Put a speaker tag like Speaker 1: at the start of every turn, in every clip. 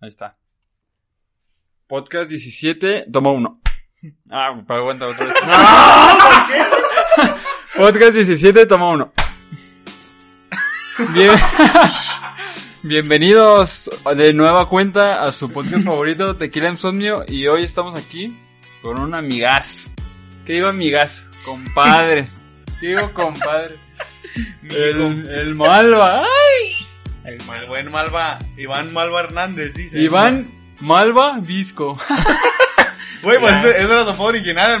Speaker 1: Ahí está. Podcast 17, toma uno. Ah, pero aguanta otra vez. Podcast 17, toma uno. Bien- Bienvenidos de nueva cuenta a su podcast favorito, Tequila Insomnio, y hoy estamos aquí con un amigazo. ¿Qué digo amigazo? Compadre. ¿Qué digo compadre? El, el Malva. ¡Ay!
Speaker 2: El mal- buen Malva, Iván Malva Hernández, dice.
Speaker 1: Iván Malva Visco.
Speaker 2: Güey, pues
Speaker 3: Ya.
Speaker 2: ese ese era su apodo original, el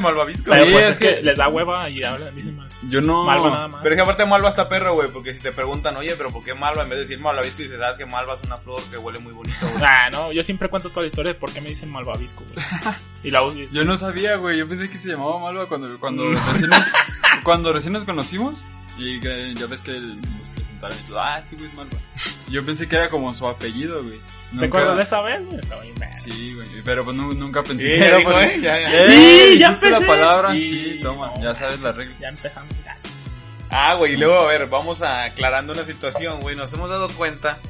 Speaker 1: Sí,
Speaker 2: Malvavisco.
Speaker 3: Pero pues
Speaker 1: es
Speaker 3: es, que,
Speaker 1: que-
Speaker 3: les da hueva y hablan, dicen mal.
Speaker 1: Yo no...
Speaker 3: Malva nada más.
Speaker 2: Pero es que aparte Malva está perro, güey, porque si te preguntan, oye, pero ¿por qué Malva? En vez de decir Malvavisco, dices, sabes que Malva es una flor que huele muy bonito, güey.
Speaker 3: Ah, no, yo siempre cuento toda la historia de por qué me dicen malvavisco, güey. Y la uso.
Speaker 1: Yo no sabía, güey. Yo pensé que se llamaba Malva cuando, cuando, recién, nos, cuando recién nos conocimos. Y que ya ves que el- nos presentaron y todo. Ah, este güey es Malva. Yo pensé que era como su apellido, güey.
Speaker 3: ¿Te acuerdas de esa vez, güey? Estaba bien, verga.
Speaker 1: Sí, güey. Pero pues nu- nunca pensé
Speaker 2: Sí,
Speaker 1: que
Speaker 2: ya
Speaker 1: era.
Speaker 2: dijo,
Speaker 1: por-
Speaker 2: ¿eh? Ya, ya.
Speaker 1: ¡Eh!
Speaker 3: Sí, ya
Speaker 1: Dijiste la
Speaker 3: empecé.
Speaker 1: palabra.
Speaker 3: Y-
Speaker 1: Sí, toma.
Speaker 3: no,
Speaker 1: ya sabes la
Speaker 3: manches,
Speaker 1: regla.
Speaker 3: Ya empezamos. ya.
Speaker 2: Ah, güey, y luego, a ver, vamos aclarando una situación, güey. Nos hemos dado cuenta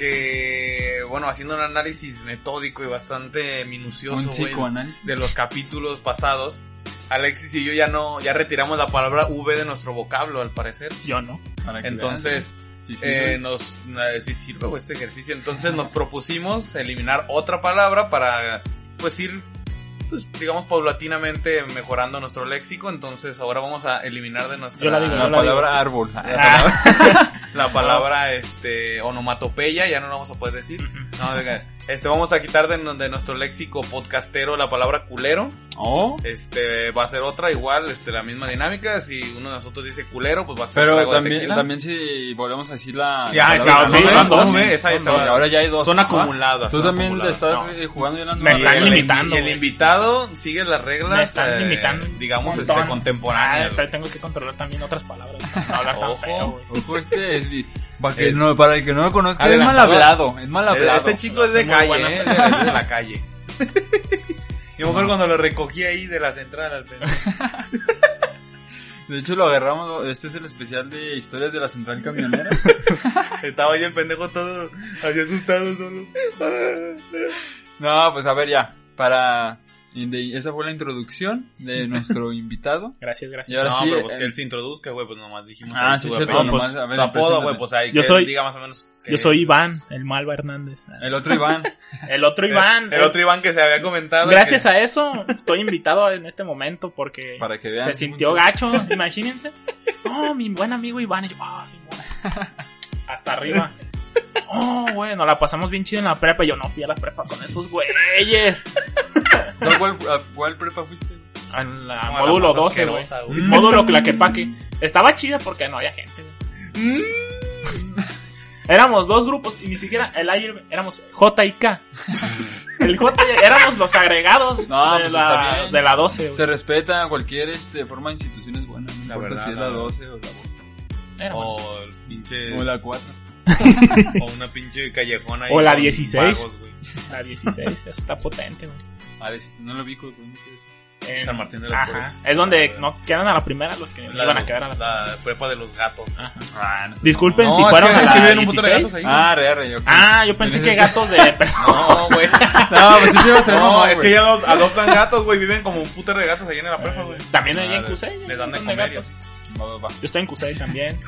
Speaker 2: que, bueno, haciendo un análisis metódico y bastante minucioso,
Speaker 1: Un
Speaker 2: güey,
Speaker 1: psicoanálisis.
Speaker 2: de los capítulos pasados, Alexis y yo ya no, ya retiramos la palabra V de nuestro vocablo, al parecer.
Speaker 3: Yo no.
Speaker 1: Para que
Speaker 2: Entonces,
Speaker 1: veas. Sí, sí,
Speaker 2: eh,
Speaker 1: güey.
Speaker 2: nos, eh, sí sirve güey, este ejercicio. Entonces nos propusimos eliminar otra palabra para, pues ir, pues, digamos, paulatinamente mejorando nuestro léxico. Entonces ahora vamos a eliminar de nuestra
Speaker 3: Yo la digo,
Speaker 1: la
Speaker 3: yo la
Speaker 1: palabra árbol.
Speaker 3: Ah,
Speaker 2: la palabra este onomatopeya, ya no la vamos a poder decir. No, venga, este vamos a quitar de, no- de nuestro léxico podcastero la palabra culero.
Speaker 1: Oh.
Speaker 2: Este va a ser otra igual, este la misma dinámica, si uno de nosotros dice culero, pues va a ser un
Speaker 1: Pero
Speaker 2: trago de
Speaker 1: también,
Speaker 2: tequila.
Speaker 1: también si volvemos a decir la...
Speaker 2: Ya,
Speaker 1: la
Speaker 2: esa-
Speaker 1: palabra,
Speaker 3: sí,
Speaker 1: ¿no?
Speaker 3: son dos,
Speaker 1: Porque
Speaker 2: eh, esa- esa-
Speaker 1: Ahora ya hay dos.
Speaker 2: son
Speaker 1: ¿va?
Speaker 2: acumuladas.
Speaker 1: ¿Ah? Tú
Speaker 2: son
Speaker 1: también
Speaker 2: acumuladas.
Speaker 1: estás
Speaker 2: No.
Speaker 1: eh, jugando y hablando
Speaker 3: Me
Speaker 1: mal.
Speaker 2: Y
Speaker 3: están
Speaker 2: el-
Speaker 3: limitando,
Speaker 2: y el
Speaker 3: güey.
Speaker 2: invitado sigue las reglas,
Speaker 3: Me están
Speaker 2: eh,
Speaker 3: limitando. un
Speaker 2: digamos, este,
Speaker 3: montón. Ah,
Speaker 2: contemporáneas.
Speaker 3: pero tengo que controlar también otras palabras. para No hablar tan
Speaker 2: Ojo.
Speaker 3: feo, güey.
Speaker 1: Ojo, este es, mi- para, que
Speaker 2: Es-
Speaker 1: no- para el que no lo conozca, es mal
Speaker 2: Adelantado.
Speaker 1: hablado. Es
Speaker 3: Ah,
Speaker 1: mal
Speaker 2: Eh,
Speaker 1: hablado.
Speaker 2: Este chico es de
Speaker 3: Muy
Speaker 2: calle,
Speaker 3: buena.
Speaker 2: ¿eh? Es de la calle. Yo mejor cuando lo recogí ahí de la central al pendejo.
Speaker 1: De hecho, lo agarramos. Este es el especial de historias de la central camionera.
Speaker 2: Estaba ahí el pendejo todo así asustado solo.
Speaker 1: no, pues a ver, ya. Para. de- Esa fue la introducción de nuestro invitado.
Speaker 3: Gracias, gracias.
Speaker 1: Y ahora
Speaker 2: no,
Speaker 1: sí.
Speaker 2: pero pues que
Speaker 1: eh,
Speaker 2: él se introduzca, güey, pues nomás dijimos.
Speaker 1: Ah,
Speaker 2: ahí
Speaker 1: sí,
Speaker 2: su
Speaker 1: cierto.
Speaker 2: apellido.
Speaker 1: nomás, a ver,
Speaker 2: su apodo,
Speaker 1: preséntate.
Speaker 2: güey, pues ahí
Speaker 3: Yo
Speaker 2: que
Speaker 3: soy-
Speaker 2: diga más o menos. que-
Speaker 3: Yo soy Iván, el Malva Hernández.
Speaker 1: El otro Iván.
Speaker 3: El otro Iván. eh,
Speaker 2: El otro Iván que se había comentado.
Speaker 3: Gracias
Speaker 2: que-
Speaker 3: a eso estoy invitado en este momento porque
Speaker 1: eh. Para que vean.
Speaker 3: se sintió gacho, imagínense. Oh, mi buen amigo Iván. Y yo, ah, sí, bueno. Hasta arriba. Oh, bueno, la pasamos bien chido en la prepa. Yo no fui a la prepa con estos güeyes.
Speaker 1: ¿Tú a cuál, a cuál prepa fuiste?
Speaker 3: A la
Speaker 2: No, la
Speaker 3: módulo
Speaker 2: más
Speaker 3: 12, güey.
Speaker 2: asquerosa, güey.
Speaker 3: Módulo que la que paque. Estaba chida porque no había gente, güey.
Speaker 1: Mm.
Speaker 3: Éramos dos grupos y ni siquiera el ayer éramos J y K. El J y- E, éramos los agregados
Speaker 1: No,
Speaker 3: de,
Speaker 1: pues está
Speaker 3: la,
Speaker 1: bien.
Speaker 3: de la 12. güey.
Speaker 1: Se respeta cualquier este, forma de instituciones buenas. No
Speaker 2: La
Speaker 1: importa
Speaker 2: verdad,
Speaker 1: si es
Speaker 2: la
Speaker 1: la
Speaker 2: verdad.
Speaker 1: 12 o la
Speaker 3: Éramos-
Speaker 2: O el pinche.
Speaker 1: 8. O la 4.
Speaker 2: o una pinche callejona. ahí
Speaker 3: O la
Speaker 2: con
Speaker 3: 16.
Speaker 2: vagos, güey.
Speaker 3: La 16, esa está potente, güey.
Speaker 1: A ver, si no lo vi, ¿cómo que es?
Speaker 3: En-
Speaker 2: San Martín de los
Speaker 3: Ajá.
Speaker 2: Pobres.
Speaker 3: Es donde no quedan a la primera los que
Speaker 2: La,
Speaker 3: iban a quedar a la
Speaker 2: la prepa de los gatos.
Speaker 3: Ajá.
Speaker 1: Ah, no sé.
Speaker 3: Disculpen
Speaker 2: No,
Speaker 3: si
Speaker 2: es
Speaker 3: fueron
Speaker 2: que-
Speaker 3: a
Speaker 2: es
Speaker 3: la
Speaker 2: que viven un puto de
Speaker 3: 16.
Speaker 2: gatos ahí.
Speaker 1: Ah, re, re, ok.
Speaker 3: Ah, yo pensé que gatos de personas.
Speaker 2: No, güey.
Speaker 1: No, pues sí te iba a ser
Speaker 2: No,
Speaker 1: mamón,
Speaker 2: es
Speaker 1: güey.
Speaker 2: que ya adop- adoptan gatos, güey. Viven como un putero de gatos ahí en la prepa, güey.
Speaker 3: También hay en
Speaker 1: Madre,
Speaker 3: Cusey.
Speaker 2: les Ah, dan de
Speaker 3: un montón
Speaker 2: comer y
Speaker 3: gatos.
Speaker 2: así.
Speaker 1: Va, va, va.
Speaker 3: Yo estoy en Cusey también.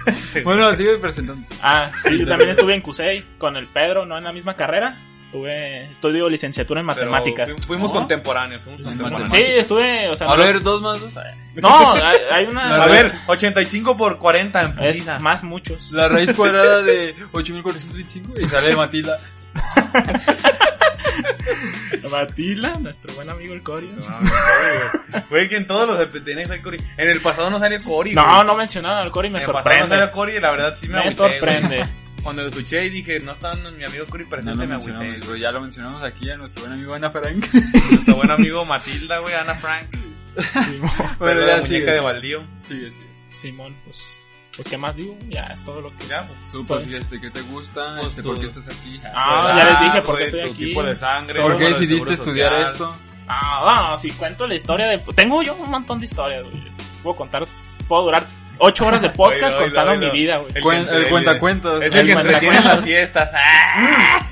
Speaker 1: Bueno, sigue presentando.
Speaker 3: Ah, sí, yo también estuve en Cusey con el Pedro, no en la misma carrera. Estuve, estudio licenciatura en
Speaker 2: Pero
Speaker 3: matemáticas.
Speaker 2: fu- fuimos
Speaker 1: ¿No?
Speaker 2: contemporáneos, fuimos contemporáneos.
Speaker 3: Sí, estuve, o sea,
Speaker 1: A
Speaker 3: no-
Speaker 1: ver, dos más dos.
Speaker 3: no, hay hay una.
Speaker 2: A ver, 85 por 40 en
Speaker 3: Ah, es
Speaker 2: putiza.
Speaker 3: más muchos.
Speaker 1: La raíz cuadrada de 8425 y sale Matilda.
Speaker 3: Matila, nuestro buen amigo el Corio.
Speaker 2: No, no, güey. Güey, que en todos los ep- tenía que salir Cori. En el pasado no salió Cori.
Speaker 3: No,
Speaker 2: güey.
Speaker 3: no mencionaron al Corio y
Speaker 2: En
Speaker 3: me
Speaker 2: el pasado no salió
Speaker 3: sorprende.
Speaker 2: Cori y la verdad sí me,
Speaker 3: Me
Speaker 2: agüité, güey.
Speaker 3: sorprende.
Speaker 2: Cuando lo escuché y dije, no está mi amigo Cori
Speaker 1: No
Speaker 2: presente,
Speaker 1: lo
Speaker 2: me
Speaker 1: mencionamos,
Speaker 2: agüité.
Speaker 1: güey, ya lo mencionamos aquí a nuestro buen amigo Ana Frank.
Speaker 2: Nuestro buen amigo Matilda, güey, Ana Frank. Pero
Speaker 1: Bueno,
Speaker 2: la
Speaker 1: ya
Speaker 2: muñeca de
Speaker 1: sigue.
Speaker 2: baldío.
Speaker 1: Sigue, sigue.
Speaker 3: Simón, pues, pues, ¿qué más digo? Ya es todo lo que.
Speaker 2: Ya, pues.
Speaker 1: Tú,
Speaker 3: Soy-
Speaker 1: pues, este, ¿qué te gusta?
Speaker 2: Pues
Speaker 1: Este,
Speaker 2: tú.
Speaker 1: ¿Por qué estás aquí?
Speaker 3: Ah,
Speaker 2: tu
Speaker 3: ya les
Speaker 2: edad,
Speaker 3: dije por qué
Speaker 2: güey,
Speaker 3: estoy
Speaker 2: tu
Speaker 3: aquí.
Speaker 2: tipo de sangre.
Speaker 1: ¿Por qué
Speaker 2: número de
Speaker 1: decidiste
Speaker 2: seguro
Speaker 1: estudiar
Speaker 2: social.
Speaker 1: esto?
Speaker 3: Ah, no, si cuento la historia de. Tengo yo un montón de historias, güey. Puedo contar. Puedo durar ocho horas de podcast
Speaker 2: Oílo, oílo,
Speaker 3: contando
Speaker 2: oílo.
Speaker 3: mi vida, güey.
Speaker 2: El
Speaker 1: Cuen-
Speaker 2: que-
Speaker 1: el cuentacuentos.
Speaker 2: Es el,
Speaker 3: El
Speaker 2: que entretiene en
Speaker 3: cuentacuentos.
Speaker 2: las fiestas. ¡Ah!
Speaker 1: Eh,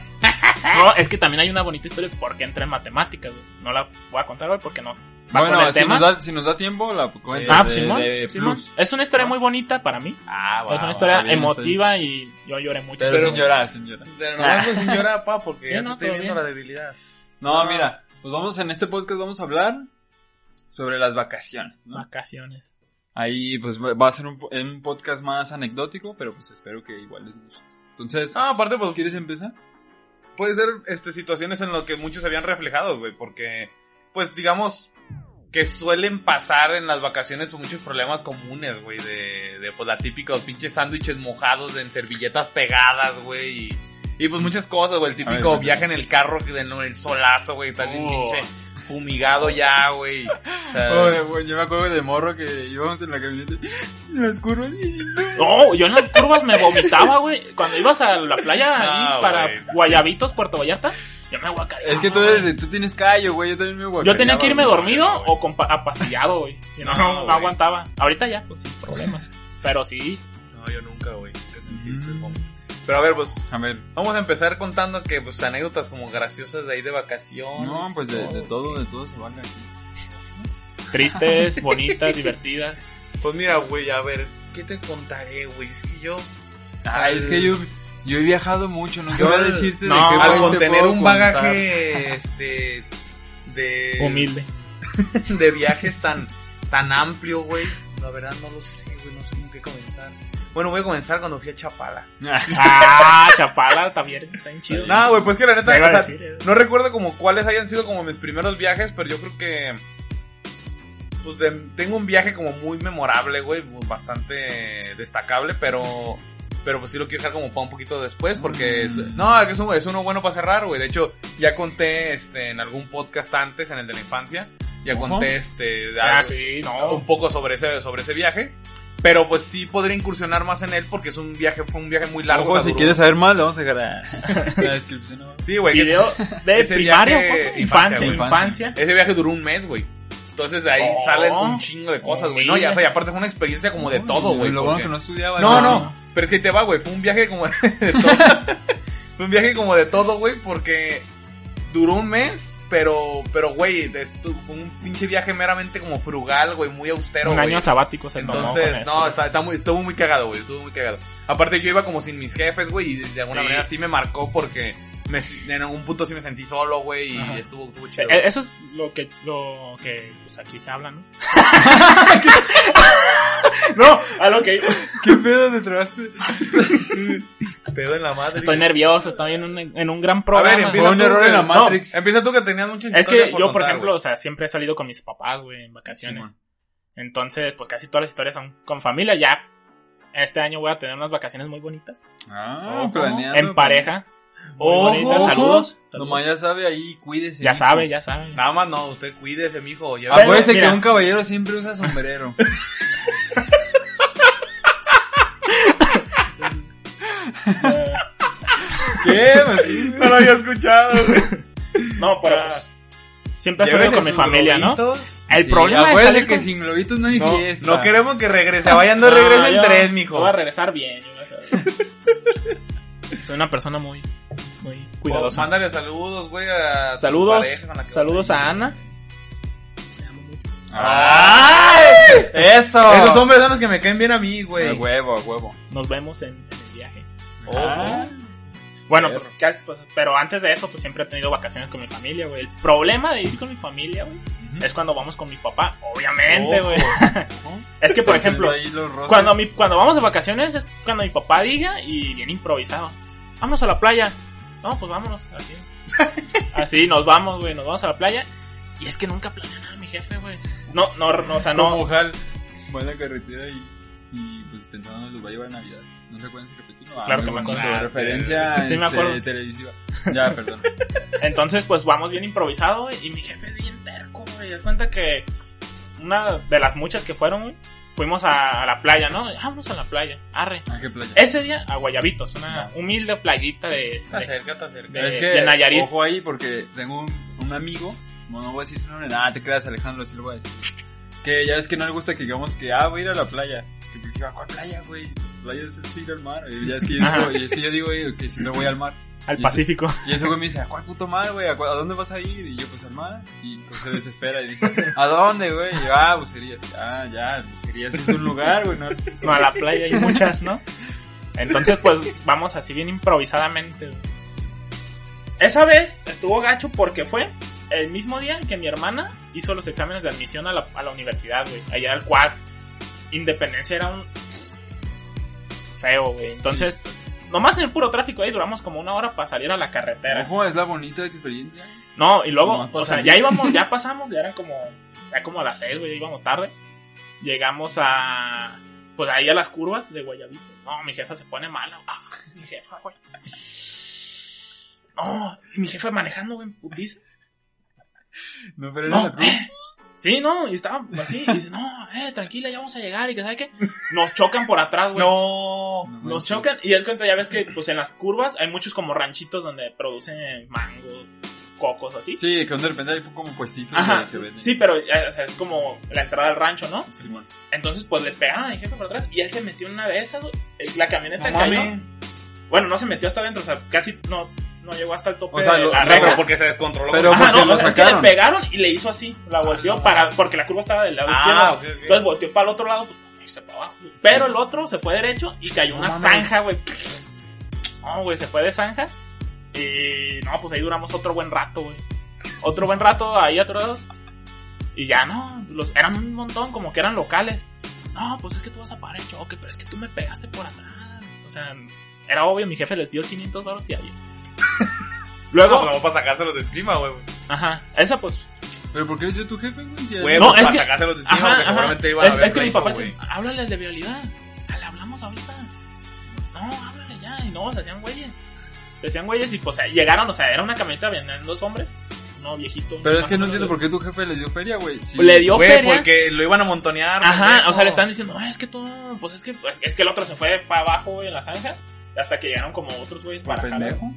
Speaker 3: No, es que también hay una bonita historia porque entra en matemáticas, güey. No la voy a contar, güey, porque no.
Speaker 1: Eh,
Speaker 3: Va con
Speaker 1: Bueno,
Speaker 3: el
Speaker 1: si
Speaker 3: tema.
Speaker 1: nos, da, si nos da tiempo, la cuenta.
Speaker 3: ah,
Speaker 1: de-
Speaker 3: Simón,
Speaker 1: de
Speaker 3: Simón.
Speaker 1: eh, plus.
Speaker 3: Es una historia muy bonita para mí.
Speaker 1: Ah,
Speaker 3: Pues, es una historia
Speaker 1: bien,
Speaker 3: emotiva y yo lloré mucho.
Speaker 1: Pero,
Speaker 2: Pero-
Speaker 1: sin llorar, sin llorar.
Speaker 2: Pero nomás no sin llorar, pa, porque
Speaker 3: Ah. Sí,
Speaker 2: ya
Speaker 3: no,
Speaker 2: te
Speaker 3: todo
Speaker 2: estoy viendo la
Speaker 3: bien.
Speaker 2: debilidad.
Speaker 1: No,
Speaker 2: Ah.
Speaker 1: mira, pues vamos en este podcast vamos a hablar sobre las vacaciones. ¿no?
Speaker 3: Vacaciones.
Speaker 1: Ahí pues va va a ser un, po- un podcast más anecdótico, pero pues espero que igual les guste. Entonces,
Speaker 2: Ah, aparte, pues
Speaker 1: ¿quieres empezar?
Speaker 2: puede ser este, situaciones en las que muchos se habían reflejado, güey, porque, pues digamos que suelen pasar en las vacaciones pues, muchos problemas comunes, güey, de, de pues la típica, los pinches sándwiches mojados en servilletas pegadas, güey, y, y, pues muchas cosas, güey, el típico
Speaker 1: A ver,
Speaker 2: viaje en el carro que en el solazo, güey, tal bien
Speaker 3: Oh.
Speaker 2: pinche fumigado ya, güey. O sea,
Speaker 1: Oye, güey, yo me acuerdo de morro que íbamos en la camioneta. Las curvas.
Speaker 3: No, yo en las curvas me vomitaba, güey. Cuando ibas a la playa ahí
Speaker 2: Ah,
Speaker 3: para
Speaker 2: güey.
Speaker 3: Guayabitos, Puerto Vallarta, yo me guacareaba.
Speaker 1: Es que tú,
Speaker 3: güey.
Speaker 1: eres, tú tienes callo, güey. Yo también me
Speaker 3: Yo tenía que irme
Speaker 1: guacareaba,
Speaker 3: dormido
Speaker 2: no, Pues güey.
Speaker 3: o con pa- apastillado, güey. Si no,
Speaker 2: No,
Speaker 3: no,
Speaker 2: güey.
Speaker 3: aguantaba. Ahorita ya, pues sin problemas. Pero sí,
Speaker 2: no, yo nunca, güey, nunca sentí ese
Speaker 1: Mm.
Speaker 2: momento. Pero a ver, pues
Speaker 1: güey. A ver,
Speaker 2: Vamos a empezar contando que, pues, anécdotas como graciosas de ahí de vacaciones.
Speaker 1: no, pues de, de
Speaker 2: Todo.
Speaker 1: todo, de todo se vale aquí.
Speaker 3: tristes, bonitas, divertidas.
Speaker 2: Pues mira, güey, a ver, ¿qué te contaré, güey? Es que yo,
Speaker 1: Ay, Ah, es que yo, yo he viajado mucho, no
Speaker 2: Yo
Speaker 1: quiero
Speaker 2: al-
Speaker 1: decirte
Speaker 3: no,
Speaker 1: de qué
Speaker 3: al
Speaker 1: país
Speaker 2: al
Speaker 1: te
Speaker 2: contener
Speaker 1: puedo
Speaker 2: un
Speaker 1: contar.
Speaker 2: bagaje, este, de...
Speaker 3: Humilde.
Speaker 2: De viajes tan, tan amplio, güey. La verdad no lo sé, güey, no sé con qué comenzar. Bueno, voy a comenzar cuando fui a Chapala.
Speaker 3: Ah, Chapala también, está bien chido.
Speaker 2: No, güey, pues que la neta,
Speaker 3: Te iba a
Speaker 2: o sea,
Speaker 3: decir, eh.
Speaker 2: no recuerdo como cuáles hayan sido como mis primeros viajes, pero yo creo que pues de- tengo un viaje como muy memorable, güey, pues, bastante destacable, pero pero pues sí lo quiero dejar como para un poquito después porque es,
Speaker 1: Mm.
Speaker 2: no, es, un- es uno bueno para cerrar, güey. De hecho, ya conté este en algún podcast antes, en el de la infancia, ya
Speaker 1: Ujú.
Speaker 2: conté este de
Speaker 3: Ah,
Speaker 2: algo-
Speaker 3: sí, no.
Speaker 2: un poco sobre ese sobre ese viaje. Pero pues sí podría incursionar más en él porque es un viaje, fue un viaje muy largo. o
Speaker 1: Ojo,
Speaker 2: sea,
Speaker 1: si
Speaker 2: duró-
Speaker 1: quieres saber más, lo vamos a dejar a- la descripción. abajo.
Speaker 2: Sí, güey. que-
Speaker 3: Video de
Speaker 2: ese
Speaker 3: primaria,
Speaker 2: viaje-
Speaker 3: ¿cuánto?
Speaker 2: infancia,
Speaker 3: infancia,
Speaker 1: güey.
Speaker 3: infancia.
Speaker 2: Ese viaje duró un mes, güey. Entonces de ahí
Speaker 3: Oh.
Speaker 2: salen un chingo de cosas, güey. No, ya, o sea, y aparte fue una experiencia como de todo, güey.
Speaker 1: Lo bueno
Speaker 2: porque-
Speaker 1: que no estudiaba.
Speaker 2: no,
Speaker 3: no.
Speaker 2: no, pero es que ahí te va, güey. Fue un viaje como de todo. fue un viaje como de todo, güey, porque duró un mes, pero, pero, güey, estu- fue un pinche viaje meramente como frugal, güey, muy austero,
Speaker 3: un
Speaker 2: güey.
Speaker 3: año sabático se tomó con
Speaker 2: Entonces,
Speaker 3: eso.
Speaker 2: no, está, está muy, estuvo muy cagado, güey. Estuvo muy cagado. Aparte, yo iba como sin mis jefes, güey, y de, de alguna
Speaker 3: Sí.
Speaker 2: manera sí me marcó porque me, en algún punto sí me sentí solo, güey, y
Speaker 3: Ajá.
Speaker 2: estuvo, estuvo chido.
Speaker 3: Eh, eh, Eso es lo que, lo que pues aquí se habla, ¿no? no, a lo que
Speaker 1: ¿Qué pedo te trabaste?
Speaker 2: Pedo en la madre.
Speaker 3: estoy nervioso, estoy en un, en un gran
Speaker 2: A ver,
Speaker 3: programa.
Speaker 2: empieza
Speaker 1: Fue un
Speaker 2: tú
Speaker 1: error
Speaker 2: que-
Speaker 1: en la Matrix.
Speaker 2: no, empieza tú que tenías muchas
Speaker 3: es que
Speaker 2: historias
Speaker 3: yo, por
Speaker 2: contar,
Speaker 3: ejemplo,
Speaker 2: güey.
Speaker 3: o sea, siempre he salido con mis papás, güey, en vacaciones.
Speaker 1: Simón.
Speaker 3: Entonces, pues casi todas las historias son con familia. Ya este año voy a tener unas vacaciones muy bonitas.
Speaker 1: Ah,
Speaker 3: Ojo.
Speaker 1: planeando.
Speaker 3: En pareja. Muy
Speaker 2: Ojo,
Speaker 3: bonitas.
Speaker 2: ojo.
Speaker 3: Saludos.
Speaker 1: Nomás ya sabe ahí, cuídese.
Speaker 3: Ya
Speaker 1: mijo.
Speaker 3: sabe, ya sabe.
Speaker 2: Nada más no, usted cuídese, mijo. Ya
Speaker 3: Ah,
Speaker 1: Acuérdese
Speaker 3: Pero,
Speaker 1: que
Speaker 3: mira.
Speaker 1: un caballero siempre usa sombrero.
Speaker 3: Eh,
Speaker 1: ¿Qué?
Speaker 2: no lo había escuchado, güey.
Speaker 3: no, pero pues, siempre he salido con mi familia, ¿no? El
Speaker 1: Sí,
Speaker 3: problema es
Speaker 1: acuérdese
Speaker 3: salir
Speaker 1: que
Speaker 3: con-
Speaker 1: sin globitos no hay
Speaker 2: No,
Speaker 1: fiesta.
Speaker 2: no queremos que regrese. Vayan,
Speaker 3: Ah,
Speaker 2: no regresen
Speaker 3: yo-
Speaker 2: tres,
Speaker 3: yo
Speaker 2: mijo.
Speaker 3: Voy a regresar bien. yo voy a regresar. Soy una persona muy, muy
Speaker 2: Oh,
Speaker 3: cuidadosa.
Speaker 2: Mándale saludos, güey. a tu
Speaker 3: Saludos,
Speaker 2: pareja con la que
Speaker 3: saludos
Speaker 2: vas
Speaker 3: a Ana.
Speaker 1: ¡Ay! Ah, ¡Eso!
Speaker 2: Esos hombres son los que me caen bien a mí,
Speaker 1: A
Speaker 2: güey.
Speaker 1: huevo, a huevo.
Speaker 3: Nos vemos en, en el viaje.
Speaker 2: Ojo.
Speaker 1: Ah.
Speaker 3: Bueno,
Speaker 1: Yes.
Speaker 3: pues, ¿qué haces? Pues, pero antes de eso, pues siempre he tenido vacaciones con mi familia, güey. El problema de ir con mi familia, güey, es cuando vamos con mi papá, obviamente,
Speaker 2: Ojo.
Speaker 3: güey. Es que, por ejemplo,
Speaker 1: Ahí los roces.
Speaker 3: cuando, mi, cuando vamos de vacaciones es cuando mi papá diga y viene improvisado. Vamos a la playa. No, pues vámonos, así. Así, nos vamos, güey, nos vamos a la playa. Y es que nunca planea nada mi jefe, güey. No, no, no, o sea,
Speaker 1: no.
Speaker 3: Ah, no.
Speaker 1: Mujal va a la carretera y, y pues pensando que los va a llevar a Navidad. ¿No se acuerdan de ese capítulo? Ah,
Speaker 3: claro
Speaker 1: muy
Speaker 3: que me
Speaker 1: bonito,
Speaker 2: acuerdo. Ah, sí.
Speaker 1: referencia
Speaker 3: Sí, me
Speaker 1: este,
Speaker 3: acuerdo.
Speaker 1: televisiva. Ya, perdón.
Speaker 3: Entonces, pues vamos bien improvisado, güey. Y mi jefe es bien terco, güey. Das cuenta que una de las muchas que fueron, güey, fuimos a, a la playa, ¿no? Vamos a la playa, arre.
Speaker 1: ¿A qué playa?
Speaker 3: Ese día a Guayabitos, una humilde playita de.
Speaker 2: Está
Speaker 3: de-
Speaker 2: cerca, está cerca.
Speaker 3: de- de Nayarit.
Speaker 1: ojo ahí porque tengo un, un amigo, no, no voy a decir su nombre, nada, te creas Alejandro, sí lo voy a decir. Que ya ves que no le gusta que digamos que, ah, voy a ir a la playa. Que porque digo, ¿a cuál playa, güey? Las playas es ir al mar. Y ya es que yo digo, y es que yo digo eh, que siempre voy al mar.
Speaker 3: al
Speaker 1: Y sí.
Speaker 3: Pacífico.
Speaker 1: Y ese güey me dice, ¿a cuál puto mar, güey? ¿A, cu- a dónde vas a ir? Y yo, pues al mar. Y pues se desespera y dice, ¿a dónde, güey? Y yo, ah, bucerías. Ah, ya, bucerías es un lugar, güey. No,
Speaker 3: No, a la playa hay muchas, ¿no? Entonces, pues vamos así bien improvisadamente. güey. Esa vez estuvo gacho porque fue el mismo día en que mi hermana hizo los exámenes de admisión a la, a la universidad, güey. Allá al quad. Independencia era un. feo, güey. Entonces, nomás en el puro tráfico ahí duramos como una hora para salir a la carretera.
Speaker 1: Ojo, es la bonita experiencia.
Speaker 3: No, y luego,
Speaker 1: Nomás
Speaker 3: o
Speaker 1: para
Speaker 3: sea,
Speaker 1: salir.
Speaker 3: ya íbamos, ya pasamos, ya eran como, ya como a las seis, güey, ya íbamos tarde. Llegamos a, pues ahí a las curvas de Guayabito. No, mi jefa se pone mala, ah, mi jefa, güey. No, mi jefa manejando, güey, putiza.
Speaker 1: No, pero
Speaker 3: No, eh. Sí, no, y estaba así, y dice, no, eh, tranquila, ya vamos a llegar, y que, ¿sabe qué? Nos chocan por atrás, güey.
Speaker 2: No.
Speaker 1: manches.
Speaker 3: Nos chocan y es cuenta, ya ves que pues en las curvas hay muchos como ranchitos donde producen mango, cocos, así.
Speaker 1: Sí, que de repente hay como puestitos
Speaker 3: Ajá.
Speaker 1: que venden.
Speaker 3: Sí, pero eh, o sea, es como la entrada al rancho, ¿no?
Speaker 1: Simón.
Speaker 3: Entonces, pues le pegaron a mi jefe por atrás y él se metió en una de esas, güey. Es La camioneta
Speaker 2: No
Speaker 3: cayó.
Speaker 2: mames.
Speaker 3: Bueno, no se metió hasta adentro, o sea, casi no, no llegó hasta el tope
Speaker 1: O sea,
Speaker 3: de
Speaker 1: lo-
Speaker 3: la
Speaker 2: No, pero
Speaker 3: regla.
Speaker 2: porque se descontroló.
Speaker 1: Pero
Speaker 3: Ajá,
Speaker 1: porque
Speaker 3: no,
Speaker 1: lo
Speaker 3: o sea, es que le
Speaker 1: sacaron.
Speaker 3: pegaron y le hizo así, la volteó
Speaker 2: no.
Speaker 3: para, porque la curva estaba del lado
Speaker 2: ah,
Speaker 3: izquierdo.
Speaker 2: ok, ok.
Speaker 3: Entonces volteó para el otro lado, pues, para irse para abajo. Pero el otro se fue derecho y cayó
Speaker 2: No
Speaker 3: una
Speaker 2: mames.
Speaker 3: zanja, güey. No, güey, se fue de zanja. Y no, pues ahí duramos otro buen rato, güey. Otro buen rato ahí atorados. Y ya no, los, eran un montón, como que eran locales. No, pues es que tú vas a pagar el choque, pero es que tú me pegaste por atrás. O sea, era obvio, mi jefe les dio 500 baros y adiós.
Speaker 2: No,
Speaker 3: Luego,
Speaker 2: pues vamos para sacárselos de encima, güey.
Speaker 3: ajá, esa pues
Speaker 1: ¿Pero por qué eres de tu jefe, güey? Si
Speaker 2: Güey,
Speaker 3: No,
Speaker 2: pues
Speaker 3: es
Speaker 2: para
Speaker 3: que-
Speaker 2: sacárselos de encima,
Speaker 3: Ajá,
Speaker 2: porque
Speaker 3: ajá.
Speaker 2: seguramente iban a
Speaker 3: es,
Speaker 2: haber
Speaker 3: es que mi
Speaker 2: pleito,
Speaker 3: papá
Speaker 2: güey.
Speaker 3: se háblales de vialidad. Ah, Le hablamos ahorita. No, háblale ya. Y no, se hacían güeyes. Se hacían güeyes y pues eh, llegaron, o sea, era una camioneta, venían dos hombres. Uno viejito.
Speaker 1: Pero es que no entiendo por qué tu jefe le dio feria, güey. Sí.
Speaker 3: Le dio
Speaker 2: Güey,
Speaker 3: feria.
Speaker 2: porque lo iban a montonear.
Speaker 3: Ajá, o sea, le están diciendo, "Ah, es que tú, pues es que, pues, es que el otro se fue para abajo güey, en la zanja. Hasta que llegaron como otros güeyes
Speaker 1: ¿Por
Speaker 3: para acá.
Speaker 1: pendejo?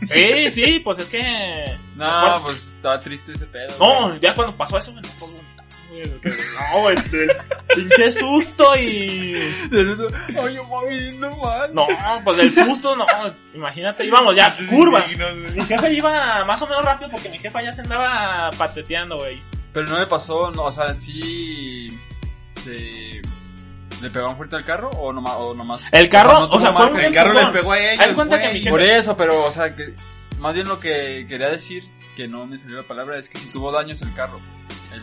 Speaker 3: Sí, sí, pues es que.
Speaker 1: No, pues estaba triste ese pedo. güey.
Speaker 3: No, ya cuando pasó eso, me tocó vomitar, güey. porque, No, güey, del pinche susto y.
Speaker 1: Ay, yo mami, no mal.
Speaker 3: No, pues del susto, no. Imagínate, íbamos ya
Speaker 2: Pinches
Speaker 3: curvas.
Speaker 2: indignos, güey.
Speaker 3: Mi jefa iba más o menos rápido porque mi jefa ya se andaba pateteando, güey.
Speaker 1: Pero no le pasó, no, o sea, sí. Se. ¿Le pegaron fuerte al carro o nomás? O nomás
Speaker 3: El carro,
Speaker 1: no
Speaker 3: o
Speaker 1: tuvo
Speaker 3: sea, fue
Speaker 1: marca.
Speaker 3: un-
Speaker 2: El carro les
Speaker 3: Perdón.
Speaker 2: pegó a ellos.
Speaker 3: Haz cuenta que
Speaker 2: güey.
Speaker 3: mi jefe-
Speaker 1: Por eso, pero, o sea, que. Más bien lo que quería decir, que no me salió la palabra, es que si tuvo daños el carro.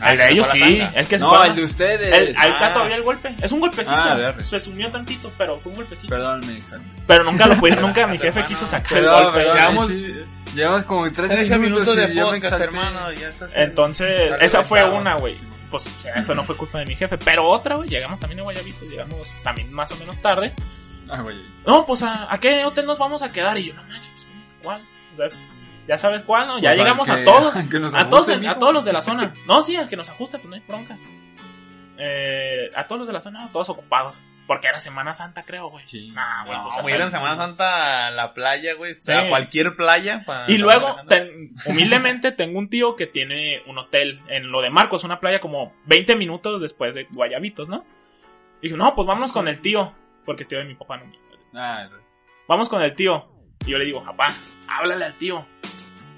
Speaker 2: Al de ellos sí,
Speaker 3: Es que
Speaker 1: No, el de ustedes.
Speaker 3: ahí está
Speaker 2: ah.
Speaker 3: todavía el golpe. Es un golpecito.
Speaker 1: Ah, verga.
Speaker 3: se sumió tantito, pero fue un golpecito.
Speaker 1: Perdón, me examen.
Speaker 3: Pero nunca lo pude, nunca mi
Speaker 2: Hermano,
Speaker 3: jefe quiso sacar el
Speaker 1: Perdón,
Speaker 3: golpe.
Speaker 1: perdón.
Speaker 3: ya.
Speaker 2: Llevamos-
Speaker 1: sí. Llevas como 13
Speaker 2: Trece
Speaker 1: minutos,
Speaker 2: minutos
Speaker 1: y
Speaker 2: de
Speaker 1: ya me
Speaker 2: podcast,
Speaker 1: exalté.
Speaker 2: hermano. Ya estás.
Speaker 3: Entonces,
Speaker 2: Está
Speaker 3: esa fue
Speaker 2: reventado.
Speaker 3: una, güey. Pues o sea, eso no fue culpa de mi jefe. Pero otra, güey, llegamos también a Guayabito, llegamos también más o menos tarde.
Speaker 1: Ah, güey.
Speaker 3: No, pues ¿a, a qué hotel nos vamos a quedar? Y yo, no manches, pues, ¿cuál? O sea, ya sabes cuál, ¿no? Ya
Speaker 1: O
Speaker 2: Pues,
Speaker 1: sea,
Speaker 3: llegamos
Speaker 1: que-
Speaker 3: a todos,
Speaker 1: que nos
Speaker 3: a todos,
Speaker 1: ajuste,
Speaker 3: en- a
Speaker 1: mijo.
Speaker 3: todos los de la zona. No, sí, al que nos ajusta, pues no hay bronca. Eh, a todos los de la zona, todos ocupados. Porque era Semana Santa, creo, güey.
Speaker 1: Sí.
Speaker 3: Nah, güey, pues,
Speaker 2: No,
Speaker 3: hasta
Speaker 2: güey, era en
Speaker 3: ahí.
Speaker 2: Semana Santa a la playa, güey. O sea,
Speaker 3: Sí.
Speaker 2: a cualquier playa. para- para
Speaker 3: Y luego,
Speaker 2: Alejandro.
Speaker 3: ten- humildemente, tengo un tío que tiene un hotel en lo de Marcos, una playa como 20 minutos después de Guayabitos, ¿no? Y dije, no, pues vámonos con el tío, porque es tío de mi papá, no
Speaker 1: Ah,
Speaker 3: Vamos con el tío. Y yo le digo, papá, háblale al tío.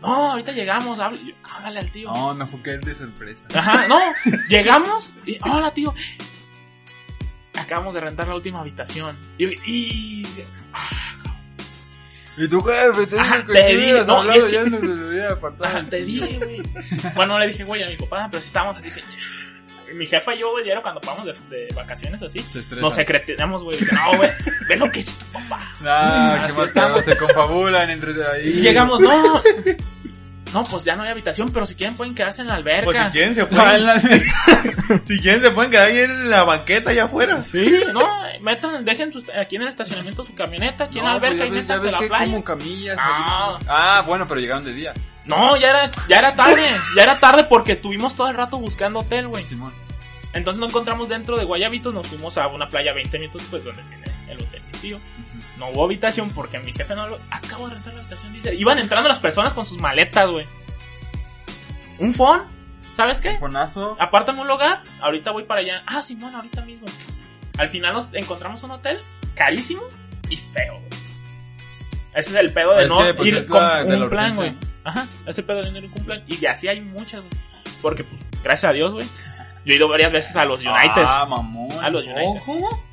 Speaker 3: No, ahorita llegamos, habla- yo, háblale al tío.
Speaker 1: no, mejor que él de sorpresa.
Speaker 3: Ajá, no, llegamos y, hola tío. Acabamos de rentar la última habitación. Y, yo, y
Speaker 1: ¿Y tú qué? Te dije
Speaker 3: Ajá,
Speaker 1: que
Speaker 3: Ah, te
Speaker 1: sí,
Speaker 3: dije,
Speaker 1: has
Speaker 3: no, y
Speaker 1: hablado,
Speaker 3: es que-
Speaker 1: ya nos lo hubiera apartado
Speaker 3: ajá,
Speaker 1: el
Speaker 3: ah, te
Speaker 1: culo.
Speaker 3: dije, güey. Bueno, no le dije, güey, a mi papá, pero sí estábamos así que... "Ch-". Mi jefa y yo, güey, diario cuando vamos de, de vacaciones así,
Speaker 1: Se estresa.
Speaker 3: nos secreteamos, güey. dije, No, güey, ve lo que es tu papá.
Speaker 1: Nah, ¿qué
Speaker 3: Así
Speaker 1: más te
Speaker 3: estamos.
Speaker 1: hago? Se confabulan entre ahí.
Speaker 3: Ah, Y llegamos, no. No, pues ya no hay habitación, pero si quieren pueden quedarse en la alberca.
Speaker 2: Pues si quieren, se
Speaker 1: Ah, en
Speaker 2: pueden,
Speaker 1: la-
Speaker 2: si quieren, se pueden quedar ahí en la banqueta allá afuera.
Speaker 3: Sí, no, metan, dejen sus- aquí en el estacionamiento su camioneta, aquí en la
Speaker 1: No, pues
Speaker 3: alberca
Speaker 1: ya
Speaker 3: y
Speaker 1: ves- ya
Speaker 3: métanse a
Speaker 1: ves
Speaker 3: la
Speaker 1: que
Speaker 3: playa.
Speaker 1: como camillas.
Speaker 3: Ah.
Speaker 1: ahí. Ah, bueno, pero llegaron de día.
Speaker 3: No, ya era, ya era tarde, ya era tarde porque estuvimos todo el rato buscando hotel, güey.
Speaker 1: Simón.
Speaker 3: Entonces no encontramos dentro de Guayabitos, nos fuimos a una playa 20 minutos después donde tiene el hotel mi tío.
Speaker 1: Ujú.
Speaker 3: No hubo habitación porque mi jefe no lo... Acabo de rentar la habitación, dice. Iban entrando las personas con sus maletas, güey. ¿Un phone? ¿Sabes qué?
Speaker 1: Fonazo.
Speaker 3: Apártame un lugar, ahorita voy para allá. Ah, Simón, ahorita mismo. Al final nos encontramos un hotel carísimo y feo, güey. Ese es el pedo de
Speaker 1: Es
Speaker 3: no
Speaker 1: que, pues,
Speaker 3: ir
Speaker 1: es
Speaker 3: con
Speaker 1: la- de la
Speaker 3: un plan, güey.
Speaker 1: urgencia.
Speaker 3: Ajá, es el pedo de no ir con un plan. Y así hay muchas, güey. Porque, pues, gracias a Dios, güey. Yo he ido varias veces a los United.
Speaker 1: Ah, mamón.
Speaker 3: a los United.
Speaker 2: Ojo.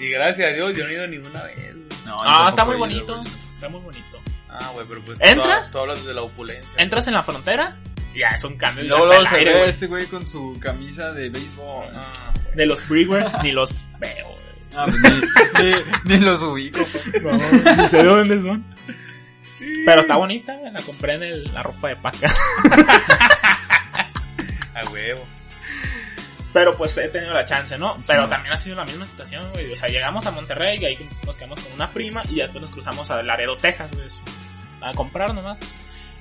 Speaker 2: Y gracias a Dios, yo no he ido ninguna vez. güey.
Speaker 1: Oh. pues, No,
Speaker 3: ah,
Speaker 1: yo
Speaker 3: está
Speaker 1: tampoco
Speaker 3: muy
Speaker 1: he ido,
Speaker 3: bonito.
Speaker 1: güey.
Speaker 3: Está muy bonito.
Speaker 2: Ah, güey, pero pues.
Speaker 3: ¿Entras?
Speaker 2: Tú, tú hablas de la opulencia.
Speaker 3: Entras en la frontera y ya es un cambio.
Speaker 1: Y
Speaker 3: de
Speaker 1: luego, luego
Speaker 3: hasta
Speaker 1: se
Speaker 3: el
Speaker 1: ve
Speaker 3: aire, güey.
Speaker 1: este güey con su camisa de béisbol. Ah,
Speaker 2: Ah, güey.
Speaker 3: De los Brewers ni los veo, güey.
Speaker 1: pues ni, ni- ni los ubico.
Speaker 3: No, sé de dónde son. Pero está bonita, güey, la compré en el- la ropa de paca.
Speaker 2: A huevo.
Speaker 3: Pero pues he tenido la chance, ¿no? Pero
Speaker 1: Sí.
Speaker 3: también ha sido la misma situación, güey. O sea, llegamos a Monterrey y ahí nos quedamos con una prima y después nos cruzamos a Laredo, Texas, güey. es- A comprar nomás.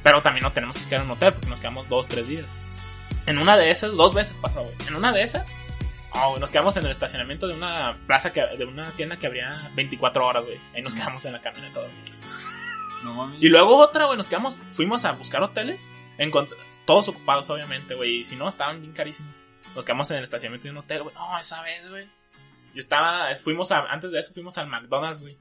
Speaker 3: Pero también nos tenemos que quedar en un hotel porque nos quedamos dos, tres días. En una de esas, dos veces pasó, güey. En una de esas, ah, güey, nos quedamos en el estacionamiento de una plaza, que, de una tienda que abría 24 horas, güey. Ahí nos
Speaker 1: Mm.
Speaker 3: quedamos en la camioneta dormidos.
Speaker 1: No mames.
Speaker 3: Y luego otra, güey, nos quedamos, fuimos a buscar hoteles, encont- todos ocupados, obviamente, güey, y si no, estaban bien carísimos. Nos quedamos en el estacionamiento de un hotel, güey, no, esa vez, güey. Yo estaba, fuimos a, antes de eso fuimos al McDonald's, güey.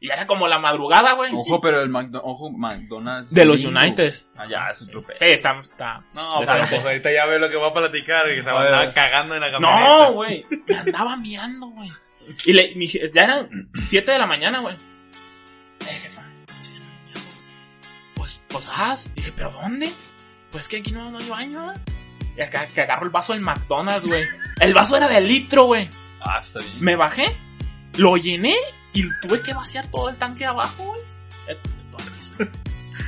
Speaker 3: Y era como la madrugada, güey.
Speaker 1: Ojo, pero el McDo- ojo, McDonald's.
Speaker 3: y- de los
Speaker 1: gringo.
Speaker 3: United.
Speaker 1: Ah, ya, es otro pedo.
Speaker 3: Sí, estamos, está.
Speaker 2: No,
Speaker 3: decente.
Speaker 2: pero pues ahorita ya veo lo que va a platicar, güey, que se va a
Speaker 1: Oye.
Speaker 2: andar cagando en la camioneta.
Speaker 3: No, güey, me andaba miando, güey. Y le, mi je- ya eran 7 de la mañana, güey. Eh, jefa, sí, ya me ando miando. Pues, pues, ah, dije, ¿pero dónde? Pues que aquí no, no hay baño, ¿ah? Y acá que agarro el vaso del McDonald's, güey. El vaso era de litro, güey.
Speaker 1: Ah, está bien.
Speaker 3: Me bajé, lo llené y tuve que vaciar todo el tanque de abajo, güey. Eh, todo el vaso.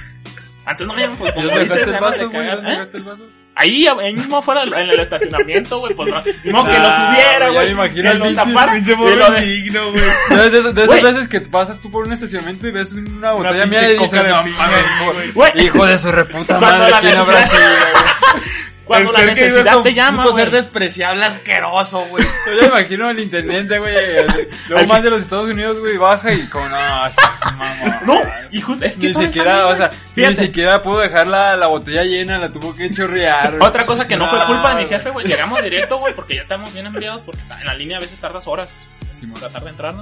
Speaker 3: Antes no habíamos pues,
Speaker 1: ¿Y
Speaker 3: como
Speaker 1: dónde
Speaker 3: dices,
Speaker 1: dejaste el
Speaker 3: además de
Speaker 1: vaso, güey? Ah,
Speaker 3: cagar,
Speaker 1: ¿Dónde
Speaker 3: ¿eh?
Speaker 1: dejaste el vaso?
Speaker 3: Ahí, ahí mismo afuera en el estacionamiento, güey, pues no, ni modo que lo
Speaker 1: Ah,
Speaker 3: subiera,
Speaker 1: ya
Speaker 3: güey.
Speaker 1: me imagino
Speaker 3: que
Speaker 1: el
Speaker 3: lo
Speaker 1: pinche-
Speaker 3: tapara
Speaker 2: Pinche
Speaker 3: y
Speaker 2: morro
Speaker 3: lo de-
Speaker 2: indigno, güey.
Speaker 1: No, es de esas, de esas
Speaker 3: Güey.
Speaker 1: veces que pasas tú por un estacionamiento y ves una botella
Speaker 2: pinche
Speaker 1: mía y
Speaker 2: coca
Speaker 1: dices,
Speaker 2: de
Speaker 1: no
Speaker 2: piña,
Speaker 1: mames, hijo,
Speaker 3: Güey.
Speaker 1: hijo de su reputa
Speaker 3: Cuando
Speaker 1: madre,
Speaker 3: la
Speaker 1: ¿quién habrá sido?
Speaker 3: necesidad- Cuando
Speaker 2: El
Speaker 3: la
Speaker 2: ser que vive
Speaker 3: necesidad
Speaker 2: con
Speaker 3: te llama,
Speaker 2: puto
Speaker 3: güey.
Speaker 2: ser despreciable, asqueroso, güey.
Speaker 1: Yo ya imagino al intendente, güey, así, luego más de los Estados Unidos, güey, baja y como, no, estás mamá.
Speaker 3: No, y justo, es que
Speaker 1: Ni
Speaker 3: ¿sabes
Speaker 1: siquiera,
Speaker 3: también,
Speaker 1: o sea,
Speaker 3: güey?
Speaker 1: ni
Speaker 3: Fíjate,
Speaker 1: siquiera pudo dejar la, la botella llena, la tuvo que chorrear. güey.
Speaker 3: Otra cosa que no, fue
Speaker 1: No,
Speaker 3: culpa de mi
Speaker 1: güey.
Speaker 3: jefe, güey. Llegamos directo, güey, porque ya estamos bien enviados, porque está- en la línea a veces tardas horas en
Speaker 1: Simón.
Speaker 3: tratar de entrar, ¿no?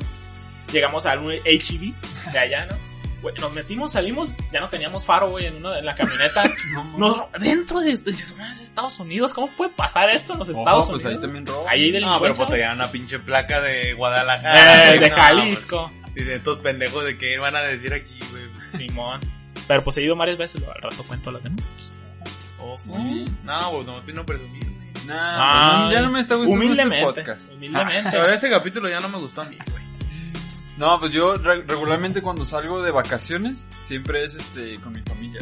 Speaker 3: Llegamos al HEB de allá, ¿no? Güey, nos metimos, salimos, ya no teníamos faro, güey, en, una- en la camioneta.
Speaker 1: No, mames.
Speaker 3: Nos, dentro de, de, de Estados Unidos, ¿cómo puede pasar esto en los
Speaker 1: Ojo,
Speaker 3: Estados
Speaker 1: pues
Speaker 3: Unidos?
Speaker 1: ahí también robo.
Speaker 3: Ahí hay
Speaker 2: No, pero
Speaker 3: delincuencia.
Speaker 2: pues te llevan una pinche placa de Guadalajara.
Speaker 3: güey. Eh,
Speaker 2: güey,
Speaker 3: de
Speaker 2: no,
Speaker 3: Jalisco.
Speaker 2: güey. Dicen estos pendejos de qué van a decir aquí, güey.
Speaker 3: Simón. Pero pues he ido varias veces, al rato cuento las demás.
Speaker 2: Ojo.
Speaker 1: Muy bien.
Speaker 2: No, güey, no vino presumir, güey.
Speaker 1: Nah,
Speaker 3: Ay.
Speaker 1: pues, ya no me está gustando
Speaker 3: Humildemente.
Speaker 1: este podcast.
Speaker 2: La
Speaker 3: Humildemente.
Speaker 2: verdad, este capítulo ya no me gustó a mí, güey.
Speaker 1: No, pues yo re- regularmente cuando salgo de vacaciones siempre es este con mi familia.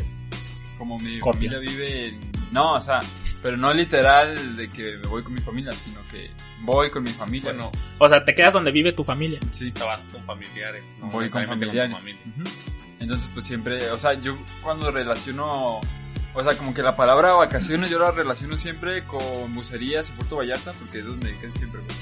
Speaker 1: Como mi
Speaker 3: Copia.
Speaker 1: familia vive en... No, o sea, pero no literal de que me voy con mi familia, sino que voy con mi familia.
Speaker 2: Bueno,
Speaker 3: o sea, te quedas donde vive tu familia.
Speaker 1: sí,
Speaker 2: te vas con familiares. No
Speaker 1: voy con
Speaker 2: necesariamente
Speaker 1: familiares.
Speaker 2: familia.
Speaker 1: Ujú. Entonces, pues siempre, o sea, yo cuando relaciono, o sea, como que la palabra vacaciones yo la relaciono siempre con bucerías y Puerto Vallarta, porque es donde casi siempre voy.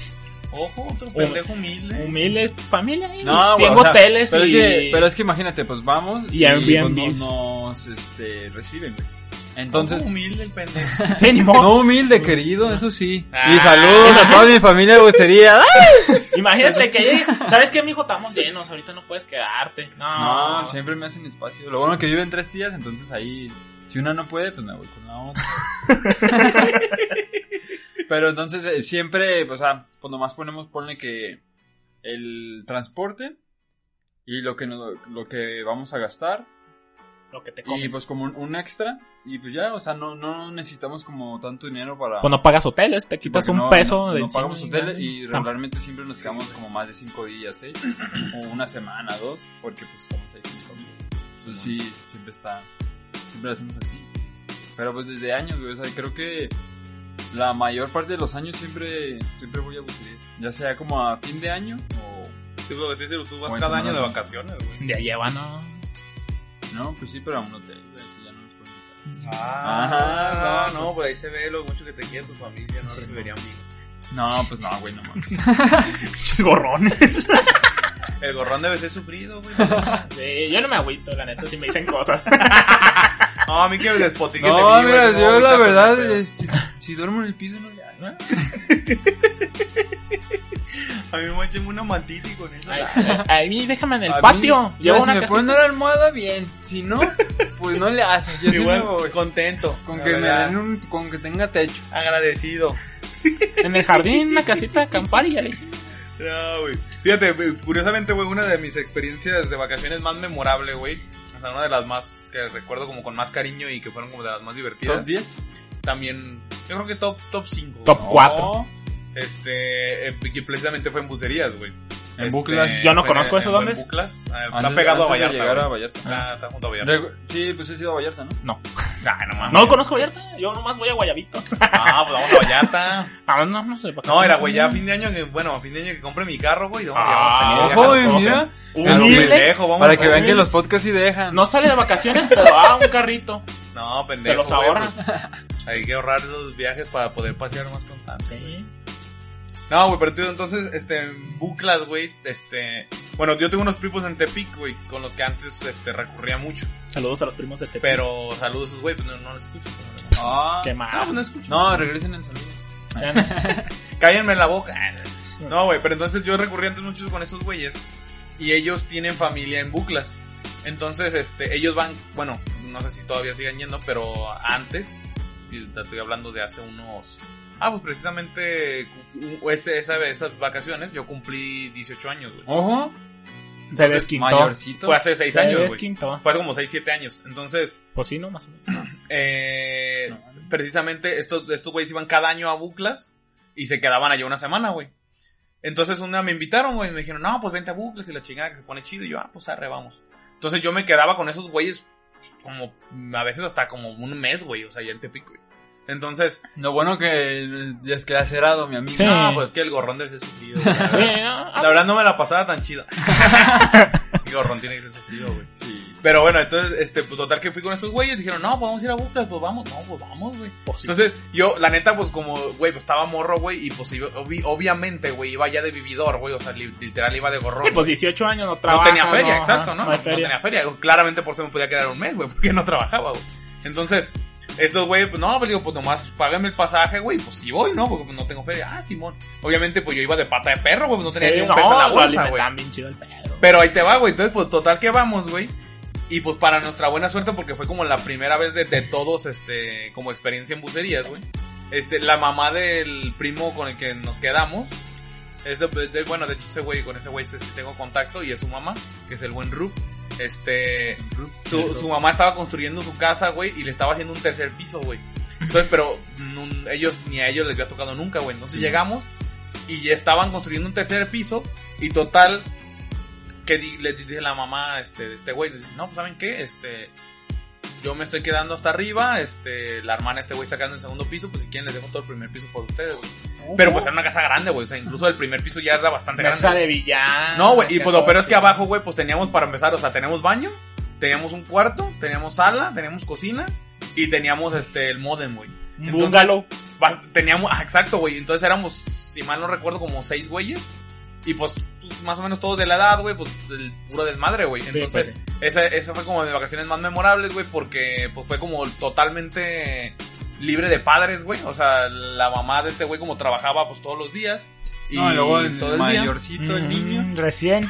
Speaker 2: Ojo, otro pendejo humilde.
Speaker 3: Humilde familia. ahí.
Speaker 1: No, güey,
Speaker 3: Tengo
Speaker 1: o sea,
Speaker 3: hoteles
Speaker 1: Pero,
Speaker 3: y...
Speaker 1: es que, pero es que imagínate, pues vamos
Speaker 3: Y Airbnbs.
Speaker 1: pues, no- nos, este, reciben, güey. Entonces,
Speaker 2: Ojo, humilde el pendejo.
Speaker 3: Sí, ni modo.
Speaker 1: no humilde, querido, eso sí.
Speaker 2: Ah.
Speaker 1: Y saludos a toda mi familia de bucería.
Speaker 3: Imagínate que llegue- ¿Sabes qué, mijo? Estamos llenos, ahorita no puedes quedarte. No.
Speaker 1: No, siempre me hacen espacio. Lo bueno que viven tres tías, entonces ahí, si una no puede, pues me voy con la otra. Pero entonces eh, siempre, o sea, pues nomás ponemos, ponle que el transporte y lo que, nos- lo que vamos a gastar
Speaker 3: Lo que te comes.
Speaker 1: y pues como un, un extra y pues ya, o sea, no, no necesitamos como tanto dinero para...
Speaker 3: Cuando Pues, pagas hoteles, te
Speaker 1: sí,
Speaker 3: quitas
Speaker 1: porque
Speaker 3: un
Speaker 1: no-
Speaker 3: peso
Speaker 1: no-
Speaker 3: de
Speaker 1: no
Speaker 3: encima
Speaker 1: pagamos hoteles y
Speaker 3: Tam-
Speaker 1: regularmente siempre nos quedamos como más de cinco días, ¿eh? o una semana, dos, porque pues estamos ahí con mi familia. Entonces sí, siempre está, siempre lo hacemos así. Pero pues desde años, güey, o sea, creo que la mayor parte de los años siempre, siempre voy a buscar, ya sea como a fin de año o...
Speaker 2: Sí, pues, lo que te dice, tú vas
Speaker 1: Buen
Speaker 2: cada
Speaker 1: semana.
Speaker 2: año de vacaciones, güey.
Speaker 3: De allá va, no.
Speaker 1: No, pues sí, pero a un hotel, güey, si ya no nos pueden invitar.
Speaker 2: Ah,
Speaker 1: Ajá,
Speaker 2: no, pues ahí se ve lo mucho que te quiere tu familia, no
Speaker 3: Sí,
Speaker 2: te vería amigo.
Speaker 1: No, pues no, güey, no mames.
Speaker 3: Pinches gorrones.
Speaker 2: El gorrón debe ser sufrido, güey.
Speaker 3: Sí, yo no me agüito, la neta, si me dicen cosas.
Speaker 2: No, a mí que me despotiquen de mí,
Speaker 1: No,
Speaker 2: güey,
Speaker 1: mira,
Speaker 2: me
Speaker 1: yo
Speaker 2: voy a
Speaker 1: la
Speaker 2: agüitar con
Speaker 1: verdad,
Speaker 2: el pedo.
Speaker 1: este, Si duermo en el piso, no le hago.
Speaker 2: A mí me echan una mantita y con eso.
Speaker 3: Ay,
Speaker 2: la-
Speaker 3: ay, A mí déjame en el
Speaker 1: A mí,
Speaker 3: patio.
Speaker 1: mira,
Speaker 3: Llevo
Speaker 1: si
Speaker 3: una
Speaker 1: me ponen
Speaker 3: casita.
Speaker 1: la almohada, bien. Si no, pues no le haces. Yo sí
Speaker 2: Igual,
Speaker 1: me voy.
Speaker 2: contento.
Speaker 1: Con
Speaker 2: la
Speaker 1: que me
Speaker 2: verdad,
Speaker 1: den un, con que tenga techo.
Speaker 2: Agradecido.
Speaker 3: En el jardín, una casita acampar y ya le hice.
Speaker 2: No, güey. Fíjate, güey, curiosamente, güey, una de mis experiencias de vacaciones más memorable, güey. O sea, una de las más que recuerdo como con más cariño y que fueron como de las más divertidas.
Speaker 1: ¿Top 10?
Speaker 2: También, yo creo que top, top 5.
Speaker 3: Top Cuatro.
Speaker 2: Este, eh, que precisamente fue en Bucerías, güey.
Speaker 1: En
Speaker 2: Este,
Speaker 1: Buclas.
Speaker 3: Yo no
Speaker 2: fue
Speaker 3: conozco
Speaker 2: en-
Speaker 3: eso,
Speaker 2: en-
Speaker 3: ¿dónde
Speaker 2: en
Speaker 3: es?
Speaker 2: Buclas. Ah,
Speaker 1: Antes-
Speaker 2: está pegado a
Speaker 1: antes de
Speaker 2: Vallarta.
Speaker 1: llegar a
Speaker 2: güey.
Speaker 1: Vallarta.
Speaker 2: Está, está junto a Vallarta.
Speaker 1: Recu- Sí, pues he sido a Vallarta, ¿no?
Speaker 2: Ay, Ah, no mames.
Speaker 3: No conozco Vallarta. Yo nomás voy a Guayabito.
Speaker 2: Ah, pues vamos a Vallarta.
Speaker 3: Ah, no, no sé.
Speaker 2: No, era, güey, ya a fin de año que, bueno, a fin de año que compre mi carro, güey. vamos,
Speaker 3: Ah,
Speaker 2: ya vamos a salir a
Speaker 1: Ojo,
Speaker 2: viajar
Speaker 1: y
Speaker 2: todos,
Speaker 1: mira.
Speaker 2: güey. A lo
Speaker 3: Humilde.
Speaker 2: pendejo, vamos
Speaker 1: Para
Speaker 2: a
Speaker 1: que vean
Speaker 2: salir.
Speaker 1: que los podcasts sí dejan.
Speaker 3: No sale de vacaciones, pero ah, un carrito.
Speaker 2: No, pendejo.
Speaker 3: Se los
Speaker 2: güey,
Speaker 3: ahorras.
Speaker 2: pues, hay que ahorrar los viajes para poder pasear más con tanto.
Speaker 3: Sí.
Speaker 2: No, güey, pero tú, entonces, este, en buclas, güey, este... Bueno, yo tengo unos primos en Tepic, güey, con los que antes, este, recurría mucho.
Speaker 3: Saludos a los primos de Tepic.
Speaker 2: Pero saludos a esos, güey, pues no, no los escucho.
Speaker 1: Ah.
Speaker 3: Qué
Speaker 2: No, pues
Speaker 3: mal.
Speaker 2: no escucho.
Speaker 1: No, regresen en saludo.
Speaker 3: Ya no.
Speaker 2: Cállenme en la boca. No, güey, pero entonces yo recurrí antes mucho con esos güeyes y ellos tienen familia en Buclas. Entonces, este, ellos van, bueno, no sé si todavía sigan yendo, pero antes, y te estoy hablando de hace unos... Ah, pues precisamente cu- ese- esa- esas vacaciones yo cumplí 18 años, güey.
Speaker 1: Ojo.
Speaker 3: Se desquintó.
Speaker 1: Mayorcito.
Speaker 2: Fue hace 6
Speaker 3: Se
Speaker 2: años, güey.
Speaker 3: desquintó.
Speaker 2: Fue hace como 6, 7 años. Entonces,
Speaker 3: Pues sí, no, más o menos.
Speaker 2: eh,
Speaker 1: No.
Speaker 2: precisamente estos, estos güeyes iban cada año a Buclas y se quedaban allá una semana, güey. Entonces una me invitaron, güey, y me dijeron, no, pues vente a Buclas y la chingada que se pone chido. Y yo, ah, pues arre, vamos. Entonces yo me quedaba con esos güeyes como, a veces hasta como un mes, güey, o sea, ya en Tepic, güey. Entonces,
Speaker 1: Lo bueno que ya es que ha cerrado, mi amigo.
Speaker 3: Sí.
Speaker 2: no, pues que el gorrón del Jesucristo. güey, la
Speaker 3: Sí,
Speaker 2: verdad.
Speaker 3: ah, ah,
Speaker 2: La verdad no me la pasaba tan chida. el gorrón tiene que ser sufrido, güey.
Speaker 1: Sí. sí.
Speaker 2: Pero bueno, entonces, este, pues total que fui con estos güeyes, dijeron, no, podemos ir a Buclas, pues vamos, no, pues vamos, güey.
Speaker 3: pues sí.
Speaker 2: Entonces, yo, la neta, pues como, güey, pues estaba morro, güey, y pues iba- obvi- obviamente, güey, iba ya de vividor, güey, o sea, li- literal iba de gorrón.
Speaker 3: Sí, pues 18 años no
Speaker 2: no
Speaker 3: trabaja.
Speaker 2: tenía feria,
Speaker 3: ajá,
Speaker 2: exacto, ¿no? No,
Speaker 3: hay
Speaker 2: no
Speaker 3: feria.
Speaker 2: tenía feria. Claramente por eso me podía quedar un mes, güey, porque no trabajaba, güey. Entonces, estos güey, pues no, pues digo, pues nomás págame el pasaje, güey, pues sí voy, ¿no? Porque pues, no tengo feria. Ah, Simón. Obviamente, pues yo iba de pata de perro, güey, pues, no tenía
Speaker 3: Sí,
Speaker 2: ni un
Speaker 3: no, pues,
Speaker 2: peso en la
Speaker 3: lo
Speaker 2: bolsa, güey.
Speaker 3: alimentaban bien chido el pedo.
Speaker 2: Pero ahí te va, güey. Entonces, pues total que vamos, güey. Y pues para nuestra buena suerte, porque fue como la primera vez de, de todos, este, como experiencia en bucerías, güey. Este, la mamá del primo con el que nos quedamos. Es de, de- bueno, de hecho ese güey, con ese güey sí tengo contacto y es su mamá, que es el buen Rub. Este, su, su mamá estaba construyendo su casa, güey, y le estaba haciendo un tercer piso, güey. Entonces, pero nun- ellos, ni a ellos les había tocado nunca, güey. Entonces llegamos y ya estaban construyendo un tercer piso y total, que di- le dice la mamá este, de este güey, dice, no, pues ¿saben qué? Este, yo me estoy quedando hasta arriba, este, la hermana de este güey está quedando en el segundo piso, pues si quieren les dejo todo el primer piso por ustedes, güey. Pero pues era una casa grande, güey, o sea, incluso el primer piso ya era bastante grande.
Speaker 3: Mesa de billar.
Speaker 2: No, güey, y
Speaker 3: acá
Speaker 2: pues lo
Speaker 3: todo
Speaker 2: peor es que
Speaker 3: chido.
Speaker 2: abajo, güey, pues teníamos para empezar, o sea, teníamos baño, teníamos un cuarto, teníamos sala, teníamos cocina y teníamos este el modem, güey.
Speaker 3: Un
Speaker 2: Entonces,
Speaker 3: bungalow.
Speaker 2: va- Teníamos, ah, exacto, güey, entonces éramos, si mal no recuerdo, como seis güeyes y pues, pues, más o menos todos de la edad, güey, pues del puro desmadre, güey.
Speaker 3: Sí,
Speaker 2: Entonces,
Speaker 3: pues sí.
Speaker 2: esa, esa fue como de vacaciones más memorables, güey, porque pues fue como totalmente libre de padres, güey. O sea, la mamá de este güey como trabajaba pues todos los días. Y
Speaker 1: No, luego el
Speaker 2: todo el día.
Speaker 1: mayorcito, el niño.
Speaker 3: Mm, Recién.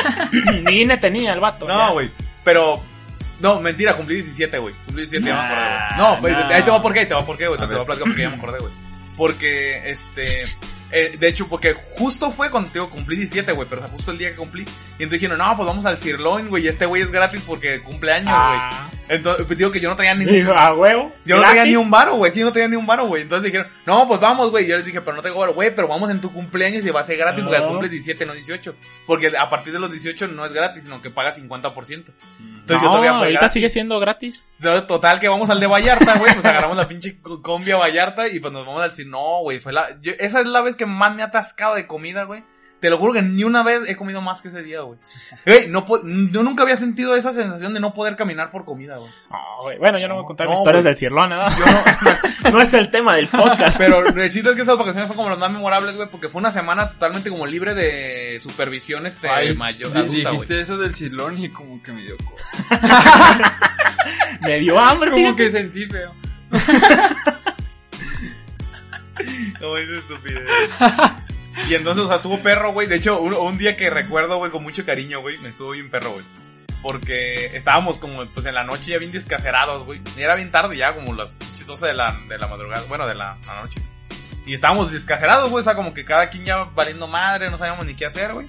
Speaker 3: Ni INE tenía el vato. ya.
Speaker 2: No, güey. Pero. No, mentira, cumplí 17, güey. Cumplí 17, ya me acordé, güey.
Speaker 3: Nah,
Speaker 2: No, güey,
Speaker 3: Ah, nah.
Speaker 2: ahí te va por qué, ahí te va por qué, güey. Te,
Speaker 1: A
Speaker 2: te
Speaker 1: ver.
Speaker 2: voy a platicar porque ya me acordé, güey. Porque, este. eh, de hecho, porque justo fue cuando te digo, cumplí 17, güey, pero o sea, justo el día que cumplí. Y entonces dijeron, no, pues vamos al Sirloin, güey, y este güey es gratis porque cumple años, güey.
Speaker 3: Ah,
Speaker 2: Entonces, pues, digo que yo no traía ningún
Speaker 3: digo, a huevo.
Speaker 2: yo no tenía
Speaker 3: gratis.
Speaker 2: ni un varo, güey. Yo no tenía ni un varo, güey. Entonces dijeron, no, pues vamos, güey. Yo les dije, pero no tengo varo, güey, pero vamos en tu cumpleaños y va a ser gratis porque
Speaker 3: No.
Speaker 2: cumples 17, no 18. Porque a partir de los 18 no es gratis, sino que pagas 50%.
Speaker 1: Mm.
Speaker 2: Entonces yo
Speaker 3: No,
Speaker 2: todavía fue
Speaker 3: ahorita
Speaker 2: gratis.
Speaker 3: sigue siendo gratis.
Speaker 2: Entonces, total, que vamos al de Vallarta, güey. Pues agarramos la pinche co- combi a Vallarta y pues nos vamos al decir, no, güey. Fue la, yo- esa es la vez que más me ha atascado de comida, güey. Te lo juro que ni una vez he comido más que ese día, güey. Güey, no po- yo nunca había sentido esa sensación de no poder caminar por comida, güey.
Speaker 3: Ah, güey, bueno, yo no voy a contar
Speaker 2: No,
Speaker 3: mis historias
Speaker 2: güey.
Speaker 3: del Cirlón, ¿verdad? no, es el tema del podcast.
Speaker 2: Pero el chiste es que esas vacaciones fueron como las más memorables, güey, porque fue una semana totalmente como libre de supervisión este
Speaker 1: Ay,
Speaker 2: mayor
Speaker 1: di-
Speaker 2: adulta, güey.
Speaker 1: dijiste eso del silón y como que me dio cosa.
Speaker 3: Me dio hambre.
Speaker 1: Como
Speaker 3: fíjate.
Speaker 1: que sentí feo.
Speaker 2: No es estupidez. Y entonces, o sea, estuvo perro, güey. De hecho, un, un día que recuerdo, güey, con mucho cariño, güey, me estuvo bien perro, güey. Porque estábamos como, pues, en la noche ya bien descacerados, güey. Y era bien tarde ya, como las pinches 12 de la, de la madrugada, bueno, de la, la noche. Y estábamos descacerados, güey, o sea, como que cada quien ya valiendo madre, no sabíamos ni qué hacer, güey.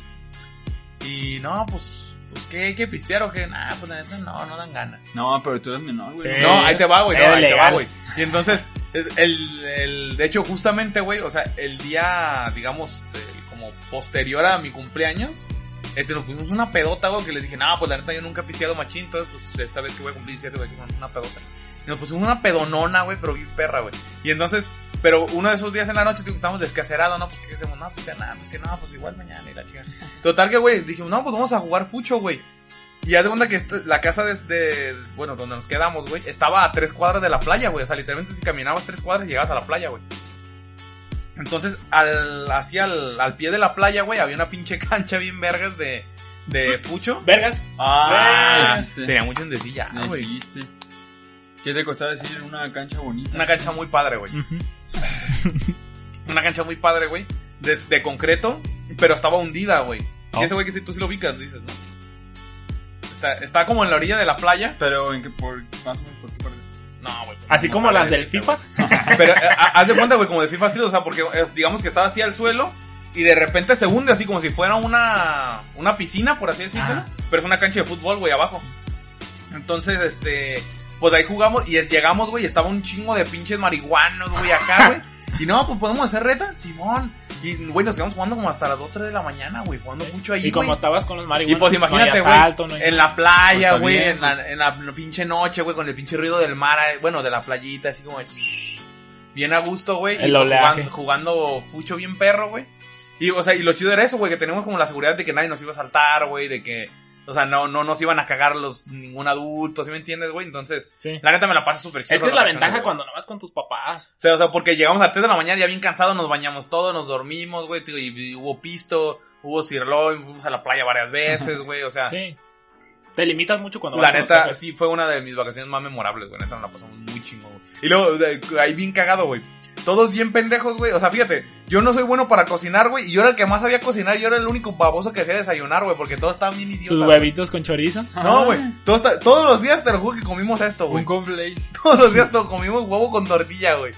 Speaker 2: Y no, pues, pues, ¿qué? ¿Hay que pistear o qué? Nah, pues, la neta, no, no dan ganas.
Speaker 1: No, pero tú eres menor, güey.
Speaker 3: Sí.
Speaker 1: No,
Speaker 2: No, ahí te va, güey. No,
Speaker 3: Era
Speaker 2: ahí te va,
Speaker 3: legal.
Speaker 2: güey. Y entonces, el, el- de hecho, justamente, güey, o sea, el día, digamos, eh, como posterior a mi cumpleaños, este, nos pusimos una pedota, güey, que les dije, no, pues la neta yo nunca he pisteado machín, entonces, pues, esta vez que voy a cumplir 17, güey, con una pedota. Y nos pusimos una pedonona, güey, pero bien perra, güey. Y entonces, pero uno de esos días en la noche, tío, que estábamos descacerados, ¿no? Pues, ¿qué hacemos? No, pues, ya nada, pues, que no, pues, igual mañana y la chica. Total que, güey, dijimos, no, pues, vamos a jugar fucho, güey. Y haz de cuenta que esto- la casa de, de- Bueno, donde nos quedamos, güey. Estaba a tres cuadras de la playa, güey. O sea, literalmente si caminabas tres cuadras llegabas a la playa, güey. Entonces, al, así al, al pie de la playa, güey, había una pinche cancha bien vergas de, de fucho.
Speaker 3: Vergas.
Speaker 1: Ah,
Speaker 2: Ah,
Speaker 1: dijiste.
Speaker 2: tenía mucho endecilla,
Speaker 1: Me
Speaker 2: Ah, güey.
Speaker 1: dijiste. ¿Qué te costaba decir una cancha bonita?
Speaker 2: Una cancha muy padre, güey. Una cancha muy padre, güey. De, de concreto, pero estaba hundida, güey.
Speaker 3: Oh.
Speaker 2: Y ese güey que si tú sí lo ubicas, dices, ¿no? Está, está como en la orilla de la playa.
Speaker 1: Pero en que por más o menos por qué parte.
Speaker 2: No, güey. pues,
Speaker 3: Así
Speaker 2: no
Speaker 3: como
Speaker 2: sabe
Speaker 3: las del
Speaker 2: decirte,
Speaker 3: FIFA.
Speaker 2: Pero eh, ha- haz de cuenta, güey, como de FIFA Street, o sea, porque eh, digamos que estaba así al suelo y de repente se hunde así como si fuera una, una piscina, por así decirlo,
Speaker 3: Ajá.
Speaker 2: pero es una cancha de fútbol, güey, abajo. Entonces, este, pues ahí jugamos y es- llegamos, güey, y estaba un chingo de pinches marihuanos, güey, acá, güey. Y no, pues podemos hacer reta, Simón. Y, güey, nos quedamos jugando como hasta las 2, 3 de la mañana, güey, jugando mucho ahí,
Speaker 3: Y como
Speaker 2: güey.
Speaker 3: estabas con los marihuanos.
Speaker 2: Y pues imagínate,
Speaker 3: no hay
Speaker 2: güey,
Speaker 3: asalto, no hay-
Speaker 2: en
Speaker 1: Pues
Speaker 2: la playa,
Speaker 1: está
Speaker 2: güey,
Speaker 1: bien,
Speaker 2: en, la, en la pinche noche, güey, con el pinche ruido del mar, eh, bueno, de la playita, así como de- bien a gusto, güey. y
Speaker 3: El
Speaker 2: pues
Speaker 3: oleaje.
Speaker 2: Jugando, jugando fucho bien perro, güey. Y, o sea, y lo chido era eso, güey, que teníamos como la seguridad de que nadie nos iba a saltar, güey, de que, o sea, no, no nos iban a cagar los, ningún adulto, ¿sí me entiendes, güey? Entonces,
Speaker 3: Sí.
Speaker 2: la neta me la pasé súper chido.
Speaker 3: Es que es la
Speaker 2: vacaciones,
Speaker 3: ventaja
Speaker 2: güey.
Speaker 3: cuando no vas con tus papás.
Speaker 2: O sea, o sea, porque llegamos a las 3 de la mañana ya bien cansados, nos bañamos todos, nos dormimos, güey, tío, y, y hubo pisto, hubo sirloin, fuimos a la playa varias veces, güey, o sea...
Speaker 3: Sí. Ah. Te limitas mucho cuando
Speaker 2: La
Speaker 3: vas con los
Speaker 2: neta,
Speaker 3: jefes.
Speaker 2: sí, fue una de mis vacaciones más memorables, güey. Neta, me la pasamos muy chingón, güey. Y luego, de- ahí bien cagado, güey. Todos bien pendejos, güey. O sea, fíjate, yo no soy bueno para cocinar, güey. Y yo era el que más sabía cocinar. Yo era el único baboso que hacía desayunar, güey. Porque todos estaban bien
Speaker 3: Sus
Speaker 2: idiotas.
Speaker 3: huevitos con chorizo.
Speaker 2: No, güey. Todos, ta- todos los días te lo juro que comimos esto, güey.
Speaker 1: Ah. Un complex.
Speaker 2: Todos los días to- comimos huevo con tortilla, güey.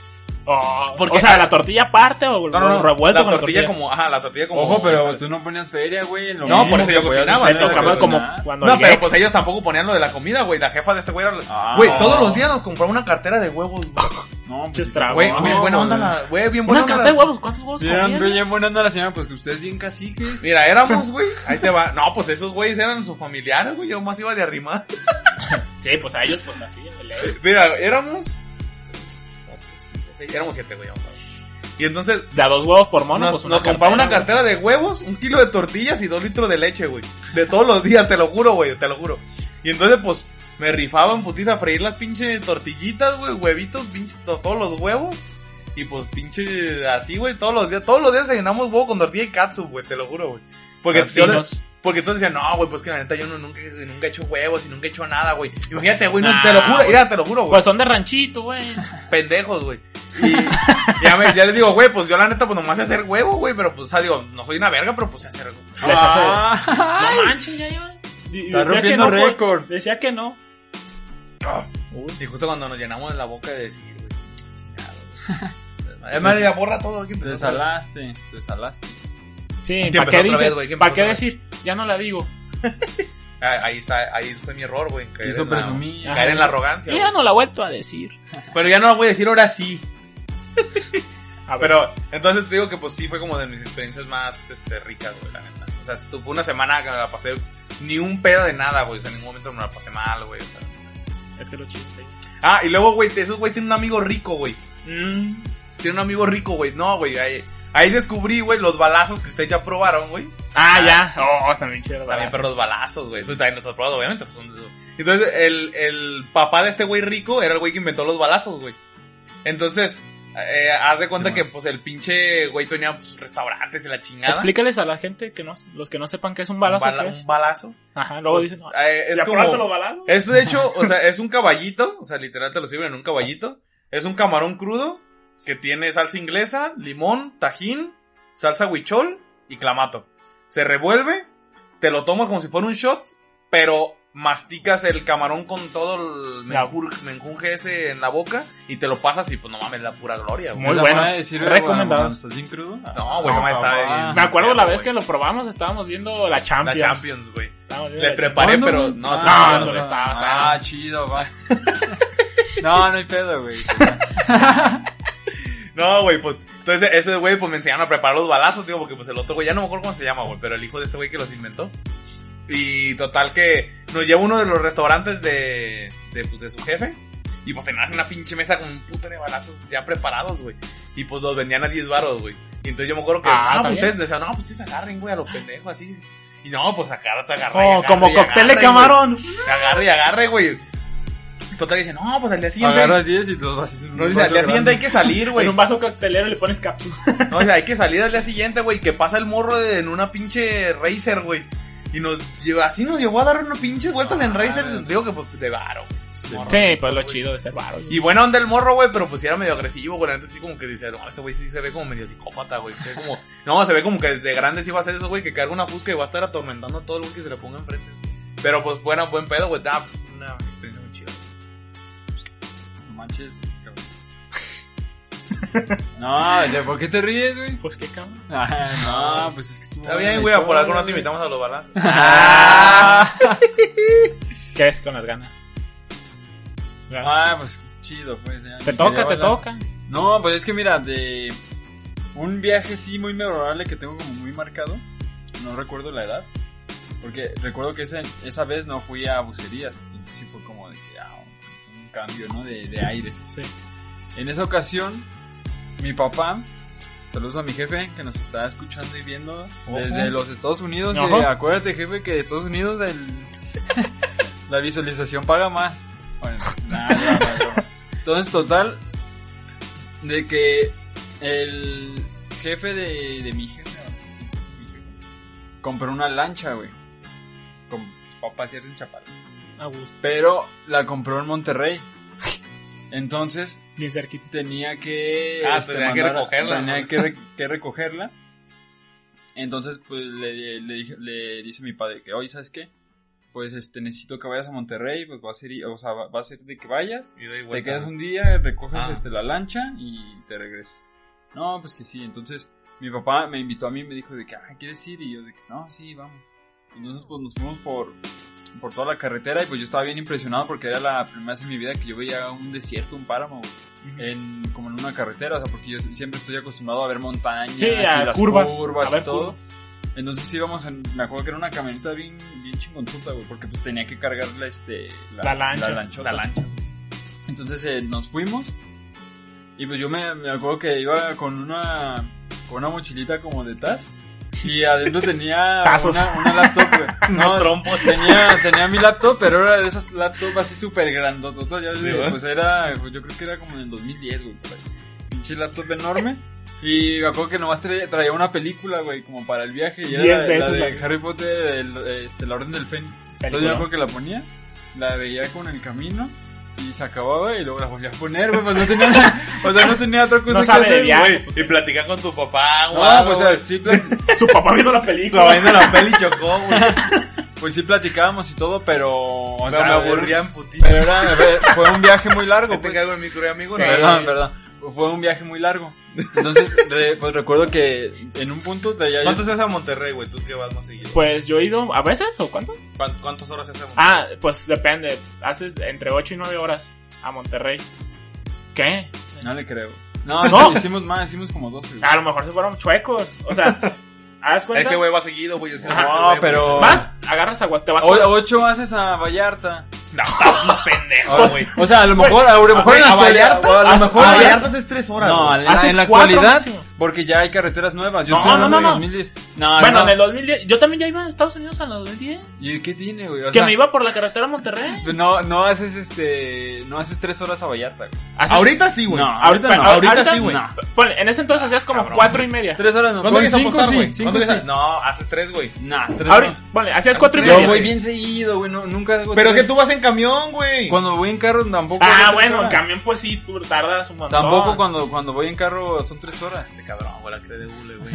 Speaker 1: Ah.
Speaker 3: Oh,
Speaker 2: Porque-
Speaker 3: o sea, la tortilla aparte o
Speaker 2: No, no, no.
Speaker 3: revuelto
Speaker 2: la
Speaker 3: con
Speaker 2: tortilla,
Speaker 3: la tortilla.
Speaker 2: como, ajá, la tortilla como.
Speaker 1: Ojo, pero
Speaker 2: ¿sabes?
Speaker 1: tú no ponías feria, güey. en lo
Speaker 2: No, por
Speaker 1: mismo
Speaker 2: eso yo
Speaker 1: que podías
Speaker 2: cocinaba,
Speaker 1: hacer
Speaker 3: Me
Speaker 2: sí,
Speaker 1: de
Speaker 3: tocaba
Speaker 2: pero-
Speaker 3: como
Speaker 1: cocinar.
Speaker 3: cuando
Speaker 2: No,
Speaker 3: el
Speaker 2: pero
Speaker 3: Gek.
Speaker 2: pues ellos tampoco ponían lo de la comida, güey. La jefa de este güey era.
Speaker 1: Ah.
Speaker 2: Güey, todos los días nos compraba una cartera de huevos, güey.
Speaker 1: No, pues.
Speaker 3: Pinches
Speaker 1: sí.
Speaker 3: tragos.
Speaker 2: Güey,
Speaker 3: No,
Speaker 2: bien buena onda
Speaker 1: güey.
Speaker 2: la. Güey, bien buena
Speaker 3: Una
Speaker 2: onda
Speaker 3: carta de
Speaker 2: la-
Speaker 3: huevos, ¿cuántos huevos
Speaker 1: Bien,
Speaker 3: comían?
Speaker 1: bien buena onda la señora, pues que ustedes bien caciques.
Speaker 2: Mira, éramos, güey. Ahí te va. No, pues esos güeyes eran sus familiares, güey. Yo más iba de arrimar.
Speaker 3: Sí, pues a ellos, pues así, el de-
Speaker 2: Mira, éramos. pues, Sí, éramos siete, güey. vamos a ver. Y entonces.
Speaker 3: de a dos huevos por mono,
Speaker 2: Nos,
Speaker 3: pues
Speaker 2: nos
Speaker 3: cartera,
Speaker 2: compraba una
Speaker 3: güey.
Speaker 2: cartera de huevos, un kilo de tortillas y dos litros de leche, güey. De todos los días, te lo juro, güey, te lo juro. Y entonces, pues, me rifaban, putiza, a freír las pinches tortillitas, güey, huevitos, pinches, to- todos los huevos. Y pues, pinche, así, güey, todos los días, todos los días llenamos huevo con tortilla y katsu, güey, te lo juro, güey. Porque yo le-
Speaker 3: Tortillos.
Speaker 2: Porque entonces decían, no, güey, pues que la neta yo no- nunca, nunca he hecho huevos y nunca he hecho nada, güey. Imagínate, güey, no,
Speaker 3: Nah,
Speaker 2: te lo juro,
Speaker 3: güey.
Speaker 2: mira, te lo juro, güey.
Speaker 3: Pues son de ranchito, güey.
Speaker 2: pendejos, güey. Y ya, me- ya les digo, güey, pues yo la neta, pues nomás sé hacer huevo, güey, pero pues, o sea, digo, no soy una verga, pero pues sé hacer huevo.
Speaker 3: Les hace-
Speaker 1: Ah,
Speaker 3: No manches, ya iba. Y- y
Speaker 1: Está
Speaker 3: decía que
Speaker 1: rompiendo
Speaker 3: no, güey.
Speaker 1: récord.
Speaker 3: Decía que no.
Speaker 2: Ah. Y justo cuando nos llenamos de la boca de decir, güey, chingado, güey. Además, ya borra todo. Aquí
Speaker 1: Te
Speaker 2: empezó a-
Speaker 1: salaste, te salaste.
Speaker 3: Sí,
Speaker 2: empezó
Speaker 3: ¿para qué,
Speaker 2: otra
Speaker 3: dice,
Speaker 2: vez, güey, que empezó
Speaker 3: ¿para qué
Speaker 2: otra vez.
Speaker 3: decir? Ya no la digo.
Speaker 2: Ah, Ahí está, ahí fue mi error, güey. caer
Speaker 1: Quiso
Speaker 2: en la-
Speaker 1: presumir.
Speaker 2: Caer en la arrogancia.
Speaker 3: Y ya
Speaker 2: güey.
Speaker 3: no la he vuelto a decir.
Speaker 2: Pero ya no lo voy a decir ahora sí.
Speaker 3: A ver,
Speaker 2: Pero entonces te digo que pues sí fue como de mis experiencias más este, ricas, güey, la neta. O sea, esto fue una semana que me la pasé ni un pedo de nada, güey. O sea, en ningún momento me la pasé mal, güey. o sea.
Speaker 3: es que lo chido. güey.
Speaker 2: Ah, y luego, güey, te- esos güey tienen un amigo rico, güey.
Speaker 3: Mm,
Speaker 2: Tiene un amigo rico, güey. No, güey. Ahí, ahí descubrí, güey, los balazos que ustedes ya probaron, güey.
Speaker 3: Ah, ya. Oh, está bien chido.
Speaker 2: También
Speaker 3: ¿verdad?
Speaker 2: perros balazos, güey. Tú también los has probado, obviamente. pues, son- Entonces, el, el papá de este güey rico era el güey que inventó los balazos, güey. Entonces, eh, haz de cuenta
Speaker 1: Sí,
Speaker 2: que, pues, el pinche güey tenía pues, restaurantes y la chingada.
Speaker 3: Explícales a la gente que no, los que no sepan qué es un
Speaker 2: Un
Speaker 3: balazo,
Speaker 2: bala-
Speaker 3: ¿qué es?
Speaker 2: un balazo.
Speaker 3: Ajá, luego
Speaker 2: Pues,
Speaker 3: dicen, no,
Speaker 2: eh, es
Speaker 3: ¿ya
Speaker 2: como-
Speaker 3: probaste los balazos?
Speaker 2: Es de hecho, o sea, es un caballito, o sea, literal te lo sirven en un caballito. Es un camarón crudo que tiene salsa inglesa, limón, tajín, salsa huichol y clamato. Se revuelve, te lo tomas como si fuera un shot, pero masticas el camarón con todo el
Speaker 3: La-
Speaker 2: menjur- menjunje ese en la boca y te lo pasas y pues no mames, la pura gloria, güey.
Speaker 3: Muy
Speaker 1: La
Speaker 3: buenos,
Speaker 1: madre sirve
Speaker 3: recomendados.
Speaker 1: cuando ¿Estás bien crudo?
Speaker 2: No, güey, no mames, está
Speaker 1: papá.
Speaker 2: bien
Speaker 3: Me acuerdo
Speaker 2: perro,
Speaker 3: la vez
Speaker 2: güey.
Speaker 3: que lo probamos, estábamos viendo la Champions.
Speaker 2: La Champions, güey.
Speaker 3: Estábamos viendo
Speaker 2: Le
Speaker 3: la
Speaker 2: preparé,
Speaker 1: ¿Cuándo,
Speaker 2: pero
Speaker 1: güey?
Speaker 2: no,
Speaker 3: Ah,
Speaker 2: no,
Speaker 1: no,
Speaker 3: entonces está- está-
Speaker 1: Ah, chido, va. No, no hay pedo, güey.
Speaker 2: No, güey, pues. Entonces, ese güey, pues me enseñaron a preparar los balazos, digo, porque pues el otro güey, ya no me acuerdo cómo se llama, güey, pero el hijo de este güey que los inventó. Y total que nos lleva a uno de los restaurantes de, de, pues, de su jefe. Y pues tenían una pinche mesa con un puto de balazos ya preparados, güey. Y pues los vendían a 10 baros, güey. Y entonces yo me acuerdo que,
Speaker 3: Ah,
Speaker 2: ah, pues
Speaker 3: ¿también?
Speaker 2: ustedes decían, no, pues ustedes agarren, güey, a los pendejos así. Y no, pues agarra, te agarra. y
Speaker 3: Oh,
Speaker 2: agarra,
Speaker 3: como
Speaker 2: y
Speaker 3: cóctel
Speaker 2: agarra,
Speaker 3: de
Speaker 2: y, güey,
Speaker 3: camarón.
Speaker 2: Agarre y agarre, güey. Total dice, no, pues al día siguiente.
Speaker 1: Agarras 10 y te los vas
Speaker 2: No, dice, al día siguiente hay que salir, güey.
Speaker 3: En un vaso coctelero le pones cápsula.
Speaker 2: No, o sea, hay que salir al día siguiente, güey, que pasa el morro de- en una pinche racer, güey. Y nos lleva, así nos llevó a dar unas pinches vueltas en
Speaker 1: Ah,
Speaker 2: racers, digo que pues de varo, güey. pues, de morro.
Speaker 3: Sí, pues lo chido de ser varo.
Speaker 2: Y buena onda el morro, güey, pero pues sí era medio agresivo, güey. Antes sí como que dice, no, este güey sí se ve como medio psicópata, güey. Se ve como, no, se ve como que desde grande sí va a hacer eso, güey, que carga una fusca y va a estar atormentando a todo el güey que se le ponga enfrente. Pero pues buena, buen pedo, güey. Da una experiencia muy chida.
Speaker 1: Manches, cabrón. No, ¿de ¿por qué te ríes, güey?
Speaker 3: Pues qué cabrón.
Speaker 1: Ah, no, pues es que estuvo
Speaker 2: Está
Speaker 1: buena
Speaker 2: bien,
Speaker 1: la
Speaker 2: güey, por
Speaker 1: historia,
Speaker 2: algo no te
Speaker 1: güey.
Speaker 2: invitamos a los balazos.
Speaker 1: Ah,
Speaker 3: ¿Qué es con las ganas? Ya.
Speaker 1: Ah, pues chido, pues. ya.
Speaker 2: Ah,
Speaker 3: Te
Speaker 1: Ni
Speaker 3: toca,
Speaker 1: quería
Speaker 3: te
Speaker 1: balas.
Speaker 3: toca.
Speaker 1: No, pues es que mira, de un viaje sí muy memorable que tengo como muy marcado, no recuerdo la edad, porque recuerdo que ese- esa vez no fui a bucerías, entonces sí fue como de que, ah, un, un cambio, ¿no? De, de aires.
Speaker 3: Sí.
Speaker 1: En esa ocasión, mi papá, saludos a mi jefe que nos está escuchando y viendo
Speaker 3: Ojo.
Speaker 1: desde los Estados Unidos,
Speaker 3: Ojo.
Speaker 1: y acuérdate jefe que de Estados Unidos el- la visualización paga más. Bueno, nada, nada, nada. Entonces, total, de que el jefe de, de mi jefe, vamos a decir, mi jefe, compró una lancha, güey. Con papá cierto en Chapala.
Speaker 3: A gusto.
Speaker 1: Pero la compró en Monterrey. Entonces,
Speaker 3: Bien cerquita.
Speaker 1: tenía que este,
Speaker 2: Ah, tenía que
Speaker 1: mandar-
Speaker 2: recogerla,
Speaker 1: tenía
Speaker 2: ¿no?
Speaker 1: que, re- que recogerla entonces pues le, le dije- le dice mi padre que oye sabes qué pues este necesito que vayas a Monterrey pues va a ser i- o sea va va a ser de que vayas
Speaker 2: Y doy
Speaker 1: te
Speaker 2: vuelta.
Speaker 1: quedas un día recoges
Speaker 2: Ah.
Speaker 1: este la lancha y te regresas no pues que sí entonces mi papá me invitó a mí y me dijo de que ah quieres ir y yo de que no sí vamos entonces pues nos fuimos por por toda la carretera y pues yo estaba bien impresionado porque era la primera vez en mi vida que yo veía un desierto un páramo güey en, como en una carretera, o sea, porque yo siempre estoy acostumbrado a ver montañas
Speaker 3: Sí,
Speaker 1: y
Speaker 3: a
Speaker 1: las
Speaker 3: curvas, a
Speaker 1: y
Speaker 3: ver
Speaker 1: todo.
Speaker 3: curvas.
Speaker 1: Entonces íbamos en, me acuerdo que era una camioneta bien, bien chingonzuta, güey, porque pues tenía que cargar la, este,
Speaker 3: La lancha.
Speaker 1: lanchota.
Speaker 2: La lancha.
Speaker 1: Entonces eh, nos fuimos y pues yo me, me acuerdo que iba con una, con una mochilita como de Taz y adentro tenía
Speaker 3: Tazos.
Speaker 1: una, una laptop, güey.
Speaker 2: Unos
Speaker 1: No,
Speaker 2: trompos.
Speaker 1: tenía, tenía mi laptop, pero era de esas laptops así súper grandototas. Ya
Speaker 2: Sí,
Speaker 1: sé,
Speaker 2: ¿verdad?
Speaker 1: pues era, pues yo creo que era como en el 2010, güey, por ahí. Pinche laptop enorme. Y me acuerdo que nomás tra- traía una película, güey, como para el viaje. Y era
Speaker 3: Diez
Speaker 1: la-
Speaker 3: veces
Speaker 1: la
Speaker 3: la-
Speaker 1: de Harry Potter, el- este, la Orden del Fénix.
Speaker 2: Pues,
Speaker 1: Entonces yo me
Speaker 3: Película.
Speaker 1: acuerdo que la ponía, la veía con el camino. Y se acababa y luego la volví a poner, güey, pues no tenía, o sea, no tenía otra cosa
Speaker 3: No
Speaker 1: que
Speaker 3: sabe de
Speaker 1: hacer,
Speaker 3: viaje.
Speaker 1: güey.
Speaker 2: Güey, y platicar con tu papá,
Speaker 1: No,
Speaker 2: güey.
Speaker 1: pues, o sea, sí, plan-
Speaker 3: Su papá viendo la
Speaker 2: La
Speaker 3: película.
Speaker 2: vaina de la peli chocó, güey.
Speaker 1: pues sí platicábamos y todo, pero, o
Speaker 2: Pero
Speaker 1: sea,
Speaker 2: me aburrían putito.
Speaker 1: Pero era, fue- fue un viaje muy largo.
Speaker 2: Te
Speaker 1: Pues.
Speaker 2: cargo el micro, amigo.
Speaker 3: Sí.
Speaker 2: No,
Speaker 1: Perdón, perdón. Fue un viaje muy largo. Entonces, re- pues recuerdo que en un punto traía yo-
Speaker 2: ¿Cuántos haces a Monterrey, güey? Tú que vas más seguido.
Speaker 3: Pues yo he ido a veces o cuántas?
Speaker 2: ¿Cuán- ¿Cuántas horas haces a Monterrey?
Speaker 3: Ah, pues depende. Haces entre 8 y 9 horas a Monterrey. ¿Qué?
Speaker 1: No le creo. No,
Speaker 3: No.
Speaker 1: no, hicimos más, hicimos como 12. güey.
Speaker 3: A lo mejor se fueron chuecos. O sea, haz cuenta.
Speaker 2: es que, güey, va seguido, güey. yo sé,
Speaker 3: Ajá.
Speaker 2: este
Speaker 1: No,
Speaker 2: güey,
Speaker 1: pero-
Speaker 2: güey,
Speaker 3: Vas, agarras aguas, te vas
Speaker 1: O-
Speaker 3: con-
Speaker 1: ocho haces a Vallarta.
Speaker 3: No, estás un pendejo.
Speaker 2: No, güey.
Speaker 1: O sea, a lo mejor, a lo mejor en la
Speaker 2: a
Speaker 1: actualidad-
Speaker 2: Vallarta-
Speaker 1: o a lo
Speaker 3: a-
Speaker 1: mejor
Speaker 3: a
Speaker 1: en la-
Speaker 2: Vallarta es tres horas.
Speaker 1: No,
Speaker 2: güey.
Speaker 1: en la,
Speaker 3: Haces
Speaker 1: en la
Speaker 3: cuatro
Speaker 1: actualidad
Speaker 3: máximo.
Speaker 1: Porque ya hay carreteras nuevas. Yo
Speaker 3: No,
Speaker 1: estoy hablando
Speaker 3: no, no,
Speaker 1: de 2010. No,
Speaker 3: bueno,
Speaker 1: Ah, no.
Speaker 3: en el 2010, yo también ya iba a Estados Unidos en el 2010.
Speaker 1: ¿Y qué tiene, güey? O
Speaker 3: que
Speaker 1: sea,
Speaker 3: me iba por la carretera a Monterrey.
Speaker 1: No, no haces este. No haces tres horas a Vallarta, güey.
Speaker 3: Haces-
Speaker 2: Ahorita sí, güey.
Speaker 1: No,
Speaker 2: ahorita,
Speaker 1: ahorita
Speaker 2: no.
Speaker 1: no.
Speaker 2: Ahorita,
Speaker 3: Ahorita
Speaker 2: sí, güey.
Speaker 1: no.
Speaker 3: Ponle, en ese entonces hacías como
Speaker 2: Cabrón.
Speaker 3: cuatro y media.
Speaker 1: Tres horas no.
Speaker 2: ¿Cuándo
Speaker 1: Con
Speaker 2: quieres
Speaker 1: cinco
Speaker 2: apostar,
Speaker 1: sí,
Speaker 2: güey?
Speaker 1: cinco
Speaker 2: ¿Cuándo
Speaker 1: sí.
Speaker 2: quieres- No, haces tres, güey.
Speaker 1: Nah, tres
Speaker 3: Ahorita,
Speaker 1: no.
Speaker 3: ponle, hacías cuatro y
Speaker 2: Yo
Speaker 1: Yo
Speaker 3: media.
Speaker 1: voy
Speaker 2: güey.
Speaker 1: bien seguido, güey. No, nunca hago
Speaker 2: Pero que
Speaker 1: tres.
Speaker 2: tú vas en camión, güey.
Speaker 1: Cuando voy en carro tampoco. hago
Speaker 3: Ah,
Speaker 1: tres
Speaker 3: bueno, en
Speaker 1: horas.
Speaker 3: camión pues sí, tú tardas un montón.
Speaker 1: Tampoco cuando, cuando voy en carro son tres horas.
Speaker 2: Este cabrón, güey, la credule, güey.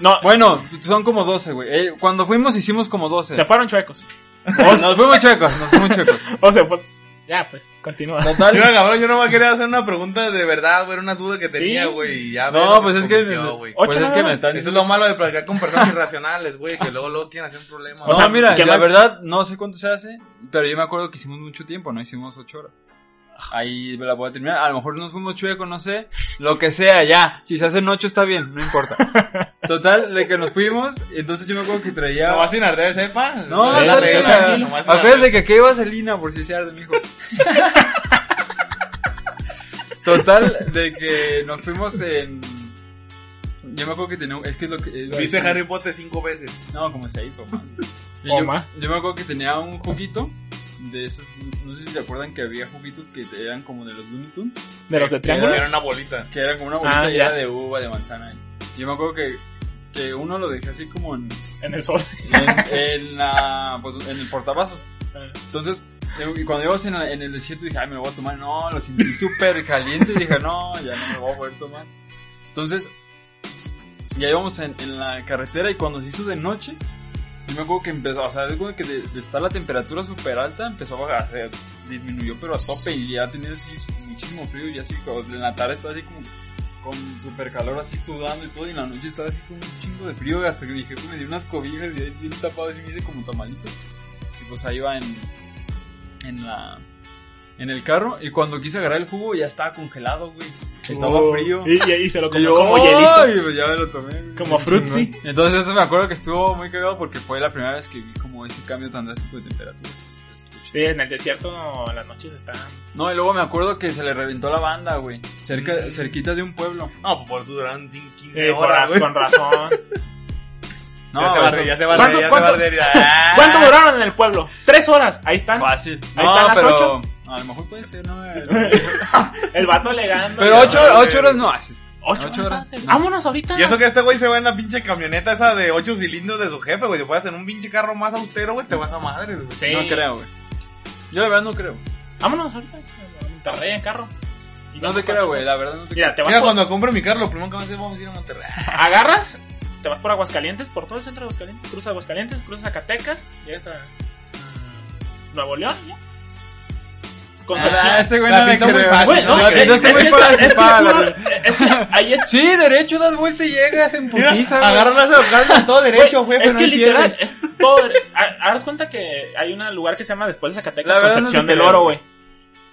Speaker 3: No,
Speaker 1: Bueno, son como 12, güey. Eh, cuando fuimos hicimos como 12.
Speaker 3: se fueron chuecos.
Speaker 1: nos fuimos chuecos, nos fuimos chuecos.
Speaker 3: O se fue. Ya, pues, continúa.
Speaker 2: Yo,
Speaker 1: Total.
Speaker 2: cabrón, yo nomás quería hacer una pregunta de verdad, güey. Era una duda que tenía,
Speaker 3: Sí.
Speaker 2: güey. y
Speaker 1: No,
Speaker 2: ya veo lo
Speaker 1: pues es que-
Speaker 2: convirtió, güey.
Speaker 1: Pues
Speaker 3: Ocho
Speaker 1: es
Speaker 3: nada
Speaker 1: que me
Speaker 3: más.
Speaker 1: están
Speaker 2: Eso es lo malo de platicar con personas irracionales, güey. Que luego, luego quieren hacer un problema.
Speaker 1: O
Speaker 3: O
Speaker 2: ¿no?
Speaker 1: sea,
Speaker 3: sea,
Speaker 1: mira,
Speaker 3: que
Speaker 1: la
Speaker 3: mal-
Speaker 1: verdad no sé cuánto se hace, pero yo me acuerdo que hicimos mucho tiempo, no hicimos ocho horas. Ahí me la voy a terminar. A lo mejor nos fuimos chuecos, no sé. Lo que sea, ya. Si se hacen ocho está bien, no importa. Total, de que nos fuimos, entonces yo me acuerdo que traía...
Speaker 2: ¿No vas sin arder, sepa?
Speaker 1: No,
Speaker 2: Trae
Speaker 1: no,
Speaker 2: la
Speaker 1: no,
Speaker 2: regla,
Speaker 1: no, no,
Speaker 2: nomás sin
Speaker 1: Acuérdate
Speaker 2: arder.
Speaker 1: que aquí iba Selena por si se arde, mijo. Total, de que nos fuimos en. Yo me acuerdo que tenía. un- Es que es lo que. es-
Speaker 2: Viste Harry Potter cinco veces.
Speaker 1: No, como se hizo, man. Y
Speaker 3: O
Speaker 1: yo,
Speaker 3: más.
Speaker 1: yo me acuerdo que tenía un juguito. De esos. No sé si se acuerdan que había juguitos que eran como de los Looney Tunes.
Speaker 3: De los de triángulo.
Speaker 2: Era una bolita.
Speaker 1: Que eran como una bolita
Speaker 3: Ah,
Speaker 1: y
Speaker 3: ya.
Speaker 1: era de uva, de manzana. Yo me acuerdo que. Que uno lo dejé así como en.
Speaker 3: En el sol.
Speaker 1: En, en la- pues, en el portavasos. Entonces, eh, y cuando íbamos en, la- en el desierto dije, ay, me lo voy a tomar. No, lo sentí súper caliente y dije, no, ya no me lo voy a poder tomar. Entonces, ya íbamos en, en la carretera y cuando se hizo de noche, yo me acuerdo que empezó, o sea, es como que de, de estar la temperatura súper alta, empezó a bajar, eh, disminuyó pero a tope y ya tenía así muchísimo frío y así, como en la tarde estaba así como con súper calor así sudando y todo y en la noche estaba así con un chingo de frío hasta que mi jefe me dio unas cobijas y ahí bien tapado así me hice como tamalito y pues ahí va en en la en el carro y cuando quise agarrar el jugo ya estaba congelado güey estaba
Speaker 3: Oh.
Speaker 1: frío
Speaker 3: Y, y, y se lo
Speaker 1: y
Speaker 3: comió
Speaker 1: yo,
Speaker 3: como
Speaker 1: "Ay",
Speaker 3: hielito.
Speaker 1: pues ya me lo tomé. güey.
Speaker 3: Como frutzi.
Speaker 1: Chingón. Entonces eso me acuerdo que estuvo muy cagado porque fue la primera vez que vi como ese cambio tan drástico de temperatura. Estuvo chido.
Speaker 3: Sí, en el desierto no, las noches eh, están.
Speaker 1: No, y luego me acuerdo que se le reventó la banda, güey. Cerca,
Speaker 2: Mm.
Speaker 1: cerquita de un pueblo.
Speaker 2: No, pues por eso duraron cinco, 15
Speaker 3: Eh, con
Speaker 2: horas,
Speaker 3: raz-
Speaker 2: güey.
Speaker 3: con razón.
Speaker 1: No,
Speaker 2: ya se va, a reír, ya se va, a reír, ya
Speaker 3: ¿Cuánto-
Speaker 2: se va a
Speaker 3: cuánto-
Speaker 2: arder. Ah.
Speaker 3: ¿Cuánto duraron en el pueblo? Tres horas. Ahí están.
Speaker 1: Fácil.
Speaker 3: Ahí
Speaker 1: no,
Speaker 3: están las
Speaker 1: pero
Speaker 3: ocho.
Speaker 1: a lo mejor puede ser, ¿no?
Speaker 3: El vato alegando.
Speaker 1: pero
Speaker 3: Ya,
Speaker 1: ocho,
Speaker 2: güey.
Speaker 1: ocho horas no haces.
Speaker 3: Ocho,
Speaker 1: ocho horas.
Speaker 3: horas. hace.
Speaker 1: No.
Speaker 3: Vámonos ahorita.
Speaker 2: Y eso que este güey se va en la pinche camioneta esa de ocho cilindros de su jefe, güey. Te puedes en un pinche carro más austero, güey. Te vas a madre, güey.
Speaker 3: Sí.
Speaker 1: No creo, güey. Yo la verdad no creo.
Speaker 3: Vámonos ahorita. A Monterrey en carro. Y
Speaker 1: No
Speaker 3: vamos
Speaker 1: te
Speaker 3: por
Speaker 1: creo,
Speaker 3: otros.
Speaker 1: güey. La verdad no te creo.
Speaker 3: Mira, te vas
Speaker 2: Mira,
Speaker 3: por-
Speaker 2: cuando compre mi carro, lo primero que vamos a hacer vamos a ir a Monterrey.
Speaker 3: agarras, te vas por Aguascalientes, por todo el centro de Aguascalientes, cruzas Aguascalientes, cruzas Zacatecas, llegas a a Nuevo León, ya. Con
Speaker 1: Ah, este güey
Speaker 2: La
Speaker 1: no le
Speaker 2: pintó muy
Speaker 1: creo.
Speaker 2: fácil,
Speaker 3: Güey, no,
Speaker 1: La
Speaker 3: es,
Speaker 1: pintó
Speaker 3: es que
Speaker 1: muy
Speaker 3: esta-
Speaker 1: fácil,
Speaker 3: es que
Speaker 1: pa, la
Speaker 3: juro,
Speaker 1: verdad.
Speaker 3: es que ahí es
Speaker 1: Sí, derecho, das vuelta y llegas en
Speaker 2: Mira,
Speaker 1: putiza. güey.
Speaker 2: agarra la cercana con todo derecho,
Speaker 3: Pues güey,
Speaker 2: jefe.
Speaker 3: es
Speaker 2: no
Speaker 3: que
Speaker 2: hay
Speaker 3: literal,
Speaker 2: pierde.
Speaker 3: es todo. ha- Haz cuenta que hay un lugar que se llama después de
Speaker 1: La
Speaker 3: Zacatecas,
Speaker 1: verdad,
Speaker 3: Concepción
Speaker 1: no te
Speaker 3: del
Speaker 1: creo,
Speaker 3: Oro,
Speaker 1: güey.
Speaker 3: güey.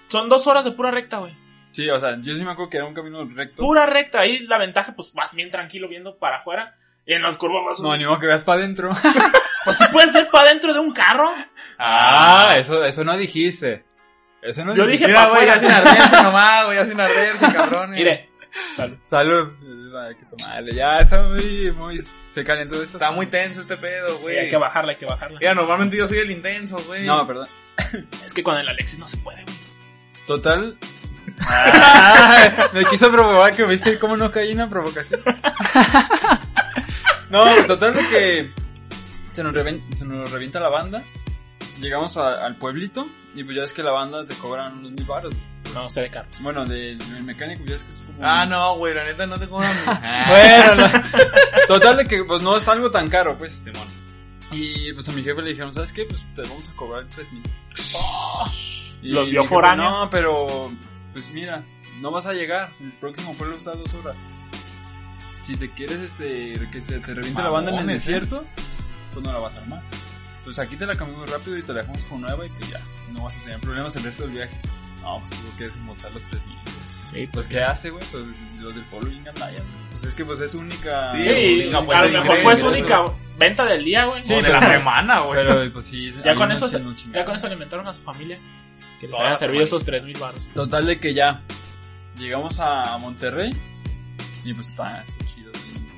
Speaker 3: Son dos horas de pura recta, güey.
Speaker 1: Sí, o sea, yo sí me acuerdo que era un camino recto.
Speaker 3: Pura recta. Ahí la ventaja, pues vas bien tranquilo viendo para afuera. Y en las curvas vas.
Speaker 1: No, ni modo que veas para adentro.
Speaker 3: Pues si puedes ir para adentro de un carro.
Speaker 1: Ah, eso, eso no dijiste. Eso no
Speaker 3: Yo
Speaker 1: dijiste.
Speaker 3: dije
Speaker 2: Mira,
Speaker 3: pa'
Speaker 2: güey, ya
Speaker 3: afuera.
Speaker 2: sin arderse nomás, güey. Ya sin arderse, cabrones.
Speaker 3: Mire. Salud.
Speaker 1: Salud. Ay, qué tomadre. Ya está muy, muy. Se calentó esto.
Speaker 2: Está muy tenso este pedo,
Speaker 3: Güey, hay
Speaker 2: güey.
Speaker 3: que bajarla, hay que bajarla.
Speaker 2: Mira, normalmente yo soy el intenso, güey.
Speaker 1: No, perdón.
Speaker 3: Es que con el Alexis no se puede, güey.
Speaker 1: Total. Ay, me quiso provocar que viste cómo no caí en la provocación. no, total de que se nos, reven- se nos revienta la banda. Llegamos a- al pueblito y pues ya es que la banda te cobran unos mil baros.
Speaker 3: No sé de carro.
Speaker 1: Bueno, del del mecánico ya es que es como...
Speaker 2: Ah, no, güey, la neta no te cobran. Ah,
Speaker 1: Bueno, no. total de que pues no es algo tan caro, pues.
Speaker 2: Simón.
Speaker 1: Y pues a mi jefe le dijeron, ¿sabes qué? Pues te vamos a cobrar tres mil. Y
Speaker 3: Los
Speaker 1: mi
Speaker 3: vio
Speaker 1: jefe,
Speaker 3: foráneos.
Speaker 1: "Pues, No, pero pues mira, no vas a llegar. El próximo pueblo está a dos horas. Si te quieres este, que se te reviente la banda en el
Speaker 2: Mamones, ¿eh?
Speaker 1: desierto, pues no la vas a armar. Pues aquí te la cambiamos rápido y te la dejamos con nueva y pues ya, no vas a tener problemas el resto del viaje. No, pues tuvo que desmontar los tres mil.
Speaker 3: Sí,
Speaker 1: Pues ¿qué hace, güey? Pues los del pueblo y Pues es que pues es su única...
Speaker 2: Sí,
Speaker 3: Sí,
Speaker 1: única fuente
Speaker 3: a lo
Speaker 1: de
Speaker 3: mejor fue su
Speaker 1: ingresos,
Speaker 3: única venta del día, güey.
Speaker 1: Sí,
Speaker 2: O
Speaker 3: O de
Speaker 2: de
Speaker 1: pero-
Speaker 2: la semana, güey.
Speaker 1: Pero pues sí,
Speaker 3: Ya
Speaker 1: ahí
Speaker 3: con,
Speaker 1: no
Speaker 3: eso,
Speaker 1: se-
Speaker 3: se-
Speaker 1: no chingaba.
Speaker 3: ya con eso alimentaron a su familia. Que les
Speaker 2: Toda
Speaker 3: hayan
Speaker 2: su
Speaker 3: servido
Speaker 2: familia.
Speaker 3: esos 3.000 baros.
Speaker 1: Total de que ya llegamos a Monterrey Y pues está, está chido.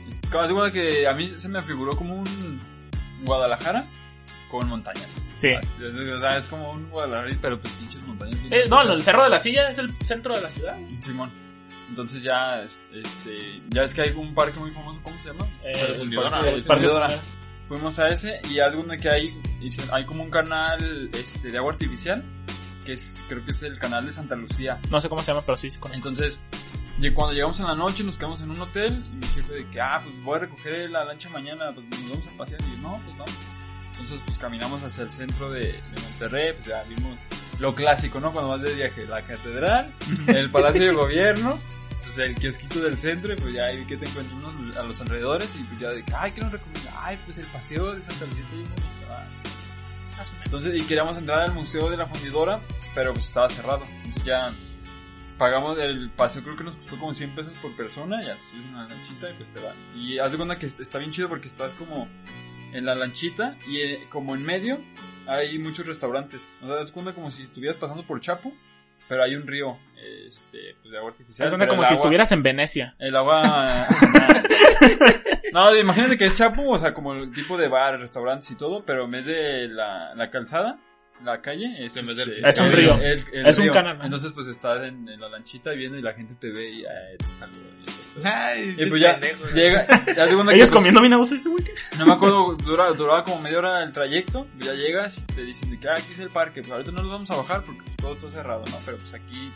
Speaker 1: Es- Haz de cuenta que a mí se me figuró como un Guadalajara con montañas.
Speaker 3: Sí.
Speaker 1: Así es, o sea, es como un Guadalajara, pero pues pinches montañas. bien
Speaker 3: Eh, no,
Speaker 1: bonitas.
Speaker 3: el Cerro de la Silla es el centro de la ciudad.
Speaker 1: Simón. Entonces ya, es- este, ya es que hay un parque muy famoso, ¿cómo se llama?
Speaker 3: Eh,
Speaker 1: Parque
Speaker 3: el
Speaker 1: Fundidora,
Speaker 2: parque-
Speaker 1: ¿no?
Speaker 2: el
Speaker 1: Sí,
Speaker 3: Parque
Speaker 1: Fundidora.
Speaker 3: Nacional.
Speaker 1: Fuimos a ese y haz de cuenta que hay, hice- hay como un canal este, de agua artificial, que es, creo que es el canal de Santa Lucía.
Speaker 3: No sé cómo se llama, pero sí, sí conozco.
Speaker 1: Entonces, lle- cuando llegamos en la noche, nos quedamos en un hotel y mi jefe de que, ah, pues voy a recoger la lancha mañana, pues nos vamos a pasear. Y yo, no, pues vamos. Entonces, pues caminamos hacia el centro de, de Monterrey, pues ya vimos lo clásico, ¿no? Cuando vas de viaje, la catedral, el Palacio de Gobierno, pues el kiosquito del centro, y pues ya ahí que te encuentras unos- a los alrededores y pues ya de que, ay, ¿qué nos recomienda? Ay, pues el paseo de Santa Lucía está bien bonito, ah".
Speaker 3: Más o menos.
Speaker 1: Entonces, y queríamos entrar al museo de la fundidora, pero pues estaba cerrado. Entonces ya pagamos el paseo, creo que nos costó como 100 pesos por persona, ya te subes en una lanchita y pues te va. Y haz de cuenta que est- está bien chido porque estás como en la lanchita y eh, como en medio hay muchos restaurantes. O sea, haz de cuenta como si estuvieras pasando por Chapo, pero hay un río este, pues, de agua
Speaker 3: Se
Speaker 1: artificial.
Speaker 3: da cuenta
Speaker 1: pero
Speaker 3: como
Speaker 1: el agua-
Speaker 3: si estuvieras en Venecia.
Speaker 1: el agua. no, imagínate que es chapu, o sea, como el tipo de bar, restaurantes y todo, pero en vez de la, la calzada, la calle, es,
Speaker 2: En vez del
Speaker 1: este,
Speaker 2: piso. Es un
Speaker 1: el-
Speaker 3: río.
Speaker 1: el- el
Speaker 3: Es un
Speaker 1: río.
Speaker 3: canal.
Speaker 1: Entonces, pues estás en, en la lanchita viendo y la gente te ve y ay, te saluda.
Speaker 2: Ay,
Speaker 1: Y pues ya
Speaker 2: pendejo.
Speaker 1: llega, ya pues, segunda
Speaker 3: Ellos comiendo bien a gusto ese güey.
Speaker 1: no me acuerdo, dura- duraba como media hora el trayecto, ya llegas y te dicen de que ah, aquí es el parque, pues ahorita no nos vamos a bajar porque pues, todo está cerrado, ¿no? Pero pues aquí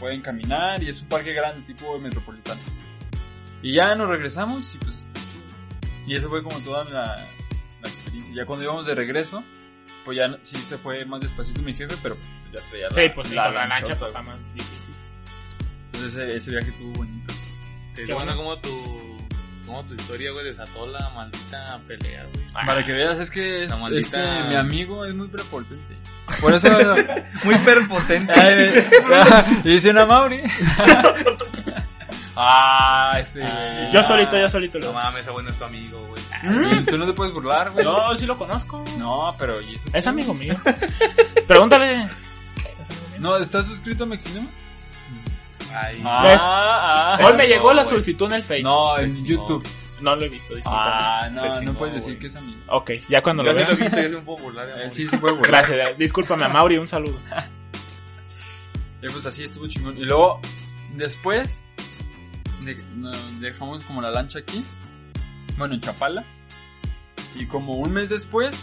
Speaker 1: pueden caminar y es un parque grande, tipo metropolitano. Y ya nos regresamos y pues... Y eso fue como toda la, la experiencia. Ya cuando íbamos de regreso, pues ya sí se fue más despacito mi jefe, pero pues, ya traía la,
Speaker 3: Sí, pues sí, con la
Speaker 1: lanchota,
Speaker 3: lancha pues está
Speaker 1: güey.
Speaker 3: más difícil.
Speaker 1: Entonces ese, ese viaje estuvo bonito.
Speaker 2: Qué
Speaker 3: Qué
Speaker 2: bueno como tu, como tu historia, güey, desató la maldita pelea, güey.
Speaker 3: Ah.
Speaker 1: Para que veas, es que es-
Speaker 2: La maldita-
Speaker 1: este, mi amigo es muy prepotente. Por eso...
Speaker 2: Muy perpotente.
Speaker 1: Ay, y dice una Mauri. ah, este.
Speaker 2: Ah,
Speaker 3: Yo solito, yo solito.
Speaker 2: No
Speaker 3: Lo... Mm.
Speaker 2: mames, ese güey no es tu amigo, güey.
Speaker 1: Y Tú no te puedes burlar, güey.
Speaker 3: Yo sí lo conozco.
Speaker 1: No, pero. ¿y eso?
Speaker 3: Es amigo mío. Pregúntale. ¿Es amigo mío?
Speaker 1: No, ¿estás suscrito a Mexinema?
Speaker 2: Ay,
Speaker 3: Es-
Speaker 1: ah,
Speaker 3: Hoy me llegó la
Speaker 2: güey.
Speaker 3: solicitud en el Face. No,
Speaker 1: No, en
Speaker 2: Te chingó.
Speaker 1: YouTube.
Speaker 3: lo he visto, disculpa.
Speaker 1: Ah, no,
Speaker 2: Te
Speaker 1: no
Speaker 2: chingó,
Speaker 1: puedes decir
Speaker 2: güey.
Speaker 1: que es amigo.
Speaker 3: Ok, ya cuando
Speaker 2: yo sí
Speaker 3: lo vea.
Speaker 2: lo he visto, yo soy un popular de
Speaker 1: Él
Speaker 2: amor.
Speaker 1: Eh, sí se puede burlar.
Speaker 3: Gracias, discúlpame a Mauri, un saludo.
Speaker 1: Y pues así estuvo chingón. Y luego, después, de- no, dejamos como la lancha aquí. Bueno, en Chapala. Y como un mes después,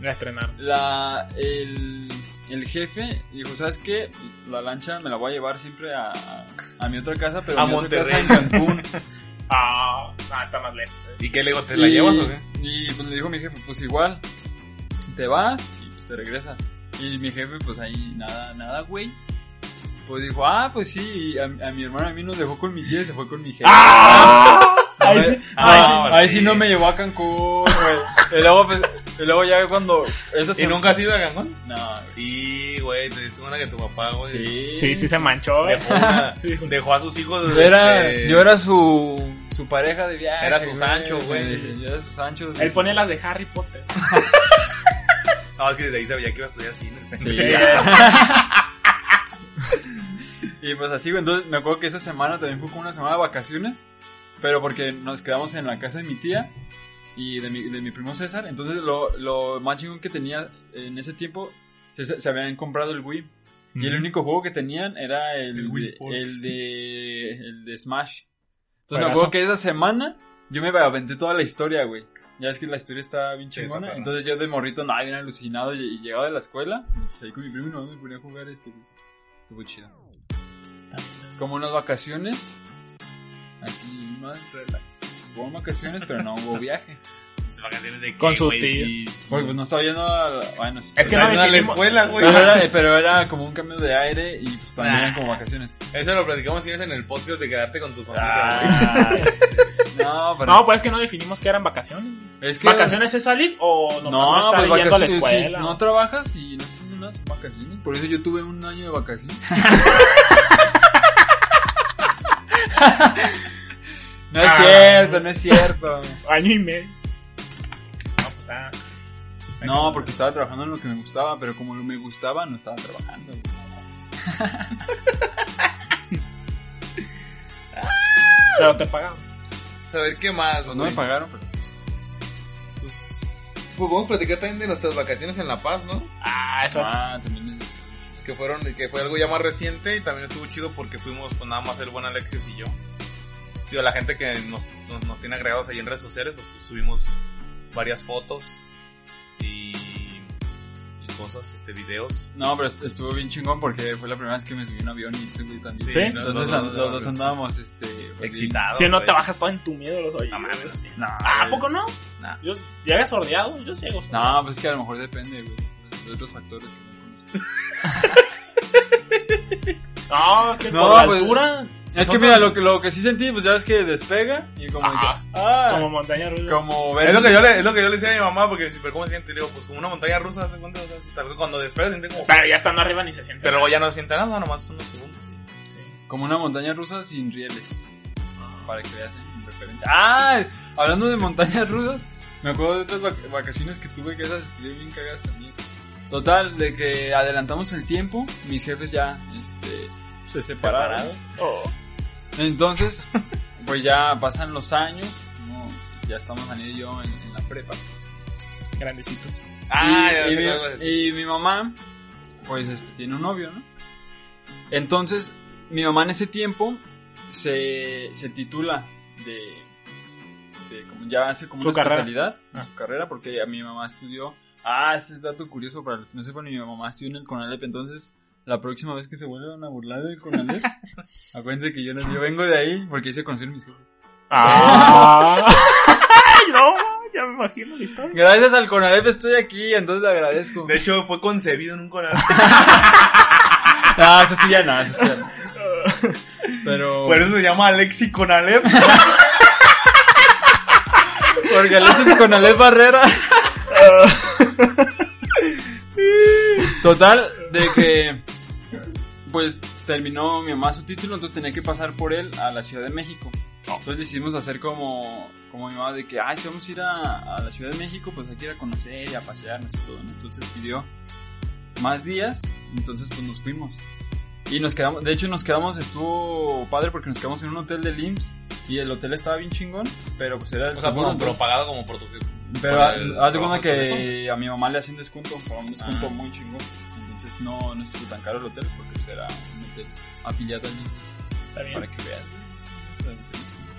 Speaker 3: La estrenaron.
Speaker 1: la, el, el jefe dijo, ¿sabes qué? La lancha me la voy a llevar siempre a, a- a mi otra casa, pero
Speaker 2: A
Speaker 1: mi otra
Speaker 2: Monterrey.
Speaker 1: casa en Cancún.
Speaker 3: Ah, ah, está más lejos. eh.
Speaker 2: ¿Y qué le digo? ¿Te la llevas o qué?
Speaker 1: Y pues le dijo mi jefe, pues igual, te vas y pues te regresas. Y mi jefe, pues ahí, nada, nada, güey. Pues dijo, ah, pues sí, y a, a mi hermano y a mí nos dejó con mi tía y se fue con mi jefe.
Speaker 3: ¡Ah!
Speaker 1: Ahí,
Speaker 3: Ay,
Speaker 1: sí-
Speaker 2: ah,
Speaker 1: ahí sí-
Speaker 2: ahora
Speaker 1: ahí
Speaker 2: sí.
Speaker 1: sí no me llevó a Cancún, güey. Y luego, pues, y luego ya cuando... Eso
Speaker 2: ¿Y nunca has ido a Cancún?
Speaker 1: No,
Speaker 2: Y, güey, te diste una que tu papá, güey.
Speaker 1: sí.
Speaker 3: Sí, sí se manchó. eh.
Speaker 2: Dejó, una- dejó a sus hijos.
Speaker 1: Yo era,
Speaker 2: este,
Speaker 1: yo era su, su pareja de viaje.
Speaker 2: Era su Sancho, güey.
Speaker 1: Yo era su Sancho.
Speaker 3: Él ponía las de Harry Potter.
Speaker 2: No, es que desde ahí sabía que iba a estudiar cine.
Speaker 1: Sí. Y pues así, güey. Entonces me acuerdo que esa semana también fue como una semana de vacaciones. Pero porque nos quedamos en la casa de mi tía y de mi, de mi primo César. Entonces lo, lo más chingón que tenía en ese tiempo, se, se habían comprado el Wii. Y el único juego que tenían era el,
Speaker 2: El Wii
Speaker 1: de,
Speaker 2: Sports.
Speaker 1: el de el de Smash. Entonces me
Speaker 3: Juegazo.
Speaker 1: acuerdo que esa semana yo me aventé toda la historia, güey. Ya es que la historia está bien
Speaker 2: Sí,
Speaker 1: chingona.
Speaker 2: está perra.
Speaker 1: Entonces yo de morrito andaba bien alucinado y, y llegaba de la escuela. Pues ahí con mi primo y no me ponía a jugar este, güey. Estuvo chido. Es como unas vacaciones. Aquí más relax. Hubo vacaciones, pero no hubo viaje.
Speaker 2: Sus vacaciones de
Speaker 3: Con
Speaker 2: qué,
Speaker 3: su
Speaker 2: güey,
Speaker 3: tío.
Speaker 2: sí.
Speaker 1: Porque pues no estaba yendo a la... Bueno, sí.
Speaker 3: Es que
Speaker 2: O sea,
Speaker 3: no
Speaker 2: iban a la
Speaker 3: definimos-
Speaker 2: escuela, güey.
Speaker 1: pero era, pero era como un cambio de aire y pues, para
Speaker 3: Ah.
Speaker 1: mí eran como vacaciones.
Speaker 2: Eso lo platicamos si en el podcast de quedarte con tu familia, güey.
Speaker 3: Ah.
Speaker 1: No, pero...
Speaker 3: No, pues es que no definimos que eran vacaciones.
Speaker 1: Es
Speaker 3: ¿Vacaciones es salir o no,
Speaker 1: No,
Speaker 3: estar
Speaker 1: pues
Speaker 3: yendo a la
Speaker 1: vacaciones.
Speaker 3: escuela?
Speaker 1: si no trabajas y no estás en unas vacaciones. Por eso yo tuve un año de vacaciones. no es
Speaker 3: Ah.
Speaker 1: cierto, no es cierto.
Speaker 3: Año y medio. No, pues está.
Speaker 1: No, porque estaba trabajando en lo que me gustaba, pero como no me gustaba, no estaba trabajando.
Speaker 2: Ah,
Speaker 3: Pero te pagan.
Speaker 2: Saber qué más,
Speaker 1: No me
Speaker 2: güey.
Speaker 1: pagaron, pero.
Speaker 2: Pues, pues vamos a platicar también de nuestras vacaciones en La Paz, ¿no?
Speaker 3: Ah, eso es.
Speaker 1: Ah, también.
Speaker 2: Que fueron, que fue algo ya más reciente y también estuvo chido porque fuimos con nada más el buen Alexios y yo. Digo, la gente que nos, nos, nos tiene agregados ahí en redes sociales, pues subimos varias fotos y, y cosas, este, videos.
Speaker 1: No, pero est- estuvo bien chingón porque fue la primera vez que me subí a un avión y ese güey también.
Speaker 3: Sí.
Speaker 1: Entonces
Speaker 2: Los dos-
Speaker 1: an- los
Speaker 2: los
Speaker 1: dos
Speaker 2: dos
Speaker 1: andábamos, este. pues, bien-
Speaker 2: Excitados.
Speaker 3: Si no
Speaker 2: güey.
Speaker 3: te bajas todo en tu miedo los oídos.
Speaker 2: No mames,
Speaker 3: así.
Speaker 1: No,
Speaker 3: Ah, ¿a
Speaker 1: güey.
Speaker 3: poco no?
Speaker 1: Nah.
Speaker 3: Yo llegas sordeado, yo llego sordeado.
Speaker 1: No, pues es que a lo mejor depende, güey. De otros factores que no conozco.
Speaker 3: No, es que
Speaker 1: No,
Speaker 3: por la
Speaker 1: pues-
Speaker 3: altura,
Speaker 1: Es que mira, lo que, lo que sí sentí, pues ya ves que despega y como.
Speaker 3: Ajá.
Speaker 1: que, ah,
Speaker 3: como
Speaker 1: como,
Speaker 3: montaña rusa.
Speaker 1: ver.
Speaker 2: Es lo, que yo le, es lo que yo le decía a mi mamá porque siempre como siente, le digo, pues como una montaña rusa, ¿hace cuánto? O sea, tal- Cuando despegas siente como...
Speaker 3: Pero ya estando arriba ni se siente.
Speaker 2: Pero luego ya no siente nada, nomás unos segundos. sí.
Speaker 3: Sí.
Speaker 1: Como una montaña rusa sin rieles. Para que veas en referencia. ¡Ah! Hablando de montañas rusas, me acuerdo de otras vac- vacaciones que tuve que esas estuvieron bien cagadas también. Total, de que adelantamos el tiempo, mis jefes ya este, se separaron.
Speaker 2: Separado.
Speaker 3: Oh.
Speaker 1: Entonces, pues ya pasan los años, ¿no? ya estamos Daniel y yo en, en la prepa.
Speaker 3: Grandecitos.
Speaker 2: Ah,
Speaker 1: y,
Speaker 2: ya
Speaker 1: y
Speaker 2: sé
Speaker 1: mi,
Speaker 2: qué vas a decir.
Speaker 1: y mi mamá, pues este, tiene un novio, ¿no? Entonces, mi mamá en ese tiempo se, se titula de, de como ya hace como
Speaker 3: Su
Speaker 1: una
Speaker 3: carrera.
Speaker 1: especialidad en
Speaker 3: Ah.
Speaker 1: su carrera, porque a mi mamá estudió. Ah, este es dato curioso para los que no sepan, mi mamá estudió en el Conalep, entonces. La próxima vez que se vuelvan a burlar del Conalep, acuérdense que yo, no, yo vengo de ahí porque hice conocer mis hijos.
Speaker 3: Ah. Ay, no, ya me imagino la historia.
Speaker 1: Gracias al Conalep estoy aquí, entonces le agradezco.
Speaker 2: De hecho, fue concebido en un coral.
Speaker 1: Ah, eso sí ya no, eso sí ya no. Pero.
Speaker 2: Por eso se llama Alexi con Alep.
Speaker 1: Porque Alexis con Alex Barrera. Total, de que. Pues terminó mi mamá su título, entonces tenía que pasar por él a la Ciudad de México.
Speaker 2: Oh.
Speaker 1: Entonces decidimos hacer como, como mi mamá de que, ay, si vamos a ir a, a la Ciudad de México, pues hay que ir a conocer y a pasearnos y todo. ¿no? Entonces pidió más días, entonces pues nos fuimos. Y nos quedamos, de hecho nos quedamos, estuvo padre porque nos quedamos en un hotel del IMSS y el hotel estaba bien chingón, pero pues era el
Speaker 2: O sea,
Speaker 1: seguro,
Speaker 2: pero, pero
Speaker 1: entonces-
Speaker 2: pagado como por tu
Speaker 1: pero
Speaker 2: Por
Speaker 1: ha-
Speaker 2: el
Speaker 1: haz de
Speaker 2: trabajo
Speaker 1: cuenta
Speaker 2: de
Speaker 1: que a mi mamá le hacen descuento, pero un descuento
Speaker 2: Ah.
Speaker 1: muy chingón. Entonces no, no estuvo tan caro el hotel porque pues, era un hotel afiliado al IMSS,
Speaker 3: Está bien.
Speaker 1: para que vean.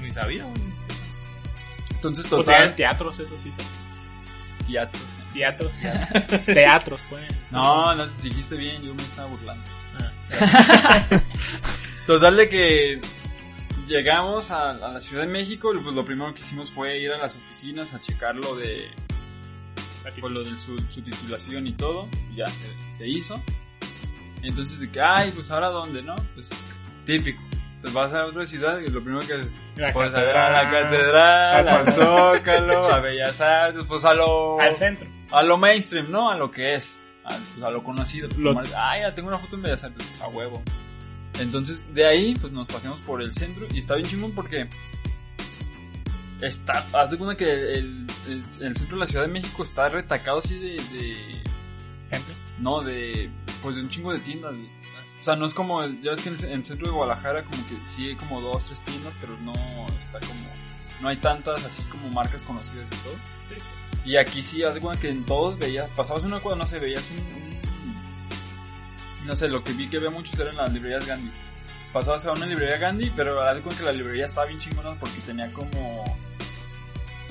Speaker 2: Ni sabía.
Speaker 1: Entonces
Speaker 3: Pues tienen
Speaker 1: total,
Speaker 3: teatros, eso sí. son.
Speaker 1: teatro.
Speaker 3: Teatros. teatros, pues.
Speaker 1: No, no, dijiste bien, yo me estaba burlando.
Speaker 3: Ah.
Speaker 1: Total de que llegamos a, a la Ciudad de México, y, pues lo primero que hicimos fue ir a las oficinas a checar lo de pues, lo de su, su titulación y todo, ya se, se hizo. Entonces de que, ay, pues ahora dónde, ¿no? Pues típico. Entonces vas a otra ciudad y lo primero que
Speaker 3: La
Speaker 1: pues a ver a
Speaker 3: catedral.
Speaker 1: la catedral,
Speaker 3: Al
Speaker 1: al Zócalo, a Bellas Artes, pues a lo
Speaker 3: Al centro.
Speaker 1: a lo mainstream, ¿no? A lo que es. A, pues, a lo conocido. Pues,
Speaker 3: Lo-
Speaker 1: como, Ay, ya tengo una foto en Bellas Artes. pues, a huevo. Entonces, de ahí, pues nos paseamos por el centro. Y está bien chingón porque. Está. Haz de cuenta que el, el- el centro de la Ciudad de México está retacado así de. de-
Speaker 3: Gente.
Speaker 1: no, de. Pues de un chingo de tiendas, güey. O sea, no es como. el- Ya ves que en el, en el centro de Guadalajara, como que sí hay como dos, tres tiendas, pero no está como. No hay tantas así como marcas conocidas y todo. Y aquí sí, hace cuenta que en todos veías, pasabas una cuadra, no sé, veías un, un- No sé, lo que vi que había muchos eran las librerías Gandhi. Pasabas a una librería Gandhi, pero haz de cuenta que la librería estaba bien chingona porque tenía como...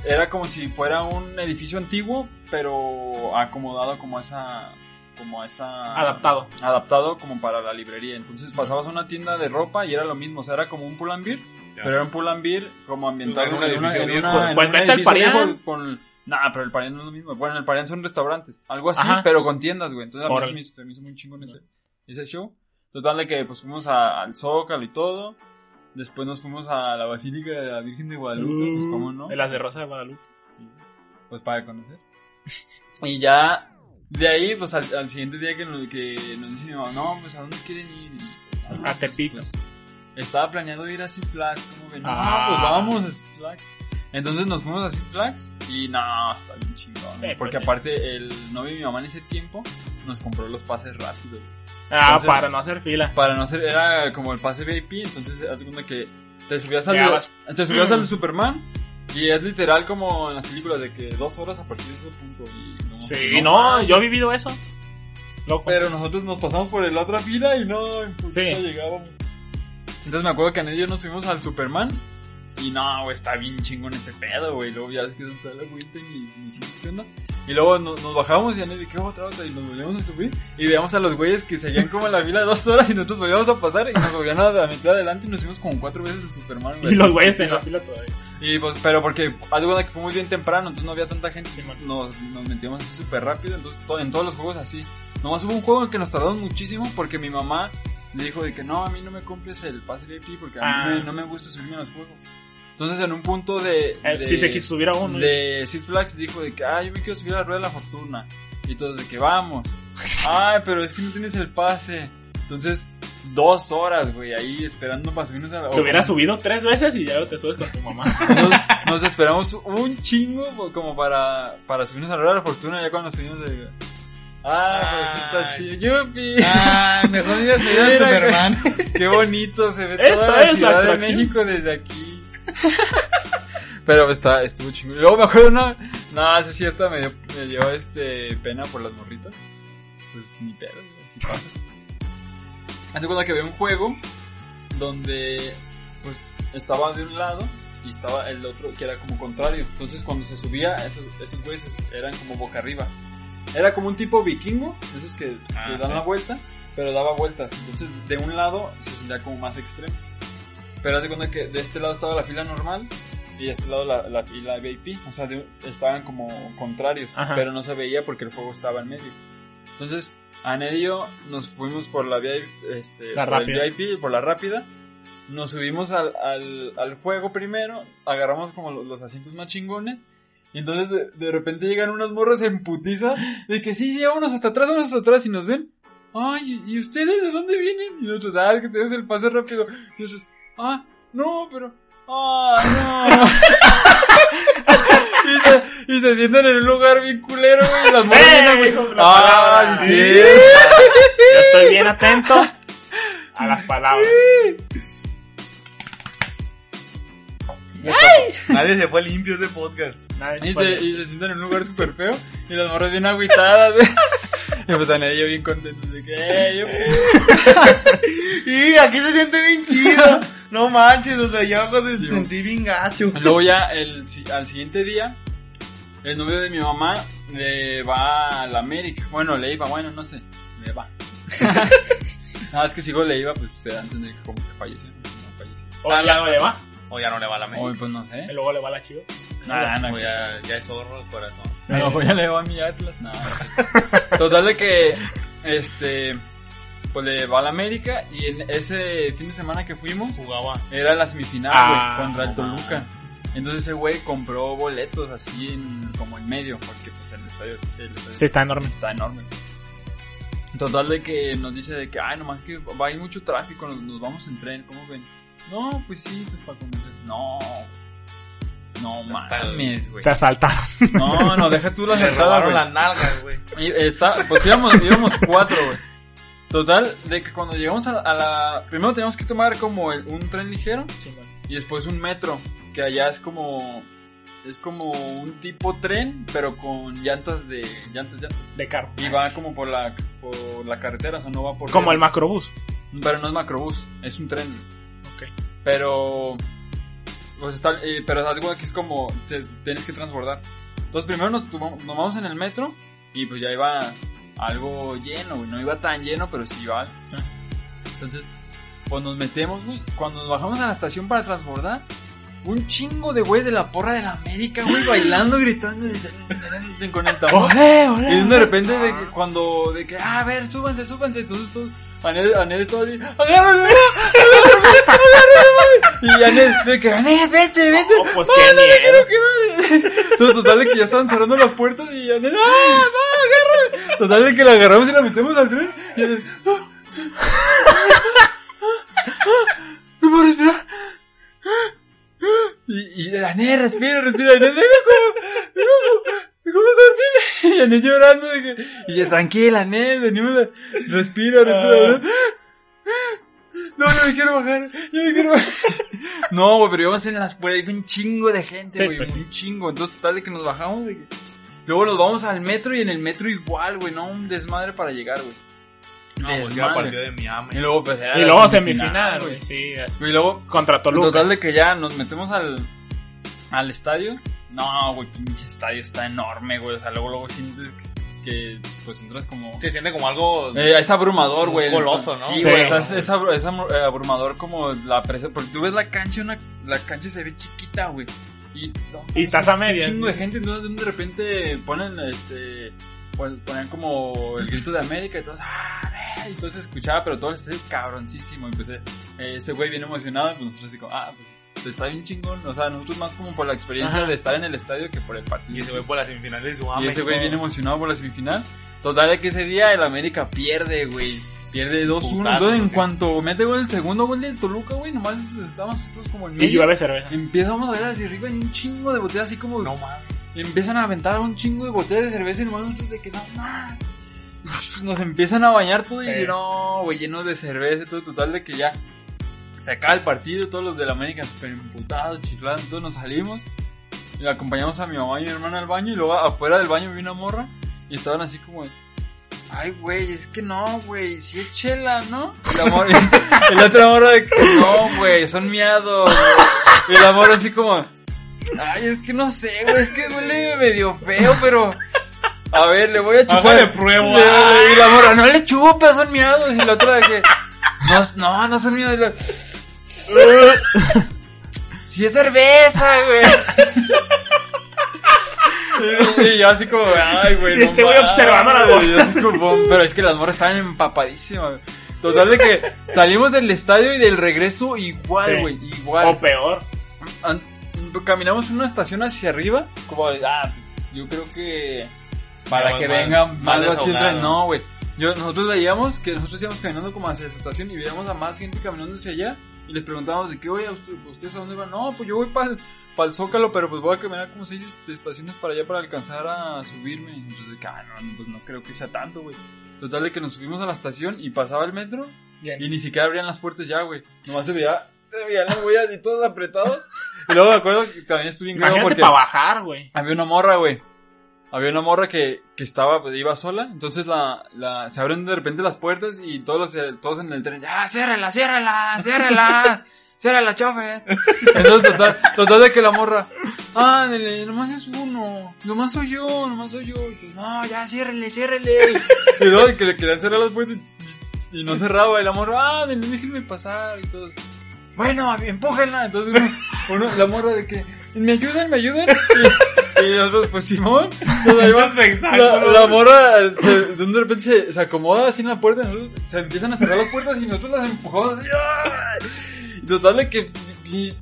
Speaker 1: Era como si fuera un edificio antiguo, pero acomodado como a esa... Como a esa...
Speaker 3: Adaptado.
Speaker 1: Adaptado como para la librería. Entonces pasabas a una tienda de ropa y era lo mismo, o sea, era como un pull and beer, pero era un pull and beer como ambientado
Speaker 2: En
Speaker 1: en
Speaker 2: un
Speaker 1: una, en
Speaker 2: edificio
Speaker 1: una-
Speaker 2: viejo.
Speaker 1: en
Speaker 3: Pues
Speaker 1: un
Speaker 3: vete al
Speaker 1: edificio
Speaker 3: Parián.
Speaker 1: viejo Con, nah, pero el Parián no es lo mismo. Bueno, el Parián son restaurantes. Algo así,
Speaker 3: Ajá.
Speaker 1: pero con tiendas, güey. Entonces a mí
Speaker 3: Órale.
Speaker 1: se me hizo, se me hizo muy chingón ese, ese show. Total de que pues fuimos a- al Zócalo y todo. Después nos fuimos a la Basílica de la Virgen de Guadalupe. pues cómo no.
Speaker 3: De las de Rosa de Guadalupe.
Speaker 1: Pues para conocer. Y ya de ahí, pues al, al siguiente día que nos, que nos dice mi mamá, no, pues a dónde quieren ir. Y, ah,
Speaker 3: A Tepic.
Speaker 1: pues, estaba planeado ir a Six Flags, ¿cómo ven?
Speaker 3: Ah.
Speaker 1: No, pues vamos a Six Flags. Entonces nos fuimos a Six Flags y no, está bien chingón.
Speaker 3: Eh,
Speaker 1: porque
Speaker 3: pues,
Speaker 1: aparte el novio de mi mamá en ese tiempo nos compró los pases rápidos.
Speaker 3: Ah,
Speaker 1: Entonces-
Speaker 3: para no hacer fila.
Speaker 1: Para no hacer, era como el pase VIP, entonces haz de cuenta que Te subías
Speaker 3: Ya
Speaker 1: al,
Speaker 3: vas.
Speaker 1: te subías al Superman y es literal como en las películas de que dos horas a partir de ese punto. Y no,
Speaker 3: Sí, no, yo he vivido eso. Loco.
Speaker 1: Pero nosotros nos pasamos por la otra fila y no, pues,
Speaker 3: Sí.
Speaker 1: no llegábamos. Entonces me acuerdo que en ello nos fuimos al Superman. Y no, güey, está bien chingón ese pedo, güey. Luego ya ves que está la agüita y ni siquiera qué onda. Y luego no- nos bajamos y ya de que otra, otra. Y nos volvíamos a subir. Y veíamos a los güeyes que seguían como en la fila dos horas y nosotros volvíamos a pasar. Y nos volvían a la mitad adelante y nos fuimos como cuatro veces al Superman, güey.
Speaker 3: y los güeyes en la fila todavía.
Speaker 1: Y pues, pero porque haz de cuenta que fue muy bien temprano, entonces no había tanta gente,
Speaker 3: Sí, man.
Speaker 1: nos, nos metíamos así súper rápido, entonces to- en todos los juegos así. Nomás hubo un juego en que nos tardamos muchísimo porque mi mamá le dijo de que no, a mí no me compres el pase VIP porque a mí
Speaker 3: Ah.
Speaker 1: me- no me gusta subirme a los juegos. Entonces en un punto de...
Speaker 3: Eh,
Speaker 1: de-
Speaker 3: si se quiso subir a uno.
Speaker 1: de Six Flags dijo de que, ah, yo me quiero subir a la rueda de la fortuna. Y todos de que vamos. Ay, pero es que no tienes el pase. Entonces, dos horas, güey, ahí esperando para subirnos a la...
Speaker 3: Te hubieras subido tres veces y ya luego te subes con tu mamá.
Speaker 1: Nos, nos esperamos un chingo po- como para, para subirnos a la rueda de la fortuna. Ya cuando subimos, de... ah, pues está
Speaker 2: Ay.
Speaker 1: chido. ¡Yupi!
Speaker 2: Ah, mejor ya se
Speaker 1: Mira,
Speaker 2: Superman.
Speaker 1: Qué bonito se ve
Speaker 3: Esta
Speaker 1: toda la
Speaker 3: es la
Speaker 1: ciudad de
Speaker 3: atracción.
Speaker 1: México desde aquí. Pero está, estuvo chingón. Y Luego me acuerdo una. No, sé si esta me dio, me dio, este, pena por las morritas. Pues ni pedo, güey, así pasa. Hazte cuenta que había un juego donde pues estaba de un lado y estaba el otro que era como contrario. Entonces cuando se subía, esos, esos güeyes eran como boca arriba. Era como un tipo vikingo, esos que, que
Speaker 2: Ah,
Speaker 1: dan
Speaker 2: sí.
Speaker 1: la vuelta, pero daba vueltas. Entonces de un lado se sentía como más extremo. Pero haz de cuenta que de este lado estaba la fila normal y de este lado la, la fila VIP. O sea, de- estaban como contrarios,
Speaker 3: Ajá.
Speaker 1: pero no se veía porque el juego estaba en medio. Entonces, a Nedio nos fuimos por la VIP, este,
Speaker 3: La
Speaker 1: por el
Speaker 3: rápida.
Speaker 1: VIP, por la rápida. Nos subimos al, al, al juego primero, agarramos como los, los asientos más chingones. Y entonces de, de repente llegan unos morros en putiza de que sí, sí, vámonos hasta atrás, vámonos hasta atrás y nos ven. Ay, ¿y ustedes de dónde vienen? Y nosotros, ah, es que tenemos el pase rápido. Y nosotros, ah, no, pero, ah, no. Y se, y se sientan en un lugar bien culero, güey. y Las morras
Speaker 3: ¡Eh!
Speaker 1: bien
Speaker 3: Dijo la
Speaker 1: Ah,
Speaker 3: palabra.
Speaker 1: sí.
Speaker 3: Yo estoy bien atento a las palabras.
Speaker 2: Nadie se fue limpio ese podcast.
Speaker 3: Nadie
Speaker 1: Y
Speaker 3: puede-
Speaker 1: se, y se sientan en un lugar súper feo. Y las morras bien agüitadas, güey. Y pues están ellos bien contentos de que, eh, yo,
Speaker 2: Y aquí se siente bien chido. No manches, o sea, yo cuando
Speaker 1: Sí,
Speaker 2: sentí bien gacho.
Speaker 1: Luego ya el, si- al siguiente día, el novio de mi mamá le va a la América. Bueno, le iba, bueno, no sé. Le va. Nada, es que si digo le iba, pues se da a entender que como que falleció. ¿no? No falleció.
Speaker 3: O ya no le va.
Speaker 2: O ya no le va a la mente.
Speaker 1: Oye, pues no sé.
Speaker 3: Y luego le va la chiva.
Speaker 1: Nada, no,
Speaker 2: O
Speaker 1: ya.
Speaker 2: ya, ya es zorro el corazón.
Speaker 1: No, voy a le va a mi Atlas. Nada. Total de que, este, pues le va a la América y en ese fin de semana que fuimos,
Speaker 3: Jugaba.
Speaker 1: Era la semifinal, güey,
Speaker 3: Ah,
Speaker 1: contra el
Speaker 2: no mames.
Speaker 1: Toluca. Entonces ese güey compró boletos así en, como en medio, porque pues el estadio, el estadio
Speaker 3: Sí, está enorme.
Speaker 1: está enorme. Total de que nos dice de que, ay, nomás que va a ir mucho tráfico, nos, nos vamos en tren, ¿cómo ven? No, pues sí, pues para comer. No, no
Speaker 2: Hasta el-
Speaker 1: mames, güey.
Speaker 3: Te asaltaron.
Speaker 1: No, no, deja tú la
Speaker 2: Le
Speaker 1: sentada,
Speaker 2: robaron
Speaker 1: güey.
Speaker 2: las nalgas, güey.
Speaker 1: Y Está, pues íbamos, íbamos cuatro, güey. Total, de que cuando llegamos a, la- a la... Primero teníamos que tomar como el- un tren ligero y después un metro, que allá es como es como un tipo tren, pero con llantas de llantas llantas
Speaker 3: De carro.
Speaker 1: y va como por la por la carretera, o sea, no va por
Speaker 3: Como el
Speaker 1: macrobús.
Speaker 3: macrobús.
Speaker 1: Pero no es macrobús, es un tren.
Speaker 3: Ok.
Speaker 1: Pero pues está eh, pero haz de cuenta que es como te- tienes que transbordar. Entonces primero nos tumo- nos vamos en el metro y pues ya iba algo lleno, güey, no iba tan lleno, pero sí iba algo. Entonces, pues nos metemos, güey. Cuando nos bajamos a la estación para transbordar, un chingo de güeyes de la porra de la América, güey, bailando, gritando con el tambor.
Speaker 3: ¡Ole,
Speaker 1: Y
Speaker 3: ole!
Speaker 1: es de repente de que cuando, de que, ah, a ver, súbanse, súbanse, entonces todos, Anel, Anel estaba así, agárrame, agárrame, agárrame. Y Anel, de que, Anel, vete, vete.
Speaker 3: No, pues qué miedo.
Speaker 1: Entonces, total de que ya estaban cerrando las puertas y Anel, ah, va, agárrame. Total de que la agarramos y la metemos al tren y Anel, ah, no puedo respirar. Y, y Anel, respira, respira, Anel, "Dime cómo, dime cómo, cómo se respira. Y Anel llorando de que, y yo, tranquila, Anel, venimos a, respira, respira. No, no, ya me quiero bajar, ya me quiero bajar. No, güey, pero íbamos en las puertas, un chingo de gente,
Speaker 3: Sí,
Speaker 1: güey,
Speaker 3: pues sí.
Speaker 1: un chingo. Entonces, total de que nos bajamos, de que- Luego nos vamos al metro y en el metro igual, güey, no, un desmadre para llegar, güey.
Speaker 2: No, pues
Speaker 1: Desmadre.
Speaker 2: una partida de Miami.
Speaker 1: Y luego, pues, era
Speaker 3: Y
Speaker 1: la
Speaker 3: luego semifinal, güey. Sí, así.
Speaker 1: güey. Y luego,
Speaker 3: Contra Toluca.
Speaker 1: total de que ya nos metemos al, al estadio. No, güey, pinche estadio está enorme, güey. O sea, luego, luego sientes que, que, pues entras como...
Speaker 2: Se siente como algo.
Speaker 1: Eh, es abrumador,
Speaker 2: Un
Speaker 1: güey.
Speaker 2: coloso, ¿no?
Speaker 1: Sí,
Speaker 3: Sí.
Speaker 1: güey. o sea, es, es abru- es abru- eh, abrumador como la presa. Porque tú ves la cancha, una, la cancha se ve chiquita, güey. Y, no,
Speaker 3: Y estás a
Speaker 1: un
Speaker 3: medias.
Speaker 1: chingo de gente, entonces de repente ponen este. pon- Ponían como el grito de América y todos, ¡ah, ver", Y todo se escuchaba, pero todo el estadio cabroncísimo. Empecé, eh, ese güey bien emocionado, pues nosotros así como, ah, pues está bien chingón. O sea, nosotros más como por la experiencia
Speaker 3: Ajá.
Speaker 1: de estar en el estadio que por el partido.
Speaker 2: Y ese güey por las semifinales "Ah, de su
Speaker 1: Y ese güey viene emocionado por la semifinal. Total, de que ese día el América pierde, güey. Pierde 2-1.
Speaker 2: Putazo,
Speaker 1: Entonces, en
Speaker 2: sí.
Speaker 1: cuanto mete gol el segundo gol del Toluca, güey, nomás estábamos nosotros como en
Speaker 3: Y llueve cerveza.
Speaker 1: Empezamos a ver hacia arriba en un chingo de botellas, así como
Speaker 2: No mames.
Speaker 1: empiezan a aventar un chingo de botellas de cerveza y nomás nosotros de que no, man. Nos empiezan a bañar todo
Speaker 3: Sí.
Speaker 1: y no, güey, llenos de cerveza. Todo total de que ya se acaba el partido. Todos los del América super emputados, chiflando. Todos nos salimos y acompañamos a mi mamá y mi hermana al baño. Y luego afuera del baño vi una morra y estaban así como. Ay, güey, es que no, güey, si es chela, ¿no? Y la morra, y la otra morra de que no, güey, son miados. güey". Y la morra así como, Ay, es que no sé, güey, es que huele medio feo, pero. A ver, le voy a chupar.
Speaker 2: Hágale prueba.
Speaker 1: Le- Y la morra, no le chupes, son miados. Y la otra de que. No, no, no son miados. Y la- Si es cerveza, güey. Y y yo así como, ay, güey.
Speaker 3: Y este güey
Speaker 1: mames,
Speaker 3: observando las
Speaker 1: güey. Yo así como, Pero es que las morras estaban empapadísimas. güey. Total de que salimos del estadio y del regreso igual,
Speaker 3: Sí.
Speaker 1: güey. Igual.
Speaker 3: O peor.
Speaker 1: An- caminamos una estación hacia arriba, como de, ah, yo creo que para
Speaker 2: Vamos
Speaker 1: que
Speaker 2: más-
Speaker 1: venga
Speaker 2: más
Speaker 1: más hacia atrás.
Speaker 2: desahogado.
Speaker 1: No, güey. Yo, nosotros veíamos que nosotros íbamos caminando como hacia la estación y veíamos a más gente caminando hacia allá y les preguntábamos de qué, oye, ¿usted- ¿ustedes a dónde van? No, pues yo voy para el Zócalo, pero pues voy a caminar como seis este, estaciones para allá para alcanzar a subirme. Entonces, de que, ah, no, pues no creo que sea tanto, güey. Total de que nos subimos a la estación y pasaba el metro y
Speaker 3: Bien.
Speaker 1: ni siquiera abrían las puertas ya, güey. Nomás se veía, se veían las huellas y todos apretados. Y luego me acuerdo que también estuve bien claro
Speaker 3: Imagínate
Speaker 1: porque
Speaker 3: para bajar, güey.
Speaker 1: había una morra, güey. Había una morra que, que estaba, pues, iba sola. Entonces la, la, se abren de repente las puertas y todos los, todos en el tren, ¡ah, ciérrala, ciérrala, ciérrala! ¡Ciérrala, chofer! Entonces, total, total de que la morra, ándale, nomás es uno, nomás soy yo, nomás soy yo. Y pues, no, ya, ciérrele, ciérrele. Y luego de que le querían cerrar las puertas y, y no cerraba. Y la morra, ándale, déjenme pasar. Y todo, bueno, empújenla. Entonces uno, uno- la morra de que, ¿me ayudan, me ayudan? Y, y nosotros, pues, Simón. Entonces, ahí va. La, la morra se- de un de repente se, se acomoda así en la puerta, nosotros- se empiezan a cerrar las puertas y nosotros las empujamos así. ¡ah! Y total de que y-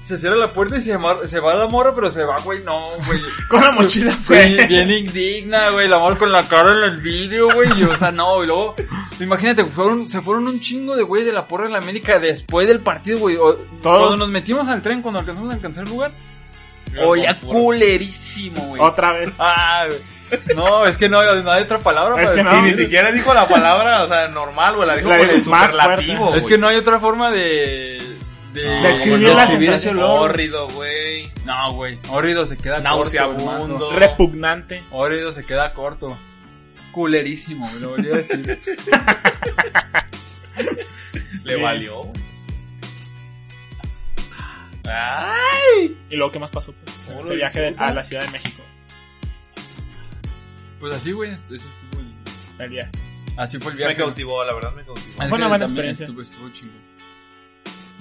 Speaker 1: se cierra la puerta y se, amar- se va la morra, pero se va, güey, no, güey.
Speaker 3: Con la mochila,
Speaker 1: Bien,
Speaker 3: fue.
Speaker 1: bien indigna, güey, la morra con la cara en el vidrio, güey, y, o sea, no, y luego, imagínate, fueron, se fueron un chingo de güeyes de la porra de la América después del partido, güey, o- cuando nos metimos al tren, cuando alcanzamos a alcanzar el lugar, o ya culerísimo, güey.
Speaker 3: Otra vez.
Speaker 1: Ah, güey. no, es que no, hay- no hay otra palabra
Speaker 3: Es
Speaker 1: para
Speaker 3: que no,
Speaker 2: Y
Speaker 1: describir-
Speaker 2: ni siquiera dijo la palabra, o sea, normal, güey. La dijo
Speaker 3: La
Speaker 2: con el
Speaker 3: dijo más
Speaker 2: superlativo,
Speaker 3: fuerte.
Speaker 1: Es que no hay otra forma de.
Speaker 3: No,
Speaker 2: Describir
Speaker 1: de
Speaker 2: la
Speaker 1: describir ese
Speaker 3: sensación.
Speaker 1: olor.
Speaker 2: Hórrido, güey.
Speaker 1: No, güey. Hórrido se queda corto.
Speaker 2: Nauseabundo.
Speaker 1: hermano.
Speaker 3: Repugnante.
Speaker 1: Hórrido se queda corto. Culerísimo, me lo volví a decir.
Speaker 2: Le
Speaker 3: Sí.
Speaker 2: valió. Ah,
Speaker 3: ¿Y luego qué más pasó? pues?
Speaker 2: Puro
Speaker 3: Ese viaje de-
Speaker 2: puta.
Speaker 3: a la Ciudad de México.
Speaker 1: Pues así, güey. este- ese estuvo el-
Speaker 3: El viaje.
Speaker 1: Así fue el viaje.
Speaker 2: me cautivó, la verdad me cautivó.
Speaker 1: Es
Speaker 3: Fue una
Speaker 1: que
Speaker 3: buena
Speaker 1: también
Speaker 3: experiencia.
Speaker 1: Estuvo, estuvo chingón.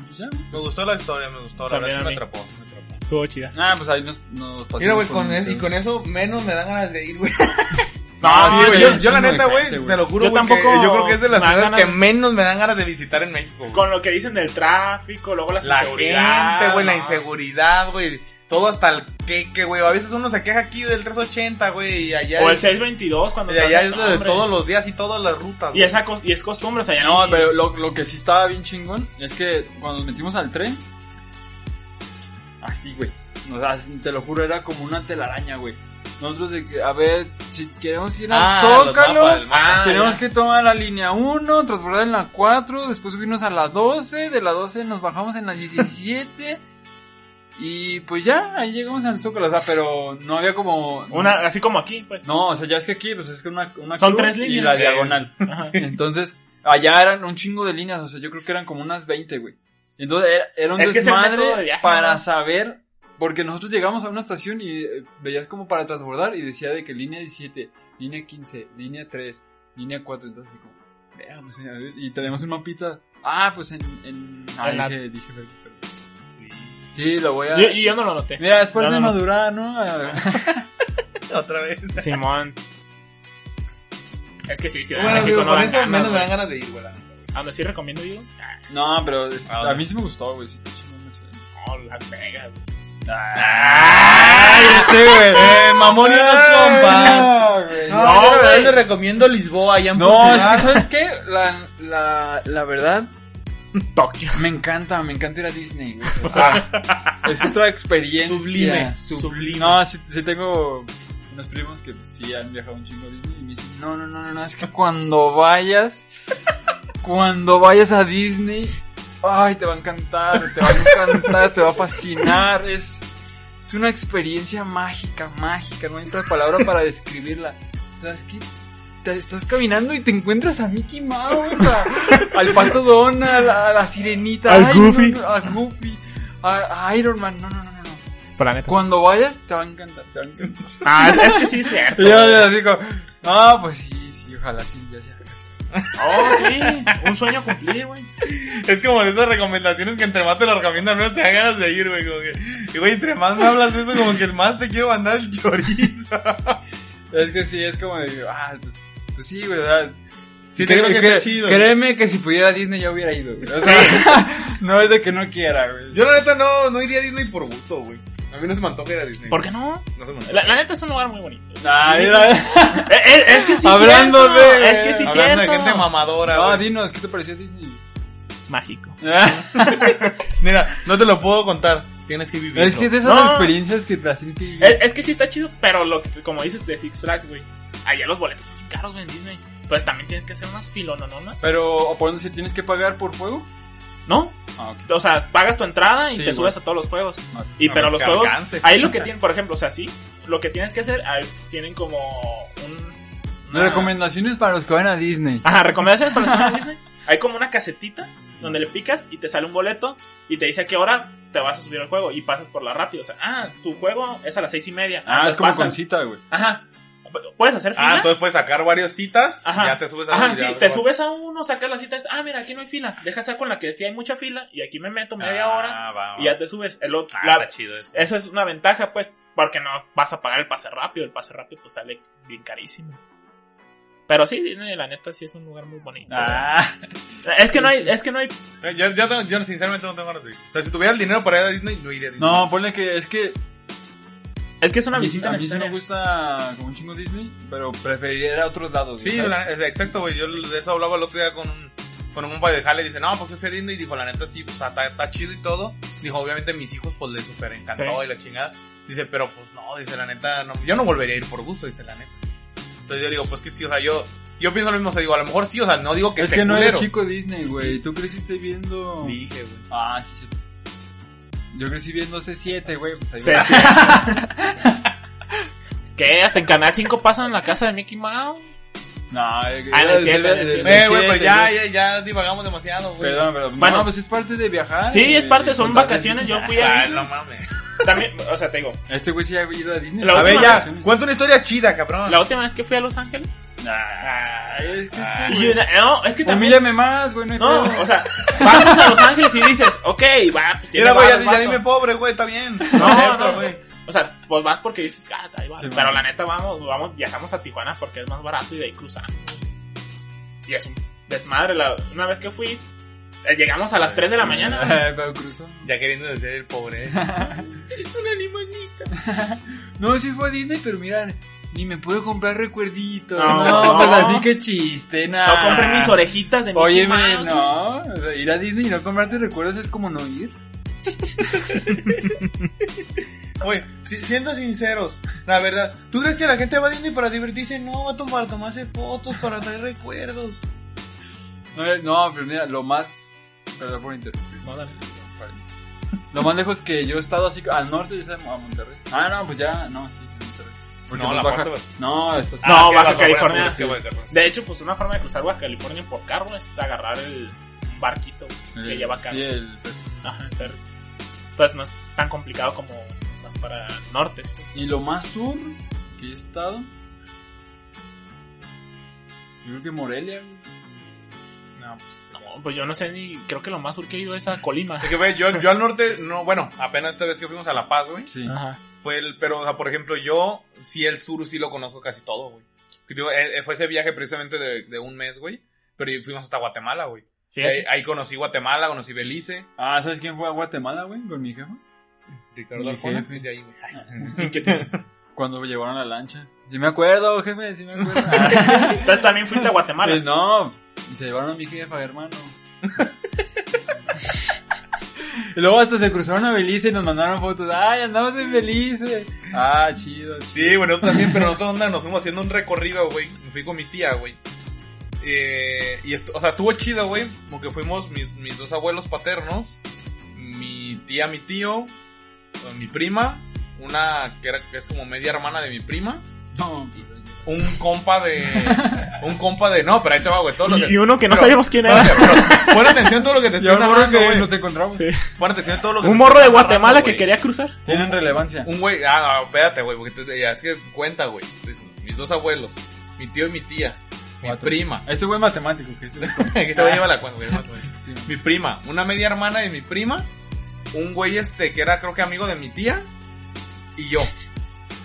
Speaker 1: Pues ya, güey.
Speaker 2: Me gustó la historia, me gustó. La
Speaker 3: También
Speaker 2: verdad sí me
Speaker 3: a
Speaker 2: atrapó. me atrapó.
Speaker 3: Estuvo chida.
Speaker 1: Ah, pues ahí nos, nos pasamos.
Speaker 4: Mira, güey, con,
Speaker 1: un-
Speaker 4: es- y con eso menos me dan ganas de ir, güey.
Speaker 1: No,
Speaker 2: sí,
Speaker 1: sí,
Speaker 2: güey,
Speaker 1: Ah, güey,
Speaker 2: Ah, yo,
Speaker 1: un
Speaker 2: yo la
Speaker 1: chingo de
Speaker 2: neta, güey,
Speaker 1: gente, güey.
Speaker 2: te lo juro,
Speaker 3: Yo
Speaker 2: güey, que
Speaker 3: tampoco
Speaker 2: yo creo que es de las
Speaker 3: me dan
Speaker 2: ciudades
Speaker 3: ganas
Speaker 2: que
Speaker 3: de-
Speaker 2: menos me dan ganas de visitar en México, güey.
Speaker 3: Con lo que dicen del tráfico, luego las
Speaker 2: La
Speaker 3: inseguridades,
Speaker 2: gente, güey, la
Speaker 3: ¿no?
Speaker 2: inseguridad, güey. Todo hasta el queque, güey. A veces uno se queja aquí del 380, güey, y allá
Speaker 3: O el
Speaker 2: es,
Speaker 3: 622 cuando
Speaker 2: y allá
Speaker 3: estás-
Speaker 2: es lo de
Speaker 3: hombre.
Speaker 2: todos los días y todas las rutas.
Speaker 3: Y, esa cos- y es costumbre, o sea, ya
Speaker 1: Eh, No,
Speaker 3: ni-
Speaker 1: pero lo, lo que sí estaba bien chingón es que cuando nos metimos al tren, así, güey. O sea, te lo juro, era como una telaraña, güey. Nosotros de que, a ver, si queremos ir al
Speaker 2: Ah, los
Speaker 1: Zócalo,
Speaker 2: mapas, el
Speaker 3: Ah,
Speaker 2: mapa.
Speaker 1: tenemos
Speaker 2: ya.
Speaker 1: que tomar la línea 1, transbordar en la 4, después subirnos a la 12, de la 12 nos bajamos en la 17 y pues ya, ahí llegamos al Zócalo, o sea, pero no había como...
Speaker 3: Una, así como aquí, pues.
Speaker 1: No, o sea, ya es que aquí, pues es que una, una
Speaker 3: Son
Speaker 1: cruz
Speaker 3: tres
Speaker 1: y
Speaker 3: líneas.
Speaker 1: la
Speaker 3: Sí.
Speaker 1: diagonal.
Speaker 3: Ajá.
Speaker 1: Entonces, allá eran un chingo de líneas, o sea, yo creo que eran como unas 20, güey. Entonces era, era un
Speaker 3: Es que es el método
Speaker 1: desmadre
Speaker 3: de viaje,
Speaker 1: para
Speaker 3: ¿no?
Speaker 1: saber, porque nosotros llegamos a una estación y eh, veías como para transbordar y decía de que línea 17, línea 15, línea 3, línea 4, entonces así como, "Verga, pues, a ver", y tenemos un mapita, ah, pues en... en ah,
Speaker 3: En la-
Speaker 1: dije, dije, verga, perdón. Sí, lo voy a...
Speaker 3: Yo, y yo no lo noté.
Speaker 1: Mira, después
Speaker 3: No,
Speaker 1: de
Speaker 3: no, Ah. no.
Speaker 1: madurar, ¿no?
Speaker 2: Otra vez.
Speaker 3: Simón. Es que sí, Ciudad de
Speaker 4: Bueno,
Speaker 3: México
Speaker 4: digo,
Speaker 3: no
Speaker 4: con
Speaker 3: da
Speaker 4: eso
Speaker 3: ganas,
Speaker 4: menos me
Speaker 3: güey.
Speaker 4: dan ganas de ir, güey. la neta.
Speaker 3: A donde sí recomiendo yo.
Speaker 1: No, pero es-
Speaker 2: Ah,
Speaker 1: a mí sí me gustó, güey, sí está chingón la ciudad.
Speaker 3: No, Las Vegas. güey. Ah.
Speaker 1: ¡Ay, este, güey!
Speaker 2: Eh, mamón y los compas.
Speaker 4: No, güey.
Speaker 2: No,
Speaker 3: No,
Speaker 2: yo la verdad
Speaker 3: güey.
Speaker 2: le recomiendo Lisboa allá en
Speaker 1: No, es que,
Speaker 2: Portugal.
Speaker 1: ¿sabes qué? La, la, la verdad,
Speaker 3: Tokio.
Speaker 1: me encanta, me encanta ir a Disney, güey. O sea, es otra experiencia.
Speaker 2: Sublime,
Speaker 1: Sub-
Speaker 2: sublime.
Speaker 1: No, sí, sí tengo unos primos que pues, sí han viajado un chingo a Disney y me dicen, no, no, no, no, no, es que cuando vayas, cuando vayas a Disney, ay, te va a encantar, te va a encantar, te va a fascinar, es... Es una experiencia mágica, mágica, no hay otra palabra para describirla. O sea, es que te estás caminando y te encuentras a Mickey Mouse, a- al Pato Donald, a la Sirenita,
Speaker 3: Al
Speaker 1: ay,
Speaker 3: Goofy.
Speaker 1: no, no, a Goofy, a, a Iron Man, no, no, no, no. no.
Speaker 3: Planeta.
Speaker 1: Cuando vayas te va a encantar, te va a encantar.
Speaker 3: Ah, es, es que sí es cierto.
Speaker 1: Y yo así como, ah, pues sí, sí, ojalá sí, ya sea. ya sea".
Speaker 3: Oh, sí. Un sueño cumplir, güey.
Speaker 2: Es como de esas recomendaciones que entre más te lo recomiendan, menos te dan ganas de ir, güey. como que- Y güey, entre más me hablas de eso, como que más te quiero mandar el chorizo.
Speaker 1: Es que sí, es como, de, ah, pues, pues sí, güey, o sea,
Speaker 2: Sí, te creo que está
Speaker 1: cre-
Speaker 2: chido.
Speaker 1: Créeme que si pudiera Disney ya hubiera ido, güey. O sea, no es de que no quiera, güey.
Speaker 4: Yo la neta no, no iría a Disney por gusto, güey. A mí no se me antoja ir a Disney.
Speaker 3: ¿Por qué no?
Speaker 4: No se me antoja.
Speaker 3: La, la neta es un lugar muy bonito.
Speaker 1: Ah,
Speaker 3: Disney-
Speaker 1: mira.
Speaker 3: Eh, eh, es, que sí
Speaker 1: Hablando
Speaker 3: cierto.
Speaker 1: de-
Speaker 3: Es que sí
Speaker 2: Hablando
Speaker 3: cierto.
Speaker 2: de gente mamadora,
Speaker 1: No,
Speaker 2: güey.
Speaker 1: Ah, dinos, ¿qué te pareció Disney?
Speaker 3: Mágico.
Speaker 1: Ah,
Speaker 2: Mira, no te lo puedo contar. Tienes que vivirlo.
Speaker 1: es que es de esas
Speaker 3: No. Eh,
Speaker 1: experiencias que te hacen que...
Speaker 3: Es, es que sí está chido, pero lo que, como dices de Six Flags, güey. Allá los boletos son bien caros, güey, en Disney. Entonces también tienes que hacer unas filonononas.
Speaker 1: Pero, por decir, ¿tienes que pagar por juego?
Speaker 3: ¿No?
Speaker 1: Ah, ok.
Speaker 3: O sea, pagas tu entrada y
Speaker 1: Sí,
Speaker 3: te
Speaker 1: güey.
Speaker 3: subes a todos los juegos.
Speaker 1: Vale.
Speaker 3: Y
Speaker 2: A
Speaker 3: pero
Speaker 2: ver,
Speaker 3: los
Speaker 2: que
Speaker 3: juegos,
Speaker 2: alcance.
Speaker 3: ahí lo que tienen, por ejemplo, o sea, sí, lo que tienes que hacer, ahí tienen como un... una-
Speaker 1: Recomendaciones para los que van a Disney.
Speaker 3: Ajá, recomendaciones para los que van a Disney. Hay como una casetita donde le picas y te sale un boleto y te dice a qué hora te vas a subir al juego y pasas por la rápido. O sea, ah, tu juego es a las seis y media.
Speaker 1: Ah, es
Speaker 3: Entonces
Speaker 1: como
Speaker 3: pasan.
Speaker 1: con cita, güey.
Speaker 3: Ajá. Puedes hacer fila.
Speaker 2: Ah, entonces puedes sacar varias citas.
Speaker 3: Ajá.
Speaker 2: Ya te subes a
Speaker 3: Ajá,
Speaker 2: y
Speaker 3: sí,
Speaker 2: ya
Speaker 3: te
Speaker 2: vas.
Speaker 3: subes a uno, sacas la cita, dices, ah, mira, aquí no hay fila, deja esa con la que sí hay mucha fila y aquí me meto media
Speaker 2: Ah,
Speaker 3: hora
Speaker 2: va, va.
Speaker 3: y ya te subes. El otro,
Speaker 2: Ah,
Speaker 3: la-
Speaker 2: está chido eso.
Speaker 3: esa es una ventaja, pues, porque no vas a pagar el pase rápido, el pase rápido pues sale bien carísimo. Pero sí, Disney, la neta, sí es un lugar muy bonito.
Speaker 1: Ah,
Speaker 3: Es que no hay, es que no hay,
Speaker 2: Eh, Yo, yo tengo- yo sinceramente no tengo ganas de ir. O sea, si tuviera el dinero para ir a Disney, no iría a Disney.
Speaker 1: no, ponle que es que
Speaker 3: es que es una
Speaker 1: a mí,
Speaker 3: visita
Speaker 1: a mí sí me
Speaker 3: necesaria.
Speaker 1: gusta como un chingo Disney, pero preferiría ir a otros lados.
Speaker 2: Sí,
Speaker 1: ¿sabes?
Speaker 2: la- es- exacto, güey. Yo de eso hablaba el otro día con un, con un valle de Jale. Dice, no, pues yo fui a Disney. Y dijo, la neta, sí, pues está, está chido y todo. Dijo, obviamente, mis hijos, pues les super encantó
Speaker 3: Sí.
Speaker 2: y la chingada. Dice, pero pues no, dice, la neta, no, yo no volvería a ir por gusto, dice, la neta. Entonces yo digo, pues que sí, o sea, yo, yo pienso lo mismo. O sea, digo, a lo mejor sí, o sea, no digo que
Speaker 1: es
Speaker 2: esté
Speaker 1: que no era
Speaker 2: culero.
Speaker 1: chico Disney, güey. Tú creciste viendo.
Speaker 2: Dije, güey.
Speaker 1: Ah, sí, cierto. Yo crecí viendo C7, güey. Pues ahí
Speaker 3: Sí,
Speaker 1: va.
Speaker 3: sí. ¿Qué? Hasta en Canal 5 pasan la casa de Mickey Mouse.
Speaker 1: No, eh,
Speaker 3: Ah,
Speaker 1: era
Speaker 3: de
Speaker 1: desde-
Speaker 3: siete, de
Speaker 1: desde-
Speaker 3: siete.
Speaker 1: desde
Speaker 2: Eh, güey, pero
Speaker 1: siete,
Speaker 2: ya,
Speaker 1: güey.
Speaker 2: ya, ya divagamos demasiado, güey.
Speaker 1: Perdón, perdón.
Speaker 3: Bueno.
Speaker 1: Bueno, pues es parte de viajar.
Speaker 3: Sí, es
Speaker 1: eh,
Speaker 3: parte, son
Speaker 1: contar de
Speaker 3: vacaciones, yo
Speaker 1: Disney.
Speaker 3: fui a
Speaker 2: Ay,
Speaker 3: Disney.
Speaker 2: no mames.
Speaker 3: Ah, También, o sea, te digo,
Speaker 1: Este güey sí ha ido a Disney.
Speaker 3: La
Speaker 2: A ver,
Speaker 3: última
Speaker 2: ya, cuenta una historia chida, cabrón.
Speaker 3: la última vez que fui a Los Ángeles.
Speaker 1: Nah, es que
Speaker 2: Ah.
Speaker 1: este
Speaker 3: Y
Speaker 1: güey-
Speaker 3: una- no, es que también...
Speaker 1: Humíllame más, güey. No, hay
Speaker 3: No,
Speaker 1: pedo.
Speaker 3: o sea, vamos a Los Ángeles y dices, ok, va, pues tiene
Speaker 2: Mira, güey, ya,
Speaker 3: varo el
Speaker 2: ya
Speaker 3: vato.
Speaker 2: dime pobre, güey, está bien.
Speaker 3: No,
Speaker 2: Acepto,
Speaker 3: no.
Speaker 2: güey.
Speaker 3: O sea, pues vas porque dices, ah, ahí va.
Speaker 1: Sí,
Speaker 3: Pero
Speaker 1: bueno.
Speaker 3: la neta, vamos, vamos, viajamos a Tijuana porque es más barato y de ahí cruzamos. Y es un desmadre. la- una vez que fui, eh, llegamos a las 3 de la mañana.
Speaker 1: Eh, pero cruzó.
Speaker 2: Ya queriendo decir el pobre.
Speaker 3: Una limonita.
Speaker 1: No, sí fue a Disney, pero mira, ni me pude comprar recuerditos.
Speaker 3: No,
Speaker 1: No,
Speaker 3: no.
Speaker 1: pues así que chiste, nada.
Speaker 3: No compré mis orejitas de Mickey
Speaker 1: Óyeme,
Speaker 3: Mouse.
Speaker 1: no, o sea, ir a Disney y no comprarte recuerdos es como no ir.
Speaker 2: Güey, si- siendo sinceros, la verdad, ¿tú crees que la gente va a Disney para divertirse? No, va para tomarse fotos, para traer recuerdos.
Speaker 1: No, eh, no, pero mira, lo más. Perdón por interrumpir.
Speaker 3: No, dale.
Speaker 1: Lo más lejos que yo he estado así al norte es a a Monterrey. Ah, no, pues ya, no, sí, Monterrey. Porque
Speaker 2: No,
Speaker 1: pues
Speaker 2: la
Speaker 1: baja-
Speaker 2: costa,
Speaker 1: No, esto sí.
Speaker 3: No,
Speaker 2: Ah, que
Speaker 3: Baja
Speaker 2: Baja
Speaker 3: California.
Speaker 2: Sur, que Baja California.
Speaker 3: De hecho, pues una forma de cruzar Baja California por carro es agarrar el un barquito que
Speaker 1: Eh,
Speaker 3: lleva acá.
Speaker 1: Sí, el-
Speaker 3: Ajá, el ferry. Entonces no es tan complicado como más para el norte.
Speaker 1: Y lo más sur que he estado. Yo creo que Morelia, güey.
Speaker 2: No, pues.
Speaker 3: No, pues yo no sé ni, creo que lo más sur que he ido es a Colima.
Speaker 2: Es que, güey, yo, yo al norte, no, bueno, apenas esta vez que fuimos a La Paz, güey.
Speaker 1: Sí.
Speaker 3: Ajá.
Speaker 2: Fue el, pero, o sea, por ejemplo, yo, sí, el sur sí lo conozco casi todo, güey. Que digo, eh, eh, Fue ese viaje precisamente de, de un mes, güey. Pero fuimos hasta Guatemala, güey.
Speaker 3: Fíjate.
Speaker 2: Ahí, ahí conocí Guatemala, conocí Belice.
Speaker 1: Ah, ¿sabes quién fue a Guatemala, güey? Con mi jefa.
Speaker 2: Ricardo
Speaker 1: Mi
Speaker 2: Arjona.
Speaker 1: jefe.
Speaker 2: es de ahí, güey.
Speaker 1: Cuando llevaron la lancha. Sí me acuerdo, jefe, sí me acuerdo.
Speaker 3: Entonces también fuiste a Guatemala.
Speaker 1: Pues no, se llevaron a mi jefa, hermano. y luego hasta se cruzaron a Belice y nos mandaron fotos. Ay, andamos en Belice. Ah, chido. chido.
Speaker 2: Sí, bueno, yo también, pero nosotros onda, nos fuimos haciendo un recorrido, güey. Me fui con mi tía, güey. Eh, y estu- o sea, estuvo chido, güey. Porque fuimos mis, mis dos abuelos paternos, mi tía, mi tío, con mi prima, una que, era, que es como media hermana de mi prima,
Speaker 1: No, pero yo-
Speaker 2: un compa de. Un compa de. No, pero ahí te va, güey. Todo lo que.
Speaker 3: Y, y uno que no
Speaker 2: pero-
Speaker 3: sabíamos quién era.
Speaker 2: espérate, pero Pon atención a todo lo que te estoy
Speaker 1: Yo me acuerdo
Speaker 2: narrando,
Speaker 1: que
Speaker 2: güey.
Speaker 1: nos encontramos.
Speaker 3: Sí.
Speaker 2: Pon atención a todo lo que te
Speaker 3: Un
Speaker 2: estoy
Speaker 3: morro de
Speaker 2: narrando,
Speaker 3: Guatemala que
Speaker 2: güey.
Speaker 3: quería cruzar.
Speaker 1: Tienen relevancia.
Speaker 2: Un güey, ah, no, espérate, güey, porque te- ya, es que cuenta, güey. Entonces, Mis dos abuelos, mi tío y mi tía, mi
Speaker 1: Cuatro.
Speaker 2: prima.
Speaker 1: Este güey es matemático, que este
Speaker 2: que te voy a llevar la cuenta, güey, no, güey.
Speaker 1: sí.
Speaker 2: Mi prima, una media hermana de mi prima, un güey este que era creo que amigo de mi tía y yo.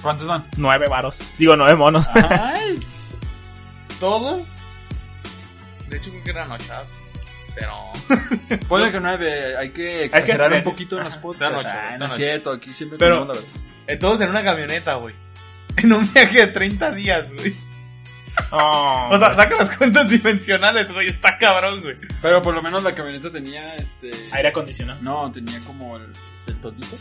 Speaker 1: ¿Cuántos van?
Speaker 3: Nueve varos. Digo, nueve monos.
Speaker 1: Ay,
Speaker 2: Todos. De hecho creo que eran ochados, pero
Speaker 1: ponle que nueve, hay que
Speaker 3: que
Speaker 1: exagerar un
Speaker 3: fíjate.
Speaker 1: poquito en los
Speaker 3: Ajá,
Speaker 1: podcasts.
Speaker 2: son ocho,
Speaker 1: Ah,
Speaker 2: son
Speaker 1: no es
Speaker 2: ocho.
Speaker 1: cierto, aquí siempre
Speaker 2: Pero-
Speaker 1: tenemos la verdad.
Speaker 2: eh, todos en una camioneta, güey. En un viaje de 30 días, güey.
Speaker 3: Oh.
Speaker 2: O sea, saca las cuentas dimensionales, güey. Está cabrón, güey.
Speaker 1: Pero por lo menos la camioneta tenía este...
Speaker 3: aire acondicionado.
Speaker 1: No, tenía como el, este, el totito.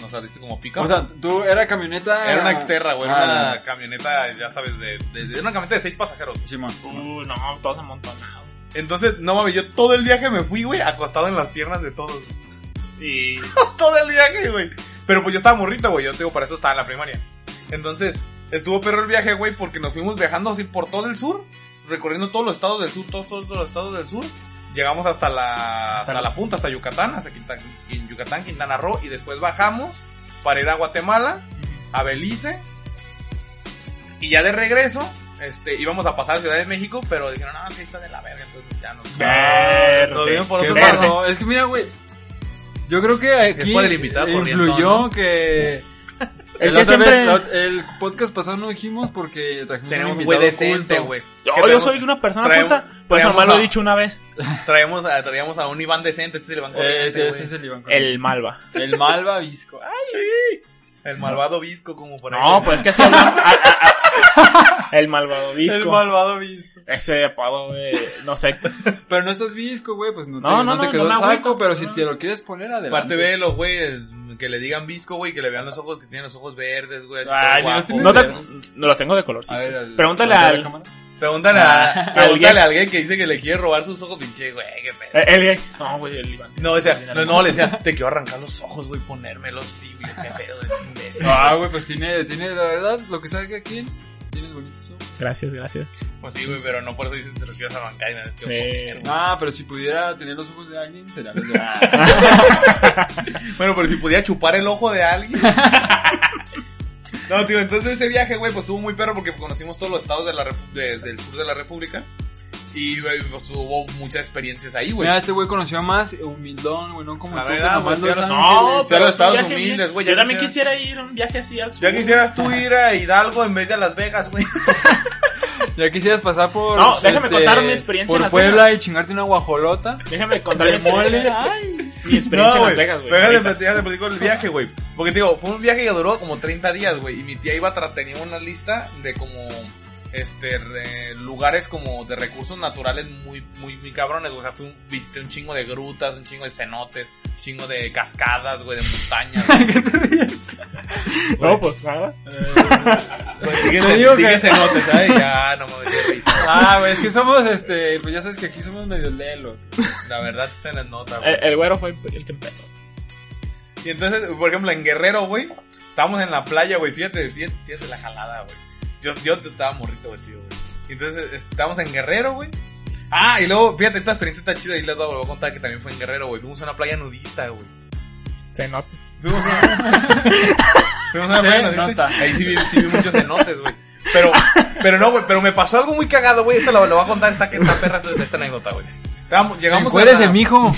Speaker 2: Nos saliste como pica.
Speaker 1: O sea, tú era camioneta...
Speaker 2: Era una exterra, güey. Era
Speaker 1: Ah,
Speaker 2: una camioneta, ya sabes, de, de- de- una camioneta de seis pasajeros.
Speaker 1: ya. Simón.
Speaker 3: Uh, no, todos amontonados.
Speaker 2: Entonces, no mames, yo todo el viaje me fui, güey, acostado en las piernas de todos. güey.
Speaker 3: Y
Speaker 2: todo el viaje, güey. Pero pues yo estaba morrito, güey. Yo te digo, para eso estaba en la primaria. Entonces, estuvo perro el viaje, güey, porque nos fuimos viajando así por todo el sur, recorriendo todos los estados del sur, todos, todos, todos los estados del sur. Llegamos hasta la, hasta,
Speaker 3: la-
Speaker 2: la punta, hasta Yucatán, hasta Quintan- Quin- Yucatán, Quintana Roo, y después bajamos para ir a Guatemala. a Belice. Y ya de regreso, este, íbamos a pasar a Ciudad de México, pero dijeron, no, es que ahí está de la verga, entonces ya no.
Speaker 3: Verde.
Speaker 2: Nos vimos por
Speaker 1: ¿Qué
Speaker 2: otro
Speaker 3: Verde.
Speaker 2: lado.
Speaker 1: pasó? Es que mira, güey. Yo creo que aquí
Speaker 2: Es por el invitado corrientón,
Speaker 1: influyó
Speaker 2: ¿no?
Speaker 1: que...
Speaker 3: Es
Speaker 1: El,
Speaker 3: que
Speaker 1: otra vez,
Speaker 3: siempre-
Speaker 1: la- el podcast pasado no dijimos porque trajimos
Speaker 2: Tenemos
Speaker 1: un
Speaker 2: un güey
Speaker 1: invitado
Speaker 2: decente,
Speaker 1: oculto.
Speaker 2: güey.
Speaker 3: yo,
Speaker 2: Que
Speaker 3: yo
Speaker 2: traemos-
Speaker 3: soy una persona
Speaker 2: traemos-
Speaker 3: puta. Pues
Speaker 2: traemos
Speaker 3: nomás lo he
Speaker 2: a-
Speaker 3: dicho una vez.
Speaker 2: Traemos a, traíamos a un Iván decente, este es el Iván
Speaker 1: Eh,
Speaker 2: Corriente,
Speaker 1: ese es
Speaker 2: güey.
Speaker 1: el Iván Cortés.
Speaker 3: El Malva.
Speaker 1: El Malva Visco. Ay,
Speaker 2: el malvado visco, como por ahí.
Speaker 3: No, pues es que así hablan- a- a- a- El malvado
Speaker 1: El
Speaker 3: visco.
Speaker 1: malvado Visco.
Speaker 3: Ese apodo, güey, no sé.
Speaker 1: Pero no estás Visco, güey, pues no te,
Speaker 3: No,
Speaker 1: no,
Speaker 3: no,
Speaker 1: te
Speaker 3: no,
Speaker 1: quedó
Speaker 3: no me
Speaker 1: el saco,
Speaker 3: agüito,
Speaker 1: pero
Speaker 3: no.
Speaker 1: si te lo quieres poner adelante.
Speaker 2: Aparte ve los güeyes que le digan visco, güey, que le vean los ojos, que tienen los ojos verdes, güey. así
Speaker 1: Ay,
Speaker 2: todo
Speaker 1: no,
Speaker 2: guapo.
Speaker 1: sí me-
Speaker 3: No te... No los tengo de color, sí.
Speaker 1: A ver, al-
Speaker 3: Pregúntale
Speaker 1: a la
Speaker 3: al-
Speaker 1: cámara.
Speaker 2: Pregúntale,
Speaker 3: Ah,
Speaker 2: a, pregúntale
Speaker 3: alguien.
Speaker 2: a alguien que dice que le quiere robar sus ojos, pinche, güey, qué pedo.
Speaker 3: Eh, El, no, güey, el Iván.
Speaker 2: No, o sea, no, no, le decía, te quiero arrancar los ojos, güey, ponérmelos, sí, güey, qué pedo, es un imbécil.
Speaker 1: Ah, güey, pues tiene, tiene, la verdad, lo que sabe aquí, tienes bonitos ojos.
Speaker 3: Gracias, gracias.
Speaker 2: Pues sí, güey, pero no por eso dices te los quieres arrancar y me los quiero
Speaker 3: Sí.
Speaker 2: poner, güey.
Speaker 1: Ah, pero si pudiera tener los ojos de alguien, sería los de-
Speaker 2: Bueno, pero si pudiera chupar el ojo de alguien. no, tío, entonces ese viaje, güey, pues estuvo muy perro porque conocimos todos los estados de la repu- de- del sur de la república. Y, güey, pues hubo muchas experiencias ahí, güey.
Speaker 1: Mira, este güey conoció más humildón, güey, no como
Speaker 2: La
Speaker 1: tú, que
Speaker 2: verdad,
Speaker 1: nomás
Speaker 2: güey,
Speaker 1: los
Speaker 2: claro,
Speaker 1: ángeles.
Speaker 3: No,
Speaker 2: pero
Speaker 3: pero
Speaker 2: Estados
Speaker 3: es un viaje
Speaker 2: Humildes,
Speaker 3: bien-
Speaker 2: güey, ya
Speaker 3: Yo también
Speaker 2: quisiera-
Speaker 3: quisiera ir a un viaje así al sur.
Speaker 2: Ya quisieras tú ir a Hidalgo en vez de a Las Vegas, güey.
Speaker 1: Ya quisieras pasar por. este,
Speaker 3: No, déjame contar mi experiencia en
Speaker 1: Por
Speaker 3: Las
Speaker 1: Puebla y chingarte una guajolota.
Speaker 3: Déjame contar mi
Speaker 1: Mole,
Speaker 3: experiencia,
Speaker 1: ay.
Speaker 3: mi experiencia en
Speaker 2: güey,
Speaker 3: Las Vegas, güey.
Speaker 2: pero déjame
Speaker 3: ahorita.
Speaker 2: platicar- déjame platicar el viaje, güey. Porque te digo, fue un viaje que duró como 30 días, güey. Y mi tía iba a tra- tenía una lista de como este, re- lugares como de recursos naturales muy, muy, muy cabrones, güey. O sea, fui un- visité un chingo de grutas, un chingo de cenotes, un chingo de cascadas, güey, de montañas. güey.
Speaker 3: No, pues nada.
Speaker 2: Güey, Pues, sigue
Speaker 1: Te digo
Speaker 2: sigue
Speaker 1: que-
Speaker 2: cenotes, ¿sabes? Ya, no mames, qué risa.
Speaker 1: Ah, güey, es que somos, este, pues ya sabes que aquí somos medio lelos.
Speaker 2: La verdad se les nota, güey.
Speaker 3: El, el güero fue el que empezó.
Speaker 2: Y entonces, por ejemplo, en Guerrero, güey, estábamos en la playa, güey, fíjate, fíjate, fíjate la jalada, güey. Yo, yo estaba morrito, güey, tío, güey. Y entonces, es- estábamos en Guerrero, güey. Ah, y luego, fíjate, esta experiencia está chida y les voy a contar que también fue en Guerrero, güey. Fuimos a una playa nudista, güey.
Speaker 3: Se nota.
Speaker 2: Fuimos a, Fuimos a una
Speaker 1: Se
Speaker 2: playa nudista.
Speaker 1: nota.
Speaker 2: Ahí sí vi, sí vi muchos cenotes, güey. Pero, pero no, güey, pero me pasó algo muy cagado, güey. Esto lo, lo voy a contar esta, esta perra, esta, esta anécdota, güey. Estábamos- Llegamos a
Speaker 1: ¿Cuál
Speaker 2: la-
Speaker 1: de mijo?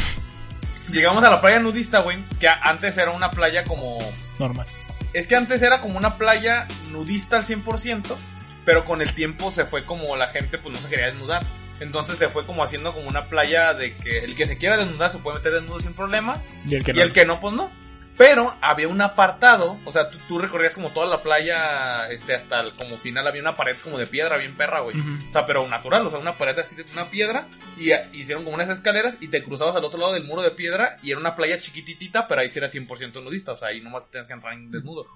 Speaker 2: Llegamos a la playa nudista, güey, que a- antes era una playa como...
Speaker 3: Normal.
Speaker 2: Es que antes era como una playa nudista al 100%, pero con el tiempo se fue como la gente pues no se quería desnudar. Entonces se fue como haciendo como una playa de que el que se quiera desnudar se puede meter desnudo sin problema
Speaker 3: Y el que
Speaker 2: y
Speaker 3: no.
Speaker 2: el que no pues no. Pero había un apartado, o sea, tú, tú recorrías como toda la playa este hasta el como final había una pared como de piedra bien perra, güey.
Speaker 3: Ujú.
Speaker 2: O sea, pero natural, o sea, una pared así de una piedra y a- hicieron como unas escaleras y te cruzabas al otro lado del muro de piedra y era una playa chiquititita, pero ahí sí era 100% nudista, o sea, ahí nomás tenías que entrar en desnudo.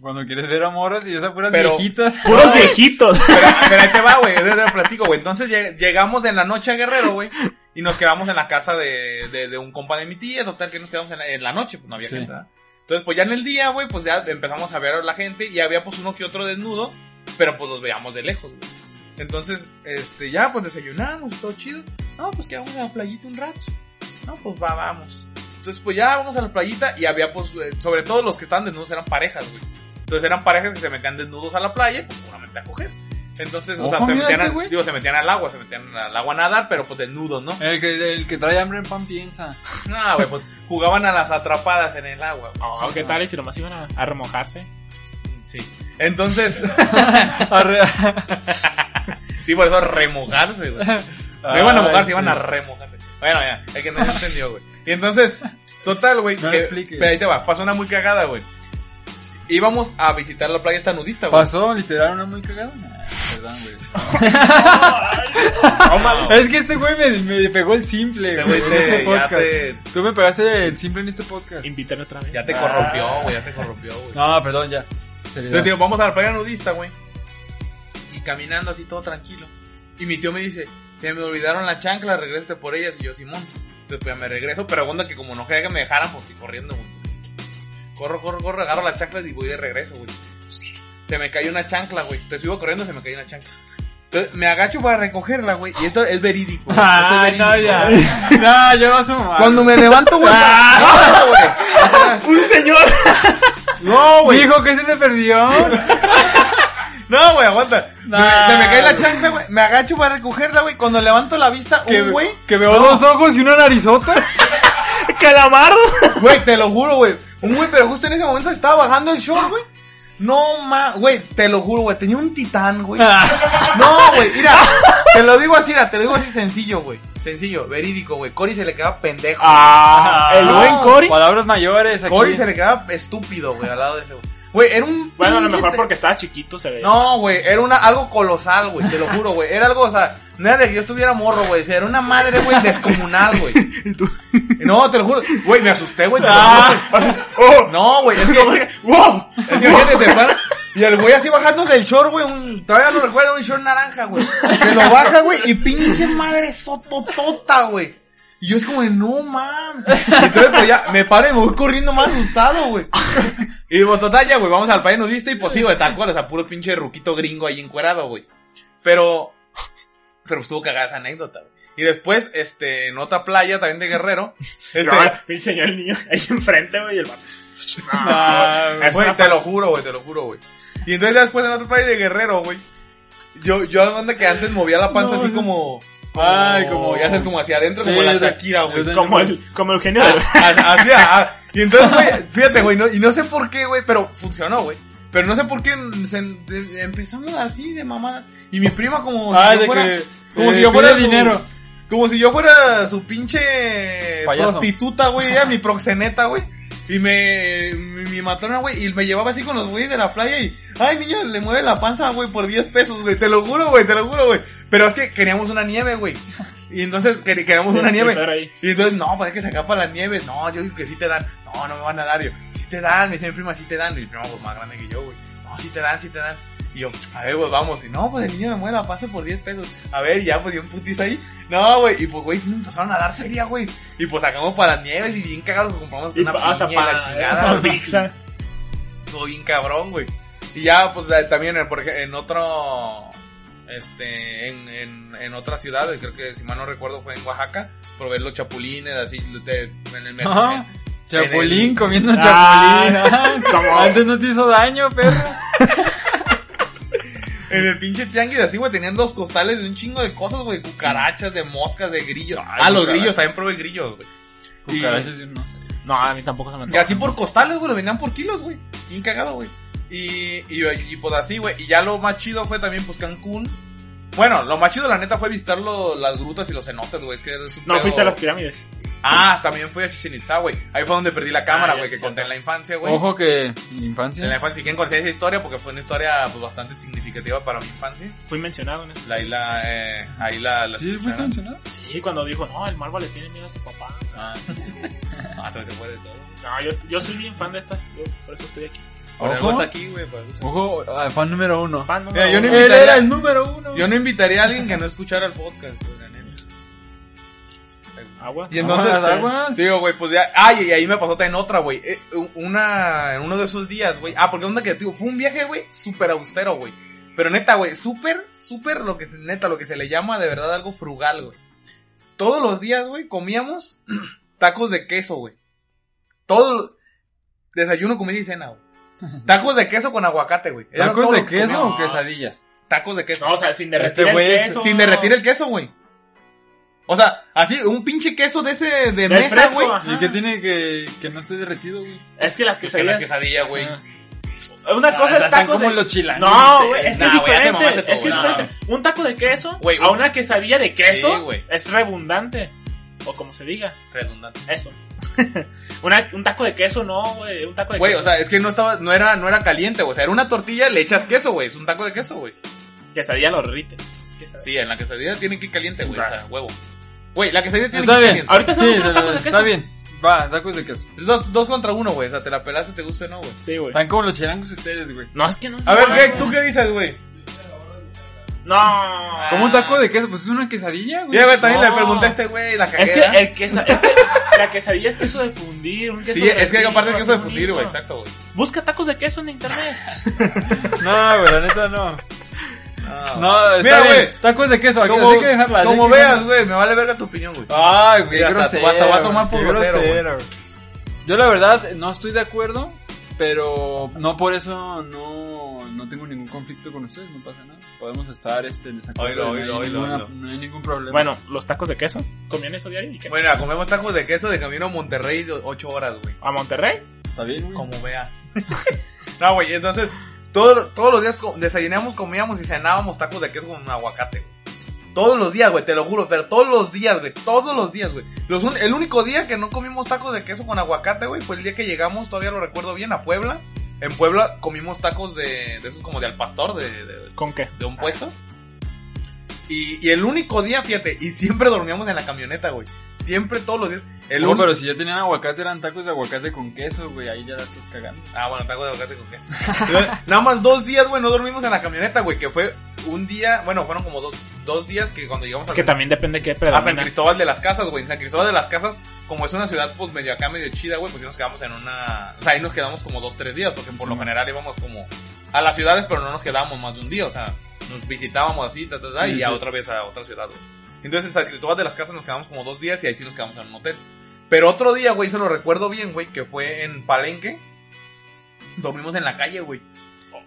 Speaker 1: Cuando quieres ver a morras y ya están puras
Speaker 2: Pero-
Speaker 1: viejitas.
Speaker 3: Puros viejitos.
Speaker 2: Pero, pero ahí te va, güey, te lo platico, güey. Entonces lleg- llegamos en la noche a Guerrero, güey, y nos quedamos en la casa de, de, de un compa de mi tía, total, que nos quedamos en la, en la noche, pues no había
Speaker 1: Sí.
Speaker 2: gente. ¿verdad? Entonces, pues ya en el día, güey, pues ya empezamos a ver a la gente y había pues uno que otro desnudo, pero pues los veíamos de lejos, güey. Entonces, este, ya pues desayunamos y todo chido. No, pues quedamos en la playita un rato. No, pues va, vamos. Entonces, pues ya vamos a la playita y había pues, eh, sobre todo los que estaban desnudos eran parejas, güey. Entonces eran parejas que se metían desnudos a la playa, pues seguramente a coger. Entonces, o
Speaker 1: Ojo,
Speaker 2: sea, se
Speaker 1: mira
Speaker 2: metían,
Speaker 1: este
Speaker 2: al-
Speaker 1: güey.
Speaker 2: digo, se metían al agua, se metían al agua a nadar, pero pues desnudos, ¿no?
Speaker 1: El que, el que trae hambre en pan piensa.
Speaker 2: No, güey, pues jugaban a las atrapadas en el agua. güey.
Speaker 1: Oh,
Speaker 3: No, ¿qué tal? Y si nomás iban a, a remojarse.
Speaker 2: Sí. Entonces,
Speaker 1: Arre-
Speaker 2: sí, por eso remojarse, güey. No iban a
Speaker 1: Ah,
Speaker 2: mojarse, iban a remojarse. Bueno, ya, el que no se entendió, güey. Y entonces, total, güey.
Speaker 1: No
Speaker 2: que-
Speaker 1: lo expliques.
Speaker 2: pero ahí te va, pasó una muy cagada, güey. Íbamos a visitar la playa esta nudista, güey.
Speaker 1: ¿Pasó literal una muy cagada? Nah, Perdón, güey.
Speaker 2: Tómalo.
Speaker 1: es que este güey me, me pegó el simple,
Speaker 2: Este
Speaker 1: güey,
Speaker 2: güey
Speaker 1: en
Speaker 2: te-
Speaker 1: este
Speaker 2: ya
Speaker 1: podcast.
Speaker 2: te,
Speaker 1: Tú me pegaste el simple en este podcast.
Speaker 3: Invítale otra vez.
Speaker 2: ya te
Speaker 1: Ah.
Speaker 2: corrompió, güey, ya te corrompió, güey.
Speaker 1: No, perdón, ya.
Speaker 2: Entonces, digo, vamos a la playa nudista, güey. Y caminando así todo tranquilo. Y mi tío me dice, se me olvidaron las chanclas, regrésate por ellas. Y yo, Simón. Entonces, pues, ya me regreso, pero onda que como no quería que me dejaran, pues, fui corriendo, güey. Corro, corro, corro, agarro las chanclas y voy de regreso, güey. Se me cayó una chancla, güey. Entonces, iba corriendo, se me cayó una chancla. Entonces, me agacho para recogerla, güey. Y esto es verídico. güey. Esto es
Speaker 1: Ah,
Speaker 2: verídico.
Speaker 1: no, ya. No, yo vas a mamar.
Speaker 2: Cuando me levanto, güey. no, güey.
Speaker 3: ¡Un señor!
Speaker 2: No, güey.
Speaker 1: Dijo que se te perdió.
Speaker 2: No, güey, aguanta.
Speaker 1: Nah.
Speaker 2: Se me cae la chancla, güey. Me agacho para recogerla, güey. Cuando levanto la vista,
Speaker 1: Que,
Speaker 2: un güey.
Speaker 1: que veo dos ojos y una narizota.
Speaker 3: ¡Calamardo!
Speaker 2: Güey, te lo juro, güey. Un güey, pero justo en ese momento estaba bajando el short, güey. No ma, güey, te lo juro, güey. Tenía un titán, güey.
Speaker 1: Ah.
Speaker 2: No, güey, mira. Te lo digo así, mira, te lo digo así sencillo, güey. Sencillo, verídico, güey. Cory se le quedaba pendejo.
Speaker 3: ¡Ah! ¡El buen Cory!
Speaker 1: Palabras mayores aquí.
Speaker 2: Cory se le quedaba estúpido, güey, al lado de ese güey. Güey, era un.
Speaker 3: Bueno, a lo
Speaker 2: pinche
Speaker 3: mejor
Speaker 2: te-
Speaker 3: porque estaba chiquito se veía.
Speaker 2: No, güey, era una, algo colosal, güey, te lo juro, güey. Era algo, o sea, no era de que yo estuviera morro, güey. o sea, Era una madre, güey, descomunal, güey. No, te lo juro. Güey, me asusté, güey. te lo juro. Oh. No, güey, es Ah. que...
Speaker 3: ¡Wow!
Speaker 2: Es que fíjate, te para- Y el güey así bajándose el short, güey, un, todavía no recuerdo, un short naranja, güey. Se lo baja, güey, y pinche madre sototota, güey. Y yo es como, de, no mames. Entonces, pues ya, me paro y me voy corriendo más asustado, güey. Y digo, total, ya, güey, vamos al país nudista y pues sí, güey, tal cual, o sea, puro pinche ruquito gringo ahí encuerado, güey. Pero, pero estuvo cagada esa anécdota, güey. Y después, este, en otra playa también de Guerrero, este,
Speaker 3: Mi señor el niño ahí enfrente, güey, y el vato.
Speaker 1: No,
Speaker 3: Es
Speaker 2: Güey,
Speaker 3: una
Speaker 2: te lo juro, güey, te lo juro, güey. Y entonces ya después en otro país de Guerrero, güey. Yo, yo hago onda que antes movía la panza
Speaker 1: No,
Speaker 2: así
Speaker 1: no.
Speaker 2: como,
Speaker 1: Ay, como-
Speaker 2: Ya sabes, como hacia adentro,
Speaker 1: Sí,
Speaker 2: como la
Speaker 1: yo te-
Speaker 2: Shakira,
Speaker 1: yo
Speaker 2: güey.
Speaker 1: te-
Speaker 3: Como el, como Eugenio del...
Speaker 2: A- Así, ah, y entonces, güey, fíjate, güey, no, y no sé por qué, güey, pero funcionó, güey. Pero no sé por qué se- de- empezamos así de mamada. Y mi prima como si
Speaker 1: Ay, Ah,
Speaker 2: yo
Speaker 1: de
Speaker 2: fuera,
Speaker 1: que.
Speaker 2: como
Speaker 1: eh,
Speaker 2: si yo fuera
Speaker 1: pide
Speaker 2: su-
Speaker 1: dinero.
Speaker 2: como si yo fuera su pinche
Speaker 1: Payaso.
Speaker 2: prostituta, güey, ella mi proxeneta, güey. Y me, mi, mi matona, güey, y me llevaba así con los güeyes de la playa y, ay, niño, le mueve la panza, güey, por 10 pesos, güey, te lo juro, güey, te lo juro, güey. Pero es que queríamos una nieve, güey. Y entonces quer- queríamos una nieve.
Speaker 3: Pero ahí.
Speaker 2: Y entonces, no, pues hay que sacar para las nieves. No, yo digo que sí te dan. No, no me van a dar. Yo, sí te dan, me dice mi prima, sí te dan. Y mi prima, pues más grande que yo, güey. No, sí te dan, sí te dan. Y yo, a ver, pues vamos. Y no, pues el niño me muere la pase por 10 pesos. A ver, y ya, pues dio un putis ahí. No, güey. Y pues, güey, sí nos empezaron a dar feria, güey. Y pues sacamos para las nieves y bien cagados compramos
Speaker 3: Y
Speaker 2: una
Speaker 3: pa- hasta
Speaker 2: piña y
Speaker 3: para
Speaker 2: la chingada. güey.
Speaker 3: pizza.
Speaker 2: Estuvo bien cabrón, güey. Y ya, pues eh, también, eh, por ej- en otro. Este, en, en, en otras ciudades, creo que si mal no recuerdo fue en Oaxaca, probé los chapulines, así, de- en el metro.
Speaker 1: Ajá. Chapulín comiendo
Speaker 3: Ah.
Speaker 1: chapulín. ajá.
Speaker 3: Como-
Speaker 1: Antes no te hizo daño, perro.
Speaker 2: En el pinche tianguis así, güey, tenían dos costales de un chingo de cosas, güey, cucarachas, de moscas, de grillos. ah, los
Speaker 1: cucarachas.
Speaker 2: grillos, también probé grillos, güey. Y-
Speaker 1: Cucarachas y un no sé.
Speaker 3: No, a mí tampoco se me
Speaker 2: Y
Speaker 3: antoja.
Speaker 2: así por costales, güey, los vendían por kilos, güey. Bien cagado, güey. Y, y, y, pues así, güey. Y ya lo más chido fue también, pues Cancún. Bueno, lo más chido, la neta, fue visitar lo- las grutas y los cenotes, güey. Es que es un
Speaker 3: No,
Speaker 2: pedo-
Speaker 3: fuiste a las pirámides.
Speaker 2: Ah, también fui a Chichen Itza, güey. Ahí fue donde perdí la cámara,
Speaker 3: Ah, ya
Speaker 2: güey,
Speaker 3: sé,
Speaker 2: que
Speaker 3: cierto.
Speaker 2: conté en la infancia, güey.
Speaker 1: Ojo que mi
Speaker 2: En la
Speaker 1: infancia.
Speaker 2: infancia, si quieren conocer esa historia, porque fue una historia pues, bastante significativa para mi infancia.
Speaker 3: Fui mencionado en ese.
Speaker 2: La- Ahí la, eh, ahí la, la
Speaker 1: ¿Sí fuiste
Speaker 2: escucharon.
Speaker 1: mencionado?
Speaker 3: Sí, cuando dijo, no, el Marvel le tiene miedo a su papá.
Speaker 2: Ah, Ah, se me fue de todo.
Speaker 3: No, yo, yo soy bien fan de estas. Yo por eso estoy aquí.
Speaker 2: Por algo
Speaker 1: Ojo.
Speaker 2: está aquí, güey. por algo está aquí.
Speaker 1: Ojo, ah, fan número uno.
Speaker 3: Fan Eh, número
Speaker 2: Mira, yo
Speaker 3: uno.
Speaker 2: ni-
Speaker 1: Él era el número uno.
Speaker 2: Yo no invitaría a alguien que no escuchara el podcast, güey, la neta.
Speaker 3: Agua.
Speaker 2: Y entonces,
Speaker 1: Aguas,
Speaker 2: eh,
Speaker 1: Ah, aguas.
Speaker 2: digo, güey, pues ya, ay, y ahí me pasó también otra, güey, Eh, una, en uno de esos días, güey, ah, porque onda que, tío, fue un viaje, güey, súper austero, güey, pero neta, güey, súper, súper, lo que se, neta, lo que se le llama de verdad algo frugal, güey, todos los días, güey, comíamos tacos de queso, güey, todo, lo- desayuno, comida y cena, güey, tacos de queso con aguacate, güey, Era
Speaker 1: ¿Tacos
Speaker 2: todo
Speaker 1: de
Speaker 2: lo que
Speaker 1: queso
Speaker 2: comíamos.
Speaker 1: o quesadillas?
Speaker 2: Tacos de queso.
Speaker 3: No, o sea, sin derretir
Speaker 1: Este
Speaker 3: el
Speaker 1: güey es-
Speaker 3: queso.
Speaker 2: Sin derretir el queso, güey. O sea, así, un pinche queso de ese, de
Speaker 3: Del
Speaker 2: mesa,
Speaker 3: fresco,
Speaker 2: güey.
Speaker 3: ajá.
Speaker 1: ¿Y qué tiene que, que no esté derretido, güey?
Speaker 3: Es que las
Speaker 2: Pues Que la
Speaker 3: quesadillas.
Speaker 2: quesadilla, güey.
Speaker 3: Ajá. Una cosa es
Speaker 1: Están
Speaker 3: tacos
Speaker 1: como
Speaker 3: de...
Speaker 1: los chilanes.
Speaker 3: No, güey, es que
Speaker 2: Nah, güey, ya
Speaker 3: es
Speaker 2: te
Speaker 3: diferente.
Speaker 2: mamaste tú,
Speaker 3: es que es
Speaker 2: no.
Speaker 3: diferente. Un taco de queso
Speaker 2: Güey,
Speaker 3: a
Speaker 2: un-
Speaker 3: una quesadilla de queso
Speaker 2: Sí, güey.
Speaker 3: es redundante. O como se diga,
Speaker 2: Redundante.
Speaker 3: eso. Una- un taco de queso no, güey. Un taco de
Speaker 2: Güey,
Speaker 3: queso.
Speaker 2: o sea, es que no estaba, no era, no era caliente, güey. O sea, era una tortilla, le echas queso, güey. Es un taco de queso, güey.
Speaker 3: quesadilla lo derrite. Es quesadilla.
Speaker 2: Sí, en la quesadilla tiene que ir caliente, güey. O sea, huevo. Güey, la quesadilla tiene
Speaker 1: Está
Speaker 2: que ir
Speaker 1: bien.
Speaker 2: caliente.
Speaker 3: Ahorita
Speaker 1: Sí,
Speaker 3: hacemos unos tacos de queso.
Speaker 1: está bien. Va, tacos de queso.
Speaker 2: Es dos, dos contra uno, güey. O sea, te la pelaste, te guste o no, güey.
Speaker 3: Sí, güey.
Speaker 1: Están como los chilangos ustedes, güey.
Speaker 3: No, es que no
Speaker 2: A ver,
Speaker 3: güey,
Speaker 2: Greg, ¿tú qué dices, güey?
Speaker 3: No.
Speaker 1: ¿Cómo un taco de queso? Pues es una quesadilla, güey.
Speaker 2: Mira, güey, también
Speaker 3: No.
Speaker 2: le pregunté a este güey, la cagué.
Speaker 3: Es que,
Speaker 2: ¿verdad?
Speaker 3: el quesa- es que la quesadilla es queso de fundir. Un queso
Speaker 2: Sí, es que
Speaker 3: derretido,
Speaker 2: aparte es queso de
Speaker 3: así
Speaker 2: fundir, güey.
Speaker 3: bonito.
Speaker 2: Exacto, güey.
Speaker 3: Busca tacos de queso en internet.
Speaker 1: No, güey, la neta no. No, está
Speaker 2: Mira,
Speaker 1: bien.
Speaker 2: güey.
Speaker 1: Tacos de queso, aquí
Speaker 2: Como,
Speaker 1: así que dejarla. así
Speaker 2: como
Speaker 1: que-
Speaker 2: veas, güey, me vale verga tu opinión, güey.
Speaker 1: Ay, güey,
Speaker 2: Mira, hasta-
Speaker 1: grosero.
Speaker 2: hasta voy a tomar por
Speaker 1: qué
Speaker 2: grosero,
Speaker 1: güey. Yo la verdad no estoy de acuerdo, pero no por eso no, no tengo ningún conflicto con ustedes, no pasa nada. Podemos estar este, en desacuerdo.
Speaker 2: Oílo,
Speaker 1: no,
Speaker 2: oílo,
Speaker 1: hay
Speaker 2: oílo,
Speaker 1: ninguna-
Speaker 2: oílo.
Speaker 1: no hay ningún problema.
Speaker 3: Bueno, los tacos de queso. ¿Comían eso diario? ¿Y qué?
Speaker 2: Bueno, mira, comemos tacos de queso de camino a Monterrey de 8 horas, güey.
Speaker 3: ¿A Monterrey?
Speaker 1: está bien, güey.
Speaker 2: Como vea. no, güey, entonces, todo- todos los días co- desayunábamos, comíamos y cenábamos tacos de queso con un aguacate, güey. Todos los días, güey, te lo juro, pero todos los días, güey, todos los días, güey. Los un- el único día que no comimos tacos de queso con aguacate, güey, fue el día que llegamos, todavía lo recuerdo bien, a Puebla. En Puebla comimos tacos de, de esos como de al pastor, de- de,
Speaker 3: ¿Con queso?
Speaker 2: de un puesto. Y, y el único día, fíjate, y siempre dormíamos en la camioneta, güey. Siempre todos los días. El
Speaker 1: No,
Speaker 2: un-
Speaker 1: pero si ya tenían aguacate, eran tacos de aguacate con queso, güey. Ahí ya la estás cagando.
Speaker 2: Ah, bueno, taco de aguacate con queso. Nada más dos días, güey, no dormimos en la camioneta, güey, que fue un día, bueno, fueron como dos, dos días que cuando llegamos
Speaker 3: Es
Speaker 2: a,
Speaker 3: que también depende qué
Speaker 2: a Ah, San
Speaker 3: predomina.
Speaker 2: Cristóbal de las Casas, güey. En San Cristóbal de las Casas, como es una ciudad, pues medio acá, medio chida, güey, pues sí nos quedamos en una... O sea, ahí nos quedamos como dos, tres días, porque por lo
Speaker 1: Sí.
Speaker 2: general íbamos como a las ciudades, pero no nos quedábamos más de un día, o sea, nos visitábamos así, ta, ta, ta,
Speaker 1: Sí,
Speaker 2: y
Speaker 1: sí.
Speaker 2: a otra vez a otra ciudad, güey. Entonces en San Cristóbal de las Casas nos quedamos como dos días y ahí sí nos quedamos en un hotel. Pero otro día, güey, se lo recuerdo bien, güey, que fue en Palenque. Dormimos en la calle, güey.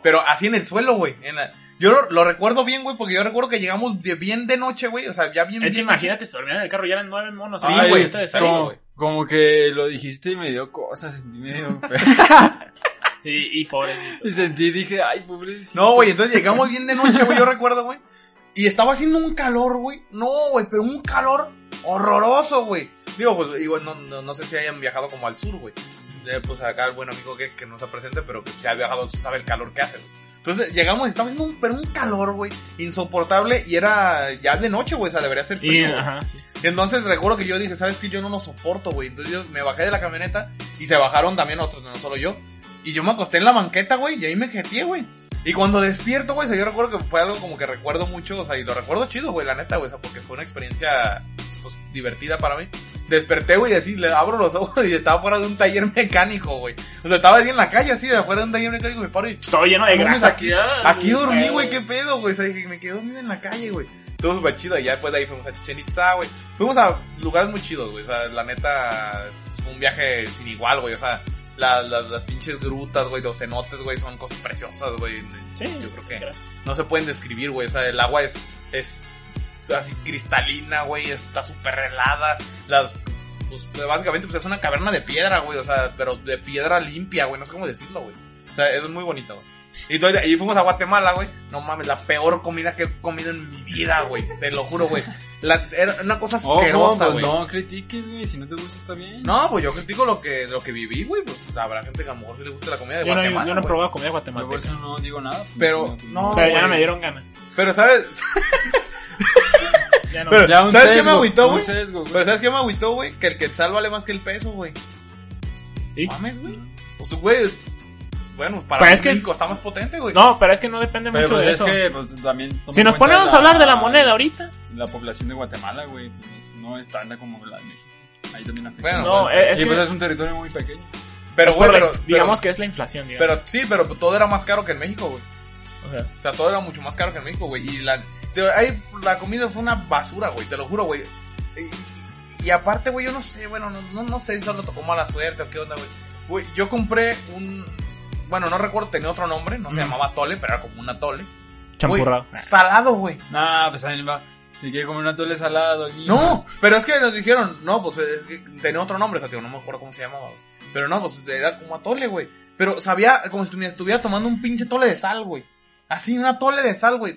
Speaker 2: Pero así en el suelo, güey. en la- Yo lo, lo recuerdo bien, güey, porque yo recuerdo que llegamos de bien de noche, güey. O sea, ya bien.
Speaker 3: Es que
Speaker 2: bien
Speaker 3: imagínate, se dormían en el carro ya eran nueve monos.
Speaker 2: Sí,
Speaker 3: Ay,
Speaker 2: güey,
Speaker 3: ahorita de
Speaker 2: sí,
Speaker 3: seis.
Speaker 1: Como,
Speaker 2: güey.
Speaker 1: como que lo dijiste y me dio cosas, sentí medio feo.
Speaker 3: Y, y pobrecito.
Speaker 1: y sentí, dije, ay, pobrecito.
Speaker 2: No, güey, entonces llegamos bien de noche, güey, yo recuerdo, güey. Y estaba haciendo un calor, güey. No, güey, pero un calor Horroroso, güey. Digo, pues, digo, no, no, no sé si hayan viajado como al sur, güey. Eh, Pues acá el buen amigo que, que no está presente, pero que se ha viajado al sur, sabe el calor que hace, güey. Entonces llegamos y estamos haciendo un, pero un calor, güey, insoportable y era ya de noche, güey, o sea, debería ser
Speaker 3: Y,
Speaker 2: frío. güey.
Speaker 3: ajá, sí.
Speaker 2: Entonces recuerdo que yo dije, ¿sabes qué? Yo no lo soporto, güey. Entonces yo me bajé de la camioneta y se bajaron también otros, no solo yo. Y yo me acosté en la banqueta, güey, y ahí me jeteé, güey. Y cuando despierto, güey, o sea, yo recuerdo que fue algo como que recuerdo mucho, o sea, y lo recuerdo chido, güey, la neta, güey, o sea, porque fue una experiencia, pues, divertida para mí. Desperté, güey, y así, le abro los ojos y estaba fuera de un taller mecánico, güey. O sea, estaba así en la calle, así, de afuera de un taller mecánico, y me paro y
Speaker 3: Todo lleno de
Speaker 2: no mames,
Speaker 3: grasa.
Speaker 2: Aquí,
Speaker 3: Ah,
Speaker 2: aquí dormí, güey, qué pedo, güey. O sea, dije, me quedé dormido en la calle, güey. Todo súper chido. Y ya después de ahí fuimos a Chichen Itza, güey. Fuimos a lugares muy chidos, güey. O sea, la neta, es un viaje sin igual, güey. O sea, la- la- las pinches grutas, güey, los cenotes, güey, son cosas preciosas, güey.
Speaker 3: Sí,
Speaker 2: Yo creo que-
Speaker 3: grasa.
Speaker 2: No se pueden describir, güey. O sea, el agua es, es así cristalina, güey. Está súper helada. Las, pues, básicamente, pues es una caverna de piedra, güey. O sea, pero de piedra limpia, güey. No sé cómo decirlo, güey. O sea, es muy bonito, güey. Y, entonces, y fuimos a Guatemala, güey. No mames, la peor comida que he comido en mi vida, güey. Te lo juro, güey. La- Era una cosa
Speaker 3: Oh,
Speaker 1: Ojo,
Speaker 2: asquerosa,
Speaker 1: pues
Speaker 2: güey.
Speaker 1: no critiques, güey. Si no te gusta, está bien.
Speaker 2: No, pues yo critico lo que, lo que viví, güey. Pues habrá gente que a lo mejor sí le gusta la comida de
Speaker 3: Yo no,
Speaker 2: Guatemala.
Speaker 3: yo no he
Speaker 2: güey.
Speaker 3: probado comida
Speaker 1: Yo por eso
Speaker 3: guatemalteca.
Speaker 1: no pues, digo nada.
Speaker 2: Pero, no,
Speaker 3: Pero ya no
Speaker 2: güey.
Speaker 3: me dieron ganas.
Speaker 2: Pero, ¿sabes?
Speaker 3: Ya no.
Speaker 2: Pero-
Speaker 1: Ya un
Speaker 2: ¿Sabes qué me
Speaker 1: sesgo,
Speaker 2: agüitó,
Speaker 1: un
Speaker 2: güey?
Speaker 1: sesgo, güey.
Speaker 2: Pero ¿sabes qué me agüitó, güey? Que el quetzal vale más que el peso, güey.
Speaker 3: ¿Y?
Speaker 2: Mames, güey. Pues, güey. Bueno, para
Speaker 3: Pero Pues es que-
Speaker 2: México está más potente, güey.
Speaker 3: No, pero es que no depende
Speaker 1: Pero
Speaker 3: mucho
Speaker 1: pues,
Speaker 3: de
Speaker 1: es
Speaker 3: eso.
Speaker 1: que pues, también. toma
Speaker 3: Si
Speaker 1: en
Speaker 3: nos
Speaker 1: cuenta
Speaker 3: ponemos a hablar de la moneda ahorita,
Speaker 1: La población de Guatemala, güey, pues, no es tanta como la de México. Ahí también afecta.
Speaker 2: Bueno,
Speaker 3: no, eh,
Speaker 2: pues,
Speaker 3: es, es
Speaker 1: y
Speaker 3: que
Speaker 1: pues es un territorio muy pequeño.
Speaker 2: pero, güey,
Speaker 3: pues, por la-
Speaker 2: pero,
Speaker 3: digamos que es la inflación,
Speaker 2: pero,
Speaker 3: digamos.
Speaker 2: pero sí, pero todo era más caro que en México, güey.
Speaker 3: O sea,
Speaker 2: O sea, todo era mucho más caro que en México, güey. Y la, te- ahí la comida fue una basura, güey, te lo juro, güey. Y, y- y aparte, güey, yo no sé, bueno, no, no, no sé si solo tocó mala suerte o qué onda, güey. Güey, yo compré un... Bueno, no recuerdo, tenía otro nombre, no se
Speaker 3: Ujú.
Speaker 2: llamaba tole, pero era como un atole. Güey,
Speaker 3: champurrado.
Speaker 2: salado, güey.
Speaker 1: Nah, pues ahí va. Y que comer un atole salado. aquí.
Speaker 2: No, pero es que nos dijeron, no, pues es que tenía otro nombre, o sea, tío, no me acuerdo cómo se llamaba, güey. Pero no, pues era como atole, güey. Pero sabía como si me estuviera tomando un pinche tole de sal, güey. Así, un atole de sal, güey.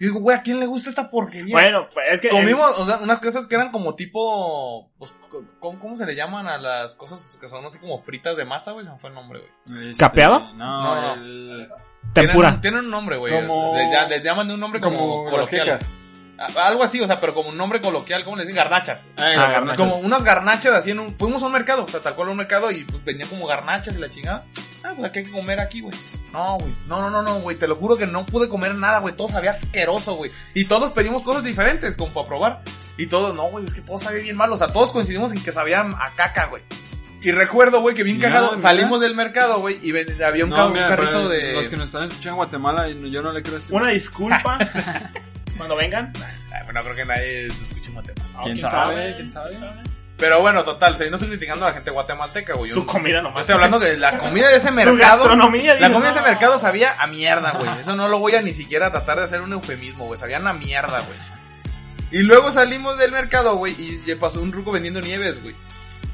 Speaker 2: Y digo, güey, ¿a quién le gusta esta porquería?
Speaker 3: Bueno, pues es que.
Speaker 2: Comimos, o sea, unas cosas que eran como tipo, pues, co- ¿cómo, cómo se le llaman a las cosas que son así como fritas de masa, güey? Se me fue el nombre, güey.
Speaker 1: Este,
Speaker 3: ¿Capeado?
Speaker 1: No,
Speaker 2: No, no.
Speaker 1: el-
Speaker 3: tempura.
Speaker 2: Tienen, tienen un nombre, güey.
Speaker 1: Como-
Speaker 2: Les, ya- les llaman de un nombre como,
Speaker 1: como las
Speaker 2: coloquial.
Speaker 1: quecas.
Speaker 2: A- Algo así, o sea, pero como un nombre coloquial, ¿cómo le dicen? Garnachas.
Speaker 1: Ah,
Speaker 3: Ah,
Speaker 1: garnachas.
Speaker 2: Como unas garnachas así en un... Fuimos a un mercado, o sea, tal cual a un mercado y pues venía como garnachas y la chingada. Ah, pues aquí hay que comer aquí, güey. No, güey. No, no, no, no, güey. Te lo juro que no pude comer nada, güey. Todo sabía asqueroso, güey. Y todos pedimos cosas diferentes como para probar. Y todos, no, güey, es que todo sabía bien mal. O sea, todos coincidimos en que sabía a caca, güey. Y recuerdo, güey, que bien
Speaker 1: Mira,
Speaker 2: cagado
Speaker 1: mira.
Speaker 2: salimos del mercado, güey, y ven- había un, ca- un
Speaker 1: mira,
Speaker 2: carrito
Speaker 1: para
Speaker 2: de...
Speaker 1: Los que nos están escuchando en Guatemala, yo no le creo a este.
Speaker 3: Una disculpa. Cuando vengan.
Speaker 2: Ay, Ah, bueno, creo que nadie escucha en Guatemala.
Speaker 3: Ah,
Speaker 1: ¿Quién sabe? Ah, pues ¿Quién sabe?
Speaker 2: Ah, Pero bueno, total, o sea, yo no estoy criticando a la gente guatemalteca, güey. Yo
Speaker 3: Su comida
Speaker 2: no
Speaker 3: nomás.
Speaker 2: estoy hablando de la comida de ese
Speaker 3: Su
Speaker 2: Este mercado.
Speaker 3: gastronomía.
Speaker 2: La
Speaker 3: digo,
Speaker 2: comida de
Speaker 3: no.
Speaker 2: ese mercado sabía a mierda, güey. Eso no lo voy a ni siquiera tratar de hacer un eufemismo, güey. Sabían a mierda, güey. Y luego salimos del mercado, güey, y le pasó un ruco vendiendo nieves, güey.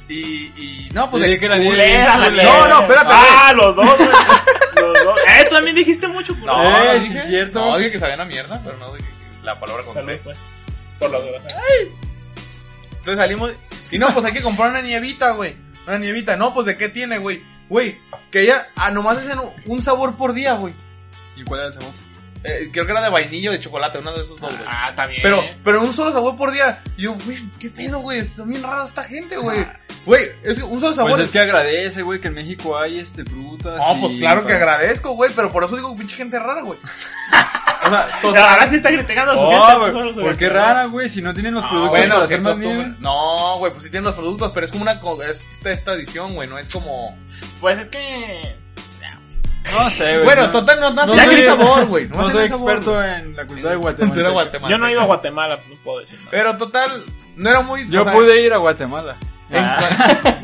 Speaker 2: Y, y, no, pues...
Speaker 1: Yo
Speaker 2: de-
Speaker 1: dije que la
Speaker 3: Culera, la
Speaker 1: nieve-
Speaker 3: nieve.
Speaker 2: no, espérate,
Speaker 3: Ah, los dos, güey. Los dos. Eh, tú también dijiste mucho,
Speaker 2: No,
Speaker 3: culero.
Speaker 2: no
Speaker 1: Eh,
Speaker 2: dije,
Speaker 1: sí, cierto.
Speaker 2: No, dije que sabían a mierda, pero no dije que- la palabra con
Speaker 3: Salud,
Speaker 2: C.
Speaker 3: pues. Por ¿eh? lo que
Speaker 2: Entonces salimos y no, pues hay que comprar una nievita, güey. Una nievita. No, pues ¿de qué tiene, güey? Güey, que ella ah, nomás hacen un- un sabor por día, güey.
Speaker 1: ¿Y cuál era el sabor?
Speaker 2: Eh, creo que era de vainillo de chocolate, uno de esos dos, güey.
Speaker 3: Ah, también.
Speaker 2: Pero, pero un solo sabor por día. Y yo, güey, qué pedo, güey. Está bien raro esta gente, güey. Güey, es que un solo sabor.
Speaker 1: Ah. Pues es
Speaker 2: es-
Speaker 1: que agradece, güey, que en México hay este frutas.
Speaker 2: No,
Speaker 1: y-
Speaker 2: pues claro que agradezco, güey. Pero por eso digo, pinche gente rara, güey. o sea, to-
Speaker 3: Ahora sí está criticando
Speaker 2: Pues,
Speaker 3: a su gente.
Speaker 1: Oh,
Speaker 3: tú solo
Speaker 1: güey,
Speaker 3: su
Speaker 1: ¿Por qué
Speaker 3: gente.
Speaker 1: rara, güey? Si no tienen los
Speaker 2: este, Ah,
Speaker 1: productos
Speaker 2: bueno,
Speaker 1: para
Speaker 2: qué
Speaker 1: hacer más
Speaker 2: costumbre.
Speaker 1: nieve.
Speaker 2: No, güey, pues sí tienen los productos, pero es como una co- es esta edición, güey, no es como.
Speaker 3: Pues es que.
Speaker 1: No sé, güey.
Speaker 2: Bueno,
Speaker 1: no-
Speaker 2: total, no, no,
Speaker 1: no
Speaker 2: tiene
Speaker 1: soy-
Speaker 2: el sabor, güey.
Speaker 1: No
Speaker 2: más
Speaker 1: soy
Speaker 2: tiene el sabor, güey.
Speaker 1: experto en la cultura de
Speaker 2: Cultura
Speaker 1: Guatemala.
Speaker 2: guatemalteca.
Speaker 3: Yo no he ido a Guatemala, no puedo decir nada.
Speaker 2: Pero total, no era muy.
Speaker 1: Yo
Speaker 2: o sea,
Speaker 1: pude ir a Guatemala.
Speaker 2: en-
Speaker 1: Ah.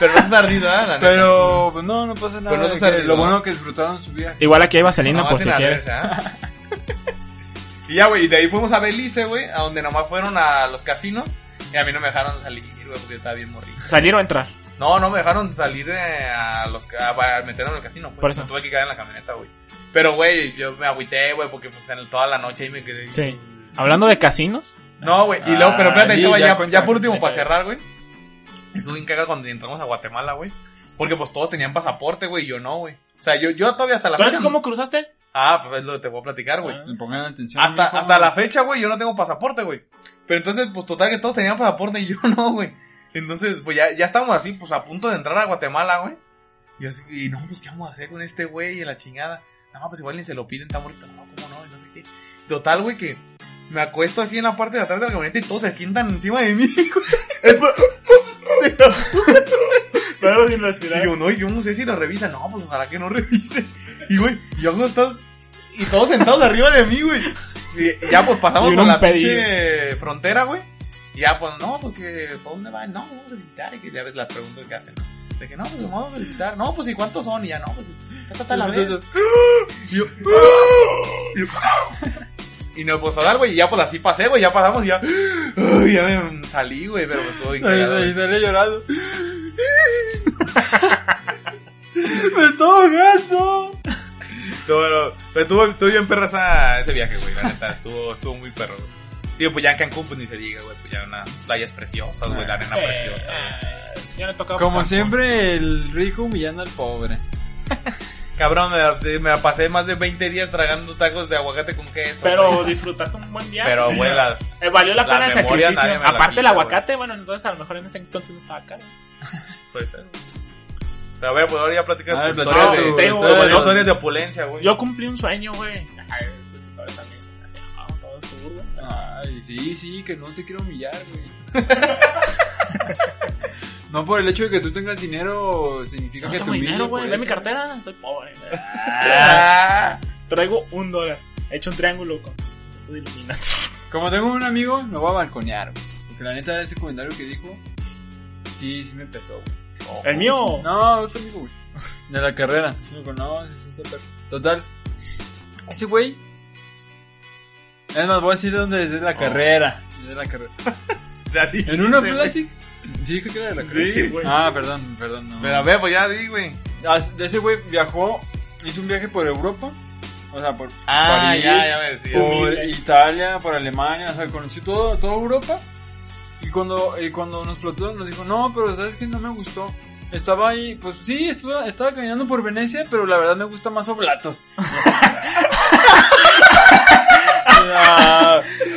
Speaker 2: pero no es ardida, la neta.
Speaker 1: Pero pues, no, no pasa nada.
Speaker 2: Pero no
Speaker 1: de
Speaker 2: te
Speaker 1: que
Speaker 2: salió,
Speaker 1: lo
Speaker 2: ¿no?
Speaker 1: bueno que disfrutaron su viaje.
Speaker 3: Igual aquí hay vaselina, por
Speaker 2: Nomás
Speaker 3: si
Speaker 2: en
Speaker 3: quieres.
Speaker 2: Adversa, ¿ah? y ya, güey, y de ahí fuimos a Belice, güey, a donde nomás fueron a los casinos. Y a mí no me dejaron salir, güey, porque yo estaba bien morrido.
Speaker 3: ¿Salir o entrar?
Speaker 2: No, no me dejaron salir de- a los ca- a, a meterme en el casino, pues.
Speaker 3: Por eso.
Speaker 2: Me tuve que quedar en la camioneta, güey. Pero, güey, yo me agüité, güey, porque pues en el- toda la noche ahí me quedé.
Speaker 3: Sí. Hablando de casinos,
Speaker 2: No, güey. Y luego, pero espérate,
Speaker 1: Ah,
Speaker 2: ahí
Speaker 1: sí,
Speaker 2: te va,
Speaker 1: ya
Speaker 2: ya,
Speaker 1: cuenta, Eh.
Speaker 2: ya por último,
Speaker 1: me
Speaker 2: para
Speaker 1: cagué.
Speaker 2: cerrar, güey. Eso bien caga cuando entramos a Guatemala, güey. Porque pues todos tenían pasaporte, güey, y yo no, güey. O sea, yo, yo todavía hasta la
Speaker 3: Entonces,
Speaker 2: fecha.
Speaker 3: ¿cómo cruzaste?
Speaker 2: Ah, pues es lo que te voy a platicar, güey.
Speaker 3: Ah.
Speaker 1: Le pongan atención.
Speaker 2: Hasta,
Speaker 1: mijo.
Speaker 2: hasta la fecha, güey, yo no tengo pasaporte, güey. Pero entonces, pues total que todos tenían pasaporte y yo no, güey. Entonces, pues ya, ya estábamos así, pues a punto de entrar a Guatemala, güey. Y así, y no, pues qué vamos a hacer con este güey y la chingada. Nada más, pues igual ni se lo piden tan bonito, no, cómo no, y no sé qué. Total, güey, que me acuesto así en la parte de atrás de la camioneta y todos se sientan encima de mí, güey.
Speaker 3: Claro, sin
Speaker 2: Y yo, no, y yo no sé si lo revisan. No, pues ojalá que no revisen. Y, güey, y yo acostado- Y todos sentados arriba de mí, güey. Y, y ya, pues pasamos
Speaker 3: Y uno
Speaker 2: por la
Speaker 3: impedido.
Speaker 2: pinche frontera, güey. Y ya, pues, no, pues que, ¿para dónde van? No, vamos a visitar. Y que ya ves las preguntas que hacen. ¿no? De que, no, pues vamos a visitar. No, pues, ¿y cuántos son? Y ya, no, pues, ¿cuánto está la vez?
Speaker 4: Y yo,
Speaker 2: Y no, pues, a dar, güey. Y ya, pues, así pasé, güey. Ya pasamos y ya. Ay, ya me salí, güey. Pero pues, estuvo bien
Speaker 1: Ahí
Speaker 2: cagado,
Speaker 1: sale- ahí
Speaker 2: güey.
Speaker 1: sale llorando. Me estoy ahogando.
Speaker 2: Estuvo- Pero, estuvo, estuvo bien perro esa- ese viaje, güey. La neta, estuvo, estuvo muy perro, güey. Tío, pues ya en Cancún, pues ni se diga, güey. Pues ya unas playas preciosas, güey. La
Speaker 3: Ah.
Speaker 2: arena preciosa.
Speaker 3: Eh, Ya le tocaba.
Speaker 1: Como
Speaker 3: Cancún.
Speaker 1: siempre, el rico humillando al pobre.
Speaker 2: Cabrón, me la, me la pasé más de 20 días tragando tacos de aguacate con queso.
Speaker 3: Pero
Speaker 2: güey.
Speaker 3: disfrutaste un buen viaje.
Speaker 2: Pero, güey, la-
Speaker 3: Eh, valió la
Speaker 2: la
Speaker 3: pena el
Speaker 2: memoria
Speaker 3: sacrificio.
Speaker 2: nadie me la
Speaker 3: Aparte el
Speaker 2: quita,
Speaker 3: aguacate, bueno, entonces a lo mejor en ese entonces no estaba caro.
Speaker 2: puede ser. Pero a ver, pues ahora ya platicas
Speaker 1: A ver,
Speaker 2: tu
Speaker 1: platica
Speaker 2: historia
Speaker 3: tu
Speaker 2: de,
Speaker 3: historia,
Speaker 2: tu-
Speaker 3: güey.
Speaker 2: bueno, historias de opulencia, güey.
Speaker 3: Yo cumplí un sueño, güey. Ay, pues historias también. así, ah, todo el sur, güey.
Speaker 1: Ay, sí, sí, que no te quiero humillar, güey. no por el hecho de que tú tengas dinero significa
Speaker 3: No
Speaker 1: que
Speaker 3: tengo
Speaker 1: tu pues.
Speaker 3: dinero, güey. Ve mi cartera, soy pobre. güey.
Speaker 2: Ah,
Speaker 3: Traigo un dólar. He hecho un triángulo con... con Illuminati.
Speaker 1: Como tengo un amigo, lo voy a balconear, güey. Porque la neta, ese comentario que dijo, sí, sí me empezó, güey.
Speaker 3: El mío.
Speaker 1: No, otro amigo, güey. De la carrera. Si lo conoces, ese perro. Total. Ese güey. Es más, voy a decir dónde es de la carrera. Oh, De la carrera.
Speaker 2: ya dijiste,
Speaker 1: En una
Speaker 2: güey.
Speaker 1: plática. Sí, dije que era de la carrera.
Speaker 2: Sí, güey.
Speaker 1: Ah, perdón, perdón. No.
Speaker 2: Pero a ver, pues ya di, güey.
Speaker 1: As- Ese güey viajó, hizo un viaje por Europa. O sea, por,
Speaker 2: Ah,
Speaker 1: París.
Speaker 2: ya, ya me decías.
Speaker 1: por
Speaker 3: Humilde.
Speaker 1: Italia, por Alemania. O sea, conoció todo, toda Europa. Y cuando, y cuando nos plotó, nos dijo, no, pero sabes que no me gustó. Estaba ahí, pues sí, estuvo- estaba caminando por Venecia, pero la verdad me gusta más Oblatos.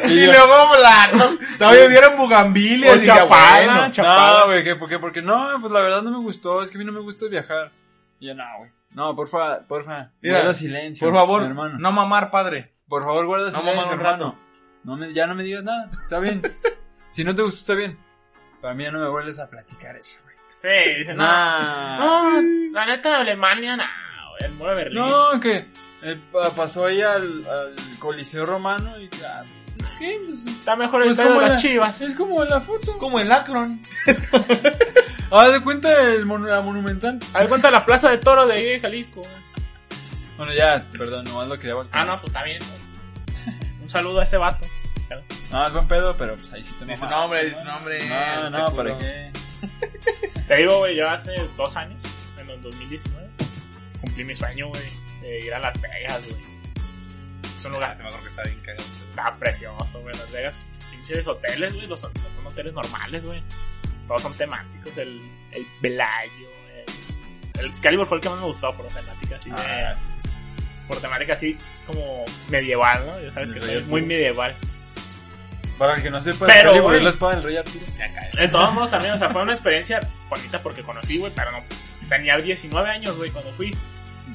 Speaker 2: Y luego volaron. Todavía vieron bugambiles
Speaker 3: O
Speaker 2: y ya,
Speaker 3: Chapala,
Speaker 2: bueno.
Speaker 3: Chapada.
Speaker 1: "Oh, No, güey, ¿qué? ¿por qué? Porque no, pues la verdad no me gustó, es que a mí no me gusta viajar. Y yo, no, güey. No, porfa, porfa.
Speaker 2: Mira,
Speaker 1: guarda silencio.
Speaker 2: Por favor,
Speaker 1: mi hermano.
Speaker 2: no mamar, padre.
Speaker 1: Por favor, guarda
Speaker 2: No
Speaker 1: silencio,
Speaker 2: mames un
Speaker 1: hermano.
Speaker 2: rato.
Speaker 1: No me, ya no me digas nada, está bien. si no te gustó, está bien. Para mí ya no me vuelves a platicar eso, güey.
Speaker 3: Sí, dice, no. No, la neta, Alemania, no. güey, El muro de Berlín.
Speaker 1: No, que eh, pa- pasó ahí al, al Coliseo Romano y ya. Es que pues,
Speaker 3: Está mejor el
Speaker 1: Pues
Speaker 3: pedo de
Speaker 1: como
Speaker 3: las
Speaker 1: la-
Speaker 3: chivas.
Speaker 1: es como la foto. Ah,
Speaker 2: Como el Akron.
Speaker 1: Haz de cuenta el mon- la monumental.
Speaker 3: Ahí cuenta la plaza de toros de ahí de Jalisco. güey.
Speaker 1: Bueno, ya, perdón, nomás lo quería voltear.
Speaker 3: Ah, no, pues está bien. Un saludo a ese vato.
Speaker 1: No, es buen pedo, pero pues ahí sí te
Speaker 2: Dice
Speaker 1: mamaste,
Speaker 2: nombre, dice nombre.
Speaker 1: No,
Speaker 2: este
Speaker 1: no,
Speaker 2: culo.
Speaker 1: ¿para qué?
Speaker 3: Te digo, güey, yo hace dos años, en los 2019, cumplí mi sueño, güey, de ir a Las Vegas, güey. Es un
Speaker 2: Ah,
Speaker 3: lugar
Speaker 2: Me acuerdo que está bien cagado.
Speaker 3: está precioso, güey. Las Vegas, pinches hoteles, güey, los son, no son hoteles normales, güey. Todos son temáticos, el, el Belayo, el, el Excalibur fue el que más me gustó por temática así de-
Speaker 1: Ah,
Speaker 3: por temática así como medieval, ¿no? Ya sabes que
Speaker 1: El Rey
Speaker 3: soy muy
Speaker 1: Arturo.
Speaker 3: medieval.
Speaker 1: Para el que no sepa,
Speaker 3: Pero,
Speaker 1: Excalibur
Speaker 3: güey.
Speaker 1: es la espada del rey Arturo.
Speaker 3: De todos modos también, o sea, fue una experiencia bonita porque conocí, güey, pero no. Tenía 19 años, güey, cuando fui.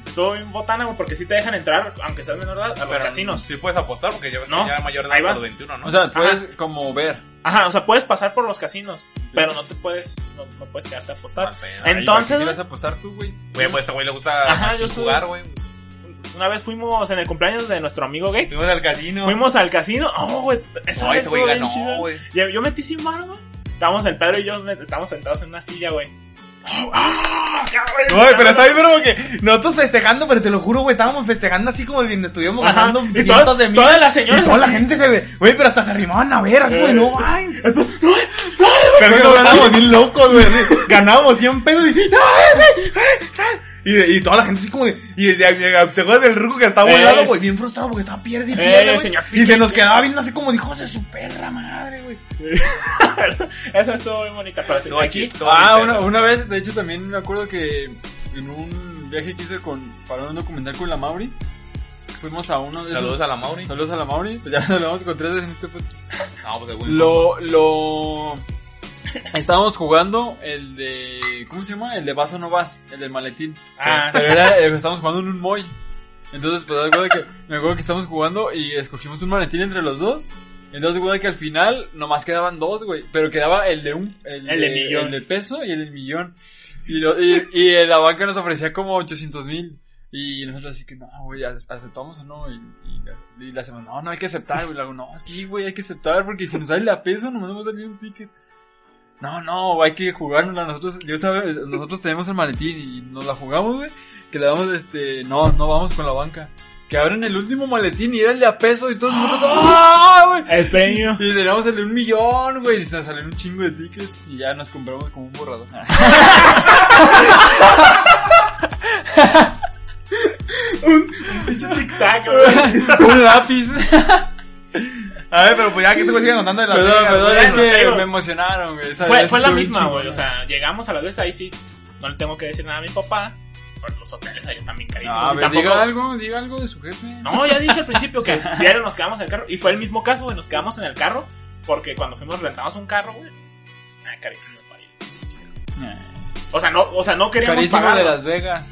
Speaker 3: Estuvo bien botana, güey, porque sí te dejan entrar, aunque seas menor de edad, a los
Speaker 2: Pero
Speaker 3: casinos.
Speaker 2: Sí puedes apostar porque ya,
Speaker 3: No.
Speaker 2: ya era mayor de
Speaker 3: Ahí
Speaker 2: edad,
Speaker 3: va.
Speaker 2: los 21, ¿no?
Speaker 1: O sea, puedes como ver.
Speaker 3: Ajá, o sea, puedes pasar por los casinos, pero no te puedes, no, no puedes quedarte a apostar. Entonces,
Speaker 1: ¿Qué
Speaker 3: güey,
Speaker 1: vas a apostar tú, güey?
Speaker 2: Güey, pues a este güey le gusta
Speaker 3: Ajá, yo soy-
Speaker 2: jugar, güey. Pues,
Speaker 3: una vez fuimos en el cumpleaños de nuestro amigo gay.
Speaker 2: Fuimos al casino.
Speaker 3: Fuimos al casino. Oh, güey. esa
Speaker 2: No,
Speaker 3: vez
Speaker 2: ese güey
Speaker 3: estuvo bien
Speaker 2: ganó,
Speaker 3: chida.
Speaker 2: güey.
Speaker 3: Yo, yo metí sin mano, güey. Estábamos el Pedro y yo me- estábamos sentados en una silla, güey. Oh, ah, cabrón.
Speaker 2: No, güey, pero está bien, pero porque nosotros festejando, pero te lo juro, güey, estábamos festejando así como si nos estuviéramos
Speaker 3: Ajá.
Speaker 2: ganando
Speaker 3: Y
Speaker 2: cientos
Speaker 3: todas,
Speaker 2: de mil.
Speaker 3: todas las
Speaker 2: Y
Speaker 3: señoras.
Speaker 2: toda la
Speaker 3: así,
Speaker 2: gente se ve, güey, pero hasta se arrimaban a ver, así como de, no, ay. Pero
Speaker 3: no,
Speaker 2: que nos ganábamos bien locos, güey. así, Ganábamos 100 pesos y, no, güey, güey, güey,
Speaker 4: Y, de- y toda la gente así como de. Y de- de- te acuerdas del ruco que estaba
Speaker 3: Eh.
Speaker 4: volado, güey. Bien frustrado porque estaba pierde y
Speaker 3: Eh,
Speaker 4: pierde, güey.
Speaker 3: señor
Speaker 4: Y
Speaker 3: Piqué.
Speaker 4: se nos quedaba viendo así como de hijos de su perra madre, güey.
Speaker 3: Esa estuvo muy bonita. Pero
Speaker 2: Estuvo
Speaker 3: aquí,
Speaker 2: aquí.
Speaker 1: Ah, una, una vez, de hecho, también me acuerdo que en un viaje que hice con, para un documental con la Mauri, fuimos a uno de
Speaker 2: Saludos
Speaker 1: esos.
Speaker 2: a la Mauri.
Speaker 1: Saludos a la Mauri, pues ya nos hablamos con tres veces en este podcast.
Speaker 2: No, pues de buen
Speaker 1: Lo, lo... Estábamos jugando el de... ¿Cómo se llama? El de vas o no vas, el del maletín.
Speaker 3: Ah.
Speaker 1: Pero era, eh, estábamos jugando en un moy. Entonces, pues, me acuerdo que, me acuerdo que estábamos jugando y escogimos un maletín entre los dos. Entonces, me acuerdo que al final nomás quedaban dos, güey. Pero quedaba el de un...
Speaker 3: El de millón.
Speaker 1: El de peso y el del millón. Y, lo- y, y la banca nos ofrecía como 800 mil. Y nosotros así que, no, güey, ¿ace- ¿aceptamos o no? Y, y la- y la semana, no, no hay que aceptar, güey. Le digo, no, sí, güey, hay que aceptar porque si nos sale la peso, nos vamos a salir un ticket. No, no, hay que jugárnosla. Nosotros, yo sabe, nosotros tenemos el maletín y nos la jugamos, güey. Que le damos, este, no, no vamos con la banca. Que abren el último maletín y era el de a peso y todos nosotros, ¡ah, güey!
Speaker 3: El premio.
Speaker 1: Y tenemos el de un millón, güey. Y se nos salen un chingo de tickets y ya nos compramos como un borrador.
Speaker 3: Pinche tic-tac, güey.
Speaker 1: un lápiz.
Speaker 2: A ver, pero pues ya que te voy a seguir contando de la
Speaker 1: Perdón,
Speaker 2: liga,
Speaker 1: perdón,
Speaker 2: güey.
Speaker 1: es
Speaker 3: te
Speaker 1: que
Speaker 3: digo.
Speaker 1: me emocionaron, güey. esa
Speaker 3: Fue,
Speaker 1: vez
Speaker 3: fue la
Speaker 1: estuvo bien
Speaker 3: misma,
Speaker 1: chingón.
Speaker 3: güey. O sea, llegamos a las veces ahí sí. No le tengo que decir nada a mi papá. Pero los hoteles ahí están bien
Speaker 1: No,
Speaker 3: carísimos.
Speaker 1: a
Speaker 3: y
Speaker 1: ver,
Speaker 3: tampoco-
Speaker 1: Ah, pues, diga algo, diga algo de su jefe.
Speaker 3: No, ya dije al principio que diario nos quedamos en el carro. Y fue el mismo caso, güey. Nos quedamos en el carro. Porque cuando fuimos rentamos un carro, güey. Ah, carísimo el país. O sea, no, o sea, no queríamos
Speaker 1: Carísimo
Speaker 3: pagarlo.
Speaker 1: de
Speaker 3: Ah.
Speaker 1: Las Vegas.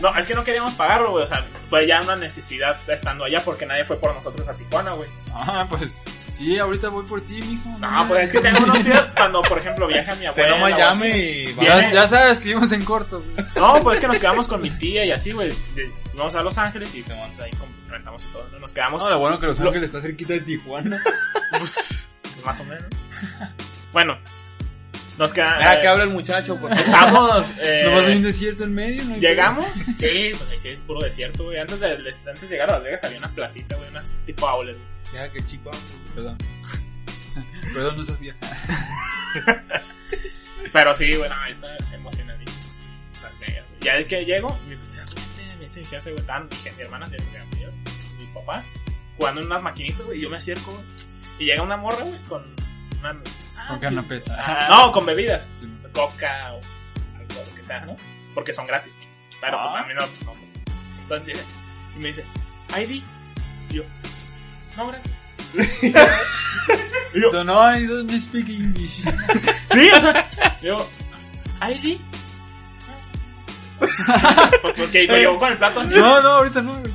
Speaker 3: No, es que no queríamos pagarlo, güey. O sea, fue ya una necesidad estando allá porque nadie fue por nosotros a Tijuana, güey.
Speaker 1: Ah, pues sí, ahorita voy por ti, mijo.
Speaker 3: No, pues es que tengo unos días cuando, por ejemplo, viaja mi
Speaker 2: Te
Speaker 3: abuela.
Speaker 2: no
Speaker 3: o así.
Speaker 2: Miami y va.
Speaker 1: Ya,
Speaker 3: Viene-
Speaker 1: ya sabes que íbamos en corto, güey.
Speaker 3: No, pues es que nos quedamos con mi tía y así, güey. De- Vamos a Los Ángeles y vamos ahí, con- rentamos y todo. ¿no? Nos quedamos
Speaker 1: No, lo bueno que Los
Speaker 3: Lo- pues,
Speaker 1: Ángeles está cerquita de Tijuana.
Speaker 3: más o menos. Bueno, nos quedamos.
Speaker 2: Mira que habla el muchacho, porque
Speaker 3: estamos. eh,
Speaker 1: no vas a un desierto en medio, ¿no? hay
Speaker 3: ¿Llegamos? Sí, pues ahí sí es puro desierto, güey. Antes de, antes de llegar a Las Vegas había una placita, güey, unas tipo outlets. güey.
Speaker 2: Ya que chico.
Speaker 1: pedo. Perdón. Perdón, no sabía.
Speaker 3: Pero sí, bueno, ahí está emocionadísimo. Las Vegas, güey. Ya es que llego, mi me dice mi jefe, güey, estaban mi, je- mi hermana, mi, mi- mi- mi papá, jugando en unas maquinitas, güey, y yo me acerco, güey, y llega una morra, güey, con una...
Speaker 1: Con canapés.
Speaker 3: Ah, No, con bebidas,
Speaker 1: Sí.
Speaker 3: coca o algo, lo que sea, ¿no? Porque son gratis. Pero
Speaker 1: Ah.
Speaker 3: pues, también no, no. Entonces llega y me dice, ID. Y yo, no, gracias. Y yo,
Speaker 1: So, No, I don't speak English.
Speaker 3: Sí, o sea, yo, ID. Porque me llevó con el plato así.
Speaker 1: No, no, ahorita no. güey.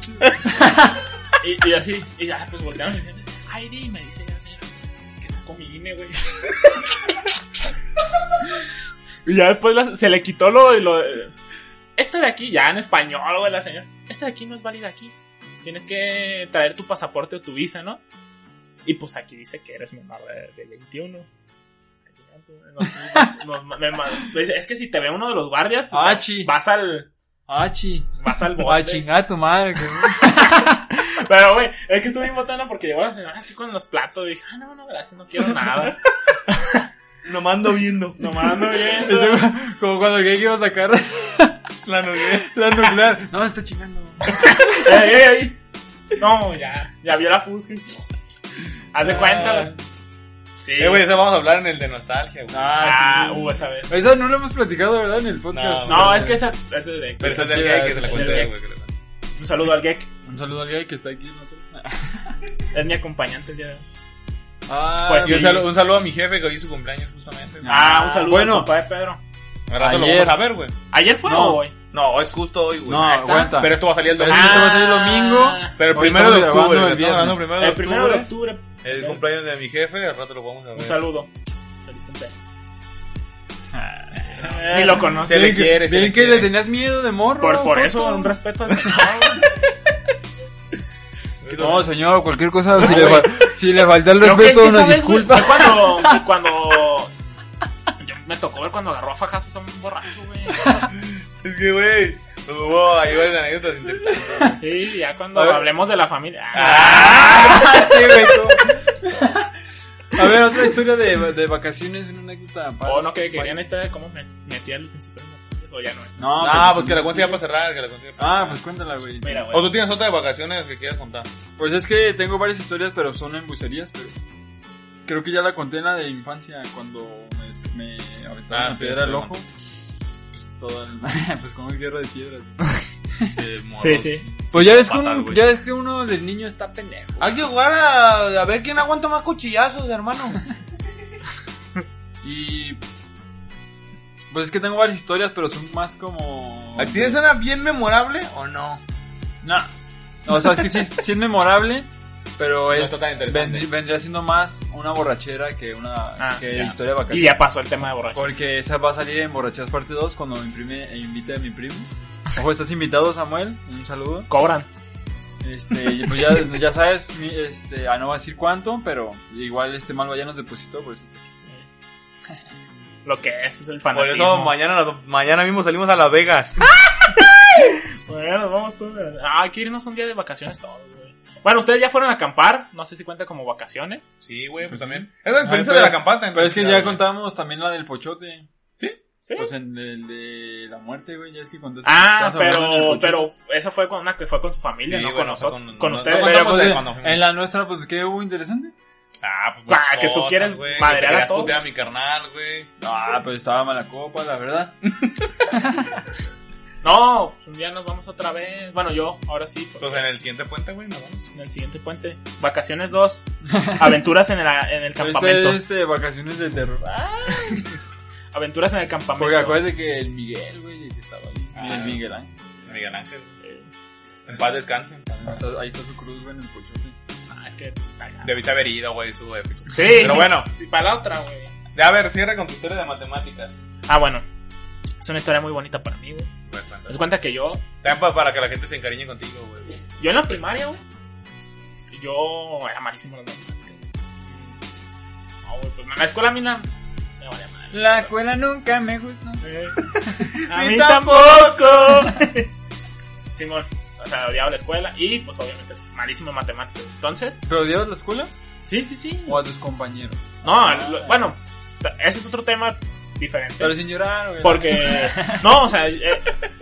Speaker 3: Y, y así, y ya, pues voltearon y me dicen, ID, me dice la señora, que sacó mi INE, güey. y ya después la- se le quitó lo de lo de- Esta de aquí, ya en español, güey, la señora. Esta de aquí no es válida aquí. Tienes que traer tu pasaporte o tu visa, ¿no? Y pues aquí dice que eres menor de, de 21. Nos- nos- nos- me- me- dice, es que si te ve uno de los guardias,
Speaker 1: Ah, chi.
Speaker 3: vas al.
Speaker 1: Achi.
Speaker 3: Vas al bote.
Speaker 1: A chingar a tu madre, güey.
Speaker 3: Pero, güey, es que estuve bien botana porque llegó la señora así con los platos. Y dije, ah, no, no, gracias, no quiero nada.
Speaker 2: Nomás ando viendo.
Speaker 3: Nomás ando
Speaker 1: Y
Speaker 3: viendo.
Speaker 1: luego, Como cuando el que iba a sacar
Speaker 2: La novia.
Speaker 1: la nuclear. No, está chingando.
Speaker 3: Ey, ey, ey. No, ya, ya vio la fusca. pues, Haz de
Speaker 1: Ah.
Speaker 3: cuenta, güey. Sí.
Speaker 2: Eh, güey, eso vamos a hablar en el de nostalgia, güey.
Speaker 3: ah,
Speaker 1: sí.
Speaker 3: uh, esa vez.
Speaker 1: Esa no la hemos platicado, ¿verdad? En el podcast.
Speaker 3: No, es que esa es de- de-
Speaker 2: Pero
Speaker 1: está
Speaker 2: esta es del
Speaker 1: chida,
Speaker 2: gay que
Speaker 1: está
Speaker 2: se la
Speaker 1: chida.
Speaker 2: cuente, güey. que le-
Speaker 3: Un saludo al Gek.
Speaker 1: Un saludo al gay que está aquí. No sé.
Speaker 3: Es mi acompañante el día de hoy.
Speaker 1: Ah,
Speaker 3: Pues
Speaker 2: Y un
Speaker 3: sí.
Speaker 2: saludo, un saludo a mi jefe que hoy es su cumpleaños justamente. güey.
Speaker 3: Ah, un saludo
Speaker 1: bueno.
Speaker 3: al papá de Pedro.
Speaker 2: Al rato lo
Speaker 1: ayer.
Speaker 2: vamos a ver, güey.
Speaker 3: ¿Ayer fue
Speaker 1: No.
Speaker 3: o hoy?
Speaker 2: No, es justo hoy, güey.
Speaker 1: No,
Speaker 3: ahí está.
Speaker 1: aguanta.
Speaker 2: Pero esto va a salir el
Speaker 1: Pero
Speaker 2: domingo.
Speaker 1: esto va a ser el domingo.
Speaker 2: Pero el
Speaker 1: Hoy
Speaker 2: primero de
Speaker 1: estamos
Speaker 2: octubre.
Speaker 1: grabando el
Speaker 2: estamos
Speaker 1: viernes.
Speaker 2: grabando primero de
Speaker 3: Ah. El primero de
Speaker 2: octubre.
Speaker 3: octubre.
Speaker 2: El cumpleaños de mi jefe, al rato lo vamos a ver.
Speaker 3: Un saludo. Feliz cumpleaños.
Speaker 1: Ah.
Speaker 3: Ni lo
Speaker 2: Se
Speaker 3: conoce.
Speaker 2: le
Speaker 1: Bien que-
Speaker 2: quiere, se
Speaker 1: bien
Speaker 2: le
Speaker 1: que
Speaker 2: quiere.
Speaker 1: le tenías miedo de morro.
Speaker 3: Por, por
Speaker 1: Joto.
Speaker 3: eso, un respeto al señor, güey.
Speaker 1: No, señor, cualquier cosa. Si, le, fa- si le falta el
Speaker 3: Creo que es
Speaker 1: respeto,
Speaker 3: que
Speaker 1: una
Speaker 3: esa vez,
Speaker 1: disculpa.
Speaker 3: güey, fue cuando, cuando yo me tocó ver cuando agarró a fajazos a un borracho, güey.
Speaker 2: Es que, güey. pues, Hubo ahí varias anécdotas interesantes.
Speaker 3: Sí, ya cuando
Speaker 1: A ver.
Speaker 3: hablemos de la familia.
Speaker 1: Ah, sí, güey, no. A ver, otra historia de, de vacaciones, una anécdota.
Speaker 3: Ah, oh,
Speaker 2: Oh,
Speaker 3: o no, que querían estar como me metí al licenciatura en la familia. O ya no es.
Speaker 1: No,
Speaker 2: ah,
Speaker 1: pues,
Speaker 2: pues que la cuenta ya para cerrar, que la cuenta ya para
Speaker 1: Ah,
Speaker 2: cerrar.
Speaker 1: pues cuéntala, güey.
Speaker 3: Mira, güey.
Speaker 2: O tú tienes otra de vacaciones que quieras contar.
Speaker 1: Pues es que tengo varias historias, pero son en bucerías, pero... Creo que ya la conté en la de infancia, cuando me, me aventaron
Speaker 2: Ah,
Speaker 1: una
Speaker 2: sí,
Speaker 1: piedra
Speaker 2: sí,
Speaker 1: al
Speaker 2: bueno.
Speaker 1: ojo. Pues, todo el- pues como guerra de piedras.
Speaker 3: Sí, sí.
Speaker 1: Pues ya ves, que
Speaker 2: Fatal,
Speaker 1: uno,
Speaker 2: güey. Ah,
Speaker 1: ya ves que uno del niño está pendejo.
Speaker 2: Hay que jugar a, a ver quién aguanta más cuchillazos, hermano.
Speaker 1: Y... Pues es que tengo varias historias, pero son más como...
Speaker 2: ¿Tienes una bien memorable o no?
Speaker 1: No. No, o sea, es que sí, sí es memorable, pero es...
Speaker 2: tan
Speaker 1: vendría, vendría siendo más una borrachera que una
Speaker 3: Ah,
Speaker 1: que
Speaker 3: ya.
Speaker 1: historia de
Speaker 3: Y
Speaker 1: vacaciones.
Speaker 3: ya pasó el tema de borracho.
Speaker 1: Porque esa va a salir en Borrachas Parte 2 cuando me imprime e invite a mi primo. Ojo, estás invitado, Samuel. Un saludo.
Speaker 3: Cobran.
Speaker 1: Este, y pues ya, ya sabes, mi- este, ah, no va a decir cuánto, pero igual este mal nos depositó por eso. está aquí.
Speaker 3: Lo que es el
Speaker 2: Por
Speaker 3: fanatismo.
Speaker 2: eso mañana, nos- mañana mismo salimos a Las Vegas.
Speaker 3: Bueno, vamos todos. Ah, hay que irnos un día de vacaciones todos, güey. Bueno, ustedes ya fueron a acampar. No sé si cuenta como vacaciones.
Speaker 2: Sí, güey,
Speaker 1: pues también.
Speaker 2: Es la
Speaker 1: Ah, pero-
Speaker 2: experiencia de la campata. en
Speaker 1: Pero es que
Speaker 2: realidad,
Speaker 1: ya
Speaker 2: güey.
Speaker 1: contamos también la del pochote.
Speaker 3: Sí.
Speaker 1: Pues en el de la muerte, güey, ya es que contaste.
Speaker 3: Ah,
Speaker 1: estabas hablando en el
Speaker 3: pero,
Speaker 1: pochote.
Speaker 3: pero esa fue con una que fue con su familia,
Speaker 2: Sí,
Speaker 3: no
Speaker 2: bueno, fue
Speaker 3: con nosotros.
Speaker 2: con-
Speaker 3: Con,
Speaker 2: no-
Speaker 3: ustedes.
Speaker 2: no
Speaker 1: Pero,
Speaker 2: contamos
Speaker 1: pues,
Speaker 2: de cuando fuimos.
Speaker 1: en la nuestra, pues, ¿qué hubo interesante?
Speaker 2: Ah, pues.
Speaker 3: Ah, que tú quieres
Speaker 2: güey,
Speaker 3: madrear
Speaker 2: que
Speaker 3: a
Speaker 2: querías
Speaker 3: todos.
Speaker 2: putear a mi carnal, güey.
Speaker 1: Ah, pues estaba mala copa, la verdad.
Speaker 3: No, pues un día nos vamos otra vez. Bueno, yo, ahora sí. porque
Speaker 2: Pues en el siguiente puente, güey, nos vamos.
Speaker 3: en el siguiente puente. Vacaciones 2. Aventuras en, la- en el
Speaker 2: Pues,
Speaker 1: Este
Speaker 3: campamento.
Speaker 1: es este, vacaciones de terror. Ah,
Speaker 3: Aventuras en el campamento.
Speaker 1: Porque acuérdate que el Miguel, güey, el que estaba ahí.
Speaker 2: Ah.
Speaker 1: el Miguel ¿eh? Ángel.
Speaker 2: Miguel Ángel.
Speaker 3: Eh,
Speaker 2: En paz descanse.
Speaker 1: Está- ahí está su cruz, güey, en el pochote.
Speaker 3: Ah, es que.
Speaker 2: Debiste haber ido, güey, estuvo de picho.
Speaker 3: Sí,
Speaker 2: Pero
Speaker 3: sí,
Speaker 2: bueno.
Speaker 3: sí, para la otra, güey.
Speaker 2: Ya, a ver, cierra con tu historia de matemáticas.
Speaker 3: Ah, bueno. Es una historia muy bonita para mí, güey.
Speaker 2: Pues, cuenta.
Speaker 3: Te das cuenta que yo
Speaker 2: También pa- para que la gente se encariñe contigo, güey.
Speaker 3: Yo en la primaria, güey. Yo era malísimo en las matemáticas. No, güey, pues en la escuela a mí na- me valía madre.
Speaker 1: escuela nunca me gustó.
Speaker 3: Eh, A mí
Speaker 2: Ni
Speaker 3: tampoco. Simón, o sea, odiaba la escuela y pues obviamente malísimo en matemáticas. Entonces,
Speaker 1: ¿Pero odiabas la escuela?
Speaker 3: sí, sí, sí.
Speaker 1: ¿O a tus compañeros?
Speaker 3: No, lo- bueno, t- ese es otro tema diferente.
Speaker 1: Pero sin llorar, güey.
Speaker 3: porque, no, o sea, eh,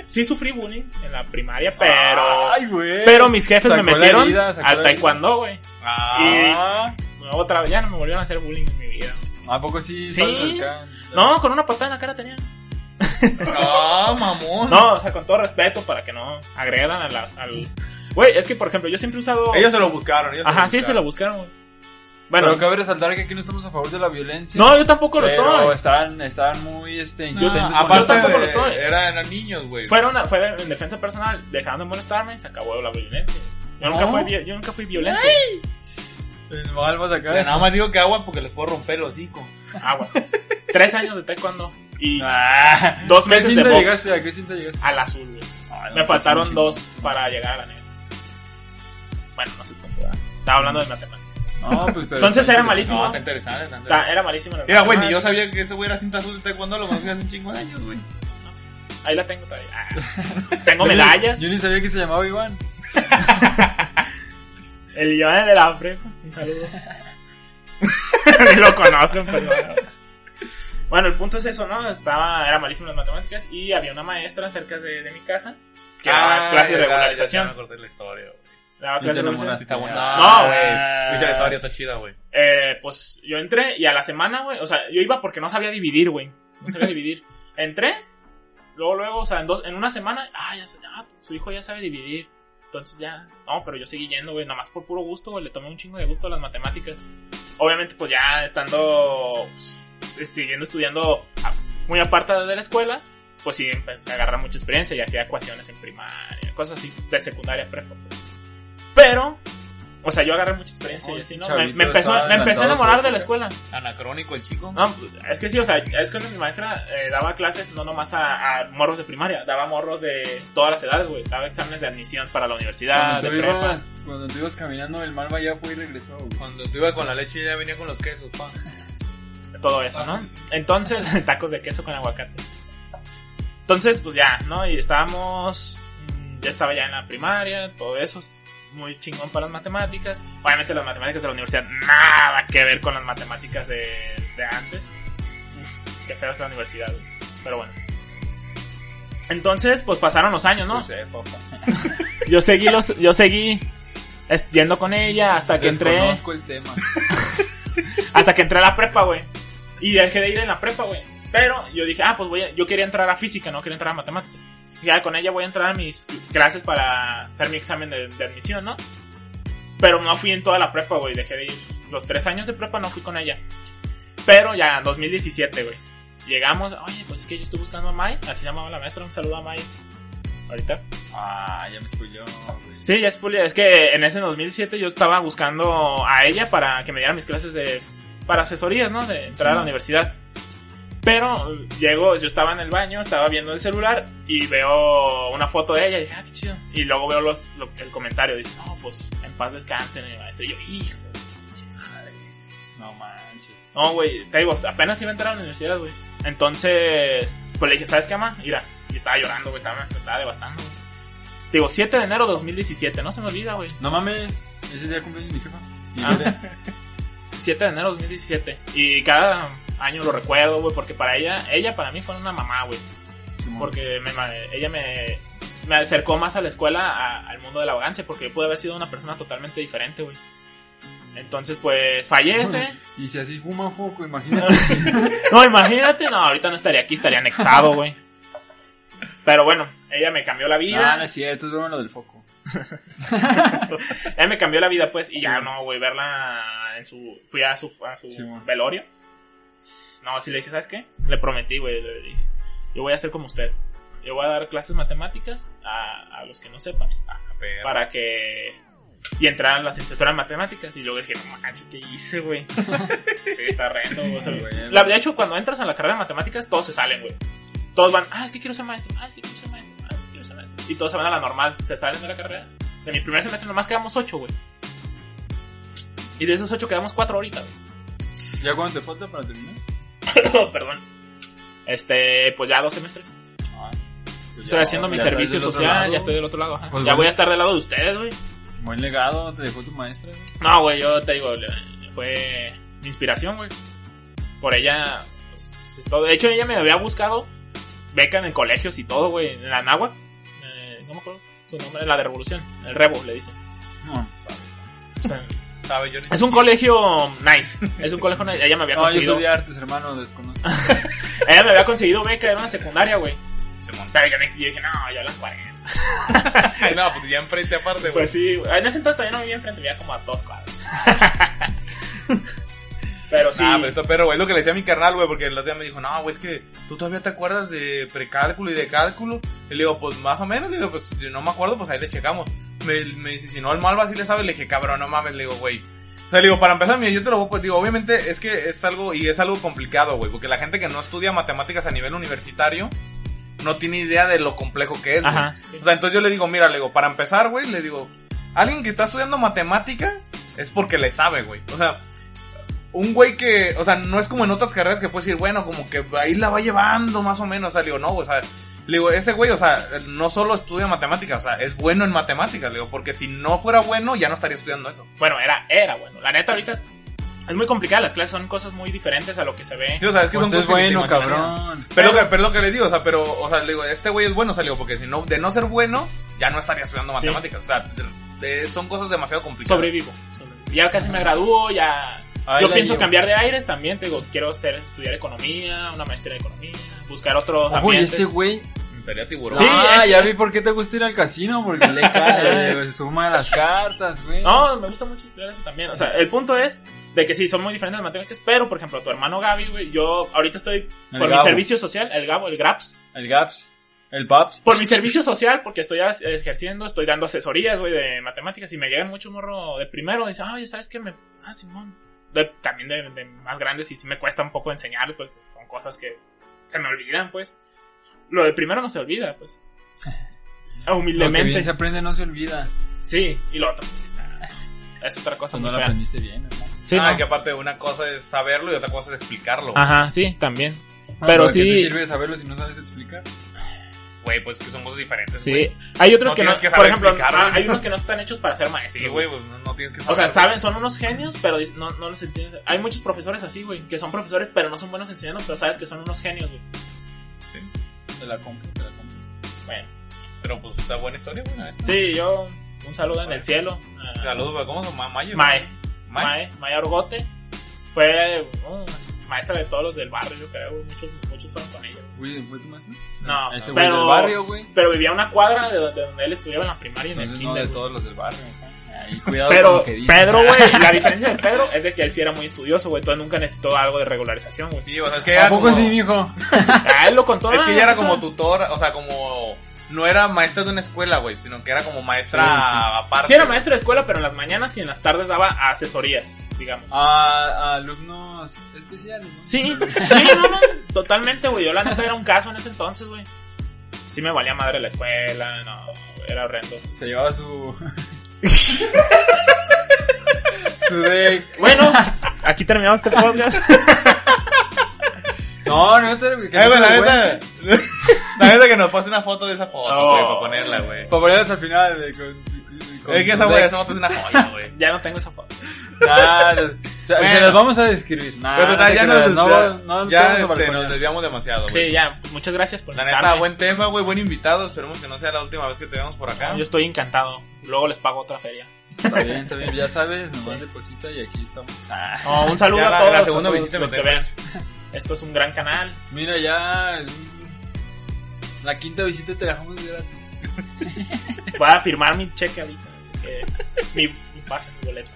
Speaker 3: sí sufrí bullying en la primaria, pero...
Speaker 1: Ah, Ay, güey.
Speaker 3: pero mis jefes me
Speaker 1: Sacó la
Speaker 3: metieron
Speaker 1: herida, sacó
Speaker 3: al
Speaker 1: la herida.
Speaker 3: taekwondo, güey.
Speaker 2: Ah,
Speaker 3: Otra vez, ya no me volvieron a hacer bullying en mi vida.
Speaker 1: ¿A poco sí?
Speaker 3: Sí.
Speaker 1: estabas acá?
Speaker 3: No, con una patada en la cara tenía.
Speaker 2: no, mamón.
Speaker 3: No, o sea, con todo respeto para que no agredan a la, al... Güey, es que, por ejemplo, yo siempre he usado...
Speaker 2: Ellos se lo buscaron. Ellos
Speaker 3: Ajá, sí, se lo
Speaker 2: buscaron.
Speaker 3: buscaron. güey.
Speaker 1: Pero
Speaker 3: Bueno,
Speaker 1: cabe resaltar que aquí no estamos a favor de la violencia.
Speaker 3: no, yo tampoco lo
Speaker 1: pero
Speaker 3: estoy.
Speaker 1: estaban, estaban muy este, insistentes. con
Speaker 2: Ah, aparte,
Speaker 3: Yo tampoco
Speaker 2: de-
Speaker 3: lo estoy.
Speaker 2: Eran eran niños, güey.
Speaker 3: Fueron a- fue de- en defensa personal, dejaron de molestarme, se acabó la violencia. Yo, nunca,
Speaker 1: No.
Speaker 3: fui, vi- yo nunca fui violento.
Speaker 1: el malvas acá.
Speaker 2: Nada más digo que agua porque les puedo romper el hocico.
Speaker 3: Aguas. Ah, Tres años de taekwondo y
Speaker 1: Ah.
Speaker 3: dos
Speaker 1: ¿Qué
Speaker 3: meses de
Speaker 1: cinta
Speaker 3: box
Speaker 1: llegaste? ¿A qué cinta llegaste?
Speaker 3: al azul, güey.
Speaker 1: Ay, no,
Speaker 3: Me
Speaker 1: sí,
Speaker 3: faltaron
Speaker 1: sí,
Speaker 3: dos
Speaker 1: sí.
Speaker 3: para llegar a la negra. Bueno, no sé cuánto. ¿verdad? Estaba hablando de matemáticas.
Speaker 1: No, pues, pero
Speaker 3: Entonces
Speaker 1: está
Speaker 3: era
Speaker 1: interesante.
Speaker 3: malísimo.
Speaker 2: No, está interesante. está interesante.
Speaker 3: Ta- Era malísimo. en el
Speaker 2: Mira, güey, ni
Speaker 3: matemáticas.
Speaker 2: yo sabía que este güey era cinta azul de taekwondo, lo conocí hace un chingo de años, güey.
Speaker 3: Ahí la tengo todavía. Ah. tengo
Speaker 1: Yo ni-
Speaker 3: medallas.
Speaker 1: Yo ni sabía que se llamaba Iván.
Speaker 3: El Iván de la prepa. Un saludo. Ni lo conozco, pero. Bueno, el punto es eso, ¿no? Estaba, era malísimo en las matemáticas y había una maestra cerca de, de mi casa que daba clase de
Speaker 2: Ah, ya, ya,
Speaker 3: regularización.
Speaker 2: Ya, me acordé de la historia, güey.
Speaker 3: Daba
Speaker 1: Y
Speaker 3: clase
Speaker 1: te
Speaker 3: de regularización.
Speaker 1: enamoraste.
Speaker 2: Está bueno.
Speaker 3: No, güey.
Speaker 2: Escucha la historia, está chida, güey.
Speaker 3: Eh, pues yo entré y a la semana, güey. O sea, yo iba porque no sabía dividir, güey. No sabía dividir. Entré, luego, luego, o sea, en, dos, en una semana, ah, ya, sa- ah, su hijo ya sabe dividir. Entonces ya, no, pero yo seguí yendo, güey, nada más por puro gusto, güey. Le tomé un chingo de gusto a las matemáticas. Obviamente, pues ya estando, pues, siguiendo estudiando a- muy aparte de la escuela, pues sí, empecé a agarrar mucha experiencia y hacía ecuaciones en primaria, cosas así, de secundaria, prepa. pues. Pero, o sea, yo agarré mucha experiencia y así, ¿no? Me,
Speaker 1: Chavito,
Speaker 3: me empezó-
Speaker 1: estaba
Speaker 3: me empecé
Speaker 1: adelantado
Speaker 3: a
Speaker 1: a su
Speaker 3: enamorar de la
Speaker 1: época.
Speaker 3: escuela.
Speaker 2: Anacrónico el chico.
Speaker 3: No, pues, es que sí, o sea, es que mi maestra eh, daba clases no nomás a, a morros de primaria, daba morros de todas las edades, güey. Daba exámenes de admisión para la universidad,
Speaker 1: Cuando
Speaker 3: Ah, de
Speaker 1: tú,
Speaker 3: prepa.
Speaker 1: ibas, cuando tú ibas caminando, el malva ya fue y regresó. güey.
Speaker 2: Cuando tú ibas con la leche ya venía con los quesos, pa.
Speaker 3: todo eso, ¿no? Entonces, tacos de queso con aguacate. Entonces, pues ya, ¿no? Y estábamos, mm, ya estaba ya en la primaria, todo eso, es muy chingón para las matemáticas. Obviamente las matemáticas de la universidad, nada que ver con las matemáticas de, de antes. Uf, Qué fea es la universidad, güey. pero bueno. Entonces, pues pasaron los años, ¿no?
Speaker 1: Pues, eh, papá.
Speaker 3: Yo seguí los, yo seguí est- yendo con ella hasta que entré,
Speaker 1: Desconozco el tema.
Speaker 3: hasta que entré a la prepa, güey. Y dejé de ir en la prepa, güey. Pero yo dije, ah, pues voy a, yo quería entrar a física, no quería entrar a matemáticas. Y ya con ella voy a entrar a mis clases para hacer mi examen de, de admisión, ¿no? Pero no fui en toda la prepa, güey. Dejé de ir. Los tres años de prepa no fui con ella. Pero ya, en 2017, güey. Llegamos, oye, pues es que yo estoy buscando a May. Así llamaba la maestra, un saludo a May. Ahorita.
Speaker 1: Ah, ya me spoiló, güey.
Speaker 3: Sí, ya es puli- Es que en ese 2007 yo estaba buscando a ella para que me diera mis clases de. para asesorías, ¿no? De entrar a la universidad. Pero eh, llego, yo estaba en el baño, estaba viendo el celular y veo una foto de ella y dije, ah, qué chido. Y luego veo los, lo- el comentario, dice, no, pues en paz descansen, mi maestra. Y yo, hijo. de su pinche madre".
Speaker 1: No manches.
Speaker 3: No, güey, te digo, apenas iba a entrar a la universidad, güey. Entonces, pues le dije, ¿sabes qué, mamá? Mira, y estaba llorando, güey, estaba, me estaba devastando. güey. Te digo, 7 de enero de 2017, no se me olvida, güey.
Speaker 1: No mames, ese día cumpleaños de mi jefa. Y
Speaker 3: Ah.
Speaker 1: mira,
Speaker 3: 7 de enero de 2017. Y cada año lo recuerdo, güey, porque para ella, ella para mí fue una mamá, güey.
Speaker 1: Simón.
Speaker 3: Porque me ma- ella me, me acercó más a la escuela, a- al mundo de la vagancia, porque yo pude haber sido una persona totalmente diferente, güey. Entonces, pues, fallece.
Speaker 1: Y si así fuma poco, imagínate.
Speaker 3: No, imagínate, no, ahorita no estaría aquí, estaría anexado, güey. Pero bueno, ella me cambió la vida.
Speaker 1: no, no es cierto, es broma lo del foco.
Speaker 3: Ella me cambió la vida, pues, y ya no, güey, verla en su. Fui a su, a su
Speaker 1: Sí, bueno.
Speaker 3: velorio. No, si le dije, ¿sabes qué? Le prometí, güey, le dije, yo voy a ser como usted. Yo voy a dar clases matemáticas a, a los que no sepan, para que. Y entrar a la licenciatura en matemáticas. Y luego dije, no manches, ¿qué hice, güey? sí, está rendo, güey. o sea,
Speaker 1: Güey.
Speaker 3: la- de hecho, cuando entras a la carrera de matemáticas, todos se salen, güey. Todos van, ah, es que quiero ser maestro, ah, es que quiero ser maestro, ah, es que quiero ser maestro. Y todos se van a la normal, se salen de la carrera. De mi primer semestre nomás quedamos ocho, güey. Y de esos ocho quedamos cuatro ahorita, güey.
Speaker 1: ¿Ya cuánto te falta para terminar?
Speaker 3: Perdón. Este, pues ya dos semestres.
Speaker 1: Ah, pues
Speaker 3: Estoy
Speaker 1: ya,
Speaker 3: haciendo mi
Speaker 1: ya
Speaker 3: servicio
Speaker 1: estás del otro
Speaker 3: social,
Speaker 1: lado.
Speaker 3: ya estoy del otro lado, ajá.
Speaker 1: Pues
Speaker 3: ya
Speaker 1: bueno.
Speaker 3: voy a estar del lado de ustedes, güey.
Speaker 1: Buen legado, te dejó tu maestra. güey.
Speaker 3: No, güey, yo te digo, le- fue mi inspiración, güey. Por ella, pues, es todo. De hecho, ella me había buscado beca en colegios y todo, güey, en la Nahua. Eh, no me acuerdo su nombre, la de Revolución, el Rebo, le dicen.
Speaker 1: No, sabe.
Speaker 3: O sea,
Speaker 2: ¿Sabe, Johnny?
Speaker 3: es un colegio nice, es un colegio nice. Ella me había
Speaker 1: No, yo
Speaker 3: conseguido,
Speaker 1: soy de artes, hermano, desconozco.
Speaker 3: ella me había conseguido beca, era una secundaria, güey.
Speaker 2: Se monta.
Speaker 3: Pero yo, me- yo dije, no, yo a las 40.
Speaker 2: Ay, no, pues ya enfrente aparte, güey.
Speaker 3: Pues sí, güey. en ese entonces todavía no vivía enfrente, vivía como a dos cuadras. pero sí.
Speaker 2: Ah, pero está perro, güey. Es lo que le decía a mi carnal, güey, porque el otro día me dijo, no, güey, es que tú todavía te acuerdas de precálculo y de cálculo. Y le digo, pues más o menos, le digo, pues yo no me acuerdo, pues ahí le checamos. Me, me dice, si no, el malva sí le sabe, le dije, cabrón, no mames, le digo, güey. O sea, le digo, para empezar, mira, yo te lo voy, pues digo, obviamente es que es algo, y es algo complicado, güey, porque la gente que no estudia matemáticas a nivel universitario no tiene idea de lo complejo que es, güey.
Speaker 3: Ajá. sí.
Speaker 2: O sea, entonces yo le digo, mira, le digo, para empezar, güey, le digo, alguien que está estudiando matemáticas es porque le sabe, güey. O sea, un güey que, o sea, no es como en otras carreras que puedes decir, bueno, como que ahí la va llevando más o menos. O sea, le digo, no, o sea, le digo, ese güey, o sea, no solo estudia matemáticas, o sea, es bueno en matemáticas, le digo, porque si no fuera bueno, ya no estaría estudiando eso.
Speaker 3: Bueno, era, era bueno. La neta, ahorita es muy complicada. Las clases son cosas muy diferentes a lo que se ve.
Speaker 2: Sí, o sea, es que son
Speaker 1: Usted Pues es
Speaker 2: cosas que ni te
Speaker 1: bueno,
Speaker 2: imaginas.
Speaker 1: cabrón.
Speaker 2: Pero, lo que- pero lo que le digo, o sea, pero, o sea, le digo, este güey es bueno, o sea, le digo, porque si no, de no ser bueno, ya no estaría estudiando
Speaker 3: Sí.
Speaker 2: matemáticas, o sea, de- de- son cosas demasiado complicadas.
Speaker 3: Sobrevivo. sobrevivo. Ya casi me gradúo, ya.
Speaker 1: Ahí
Speaker 3: Yo
Speaker 1: la
Speaker 3: pienso
Speaker 1: llevo.
Speaker 3: cambiar de aires también. Te digo, quiero hacer, estudiar economía, una maestría de economía, buscar otros
Speaker 1: Ojo, y
Speaker 3: ambientes.
Speaker 1: este güey.
Speaker 2: Estaría tiburón.
Speaker 3: Sí,
Speaker 1: ah,
Speaker 3: es-
Speaker 1: ya
Speaker 3: es-
Speaker 1: vi por qué te gusta ir al casino, porque le, cae, le suma las cartas, güey.
Speaker 3: No, me gusta mucho estudiar eso también. O sea, el punto es de que sí, son muy diferentes las matemáticas, pero por ejemplo, tu hermano Gaby, güey, yo ahorita estoy
Speaker 1: El
Speaker 3: por mi
Speaker 1: Gabo.
Speaker 3: servicio social, el Gabo, el Graps.
Speaker 1: El GAPS, el PAPS.
Speaker 3: Por mi servicio social, porque estoy as- ejerciendo, estoy dando asesorías, güey, de matemáticas y me llegan mucho morro de primero. Dice, ay, ¿sabes qué? Me... Ah, Simón. De- también de, de más grandes y sí me cuesta un poco enseñar, pues, con cosas que se me olvidan, pues. Lo de primero no se olvida, pues.
Speaker 1: Lo que
Speaker 3: Ah,
Speaker 1: bien
Speaker 3: Humildemente.
Speaker 1: se aprende no se olvida.
Speaker 3: Sí, y lo otro, pues, está- es otra cosa
Speaker 1: No
Speaker 3: muy
Speaker 1: lo
Speaker 3: fea.
Speaker 1: aprendiste bien, hermano.
Speaker 3: Sí,
Speaker 2: ah,
Speaker 3: ¿no?
Speaker 2: que aparte una cosa es saberlo y otra cosa es explicarlo.
Speaker 3: Ajá, sí, también.
Speaker 1: Ah,
Speaker 3: Pero
Speaker 1: ¿para ¿Qué
Speaker 3: sí-
Speaker 1: te sirve saberlo si no sabes explicar?
Speaker 2: Güey, pues que son cosas diferentes.
Speaker 3: Sí.
Speaker 2: güey.
Speaker 3: Hay otros
Speaker 2: No
Speaker 3: que no,
Speaker 2: tienes que
Speaker 3: por
Speaker 2: saber
Speaker 3: ejemplo,
Speaker 2: explicarlo.
Speaker 3: ah, hay unos que no están hechos para ser maestros.
Speaker 2: Sí,
Speaker 3: güey.
Speaker 2: güey, pues no, no tienes que
Speaker 3: O sea,
Speaker 2: saberlo.
Speaker 3: saben, son unos genios, pero dis- no, no les entienden. Hay muchos profesores así, güey, que son profesores, pero no son buenos enseñando, pero sabes que son unos genios, güey.
Speaker 1: Te la compro, te la compro.
Speaker 3: Bueno,
Speaker 2: Pero pues está buena historia, güey. la neta.
Speaker 3: sí, yo un saludo en el cielo. a-
Speaker 2: Saludos, güey. ¿Cómo se llama? Mayo.
Speaker 3: Mae.
Speaker 2: Mae.
Speaker 3: Mae, Mae Orgote. Fue uh, maestra de todos los del barrio, yo creo. Muchos, muchos fueron con ella.
Speaker 1: Güey, ¿fue tu maestra?
Speaker 3: No,
Speaker 1: Ese güey
Speaker 3: pero,
Speaker 1: del barrio, güey.
Speaker 3: pero vivía a una cuadra de donde, donde él estudiaba en la primaria y en el
Speaker 1: Entonces, no
Speaker 3: kinder.
Speaker 1: de
Speaker 3: güey.
Speaker 1: todos los del barrio. Ahí, cuidado con
Speaker 3: pero
Speaker 1: lo que "Ah". dices.
Speaker 3: Pedro, güey, la diferencia de Pedro es de que él sí era muy estudioso, güey. Entonces nunca necesitó algo de regularización, güey.
Speaker 2: Sí, o sea, es que
Speaker 1: ¿A
Speaker 2: era
Speaker 1: poco
Speaker 2: como-
Speaker 1: sí, mijo?
Speaker 3: Ah, él lo contó.
Speaker 2: Es que
Speaker 3: ah,
Speaker 2: ella era
Speaker 3: sí,
Speaker 2: como
Speaker 3: claro.
Speaker 2: tutor, o sea, como... No era maestra de una escuela, güey, sino que era como maestra
Speaker 1: Sí,
Speaker 2: aparte.
Speaker 3: Sí, era maestro de escuela, pero en las mañanas y en las tardes daba asesorías, digamos.
Speaker 1: A, a alumnos especiales, ¿no?
Speaker 3: Sí, sí, no, no, totalmente, güey. Yo la neta era un caso en ese entonces, güey. Sí me valía madre la escuela, no, era horrendo.
Speaker 1: Se llevaba su... su deck.
Speaker 3: Bueno, aquí terminamos este podcast.
Speaker 1: No, no te... que
Speaker 2: Ay,
Speaker 1: no
Speaker 2: güey,
Speaker 1: te
Speaker 2: la
Speaker 1: avergüences.
Speaker 2: neta... La neta que nos pase una foto de esa foto,
Speaker 3: No.
Speaker 2: güey, para ponerla, güey.
Speaker 1: Para poner hasta el final de- con, con-
Speaker 2: Es que esa,
Speaker 1: con
Speaker 2: güey,
Speaker 1: deck.
Speaker 2: esa foto es una joya, güey.
Speaker 3: Ya no tengo esa foto.
Speaker 1: Nah, los- se-
Speaker 2: Bueno.
Speaker 1: se las vamos a describir. Nah,
Speaker 2: Pero
Speaker 1: Ah, no
Speaker 2: total,
Speaker 1: te
Speaker 2: ya
Speaker 1: creas,
Speaker 2: nos,
Speaker 1: no,
Speaker 2: ya,
Speaker 1: no
Speaker 2: ya,
Speaker 1: te vamos a
Speaker 2: este,
Speaker 1: balconear.
Speaker 2: nos desviamos demasiado, güey.
Speaker 3: Sí, ya, muchas gracias por
Speaker 2: La neta,
Speaker 3: invitarme.
Speaker 2: buen tema, güey, buen invitado. Esperemos que no sea la última vez que te veamos por acá.
Speaker 3: Yo estoy encantado. Luego les pago otra feria.
Speaker 1: Está bien, está bien, ya sabes, nos de cosita y aquí estamos. Ah,
Speaker 3: No, Oh, un saludo
Speaker 2: Ya
Speaker 3: a
Speaker 2: la-
Speaker 3: todos
Speaker 2: la segunda
Speaker 3: a todos
Speaker 2: visita
Speaker 3: los
Speaker 2: me
Speaker 3: que
Speaker 2: tengo.
Speaker 3: ven. Esto es un gran canal.
Speaker 1: mira, ya el- la quinta visita te la dejamos gratis.
Speaker 3: Voy a firmar mi cheque ahorita. que- mi, mi pase, mi boleto.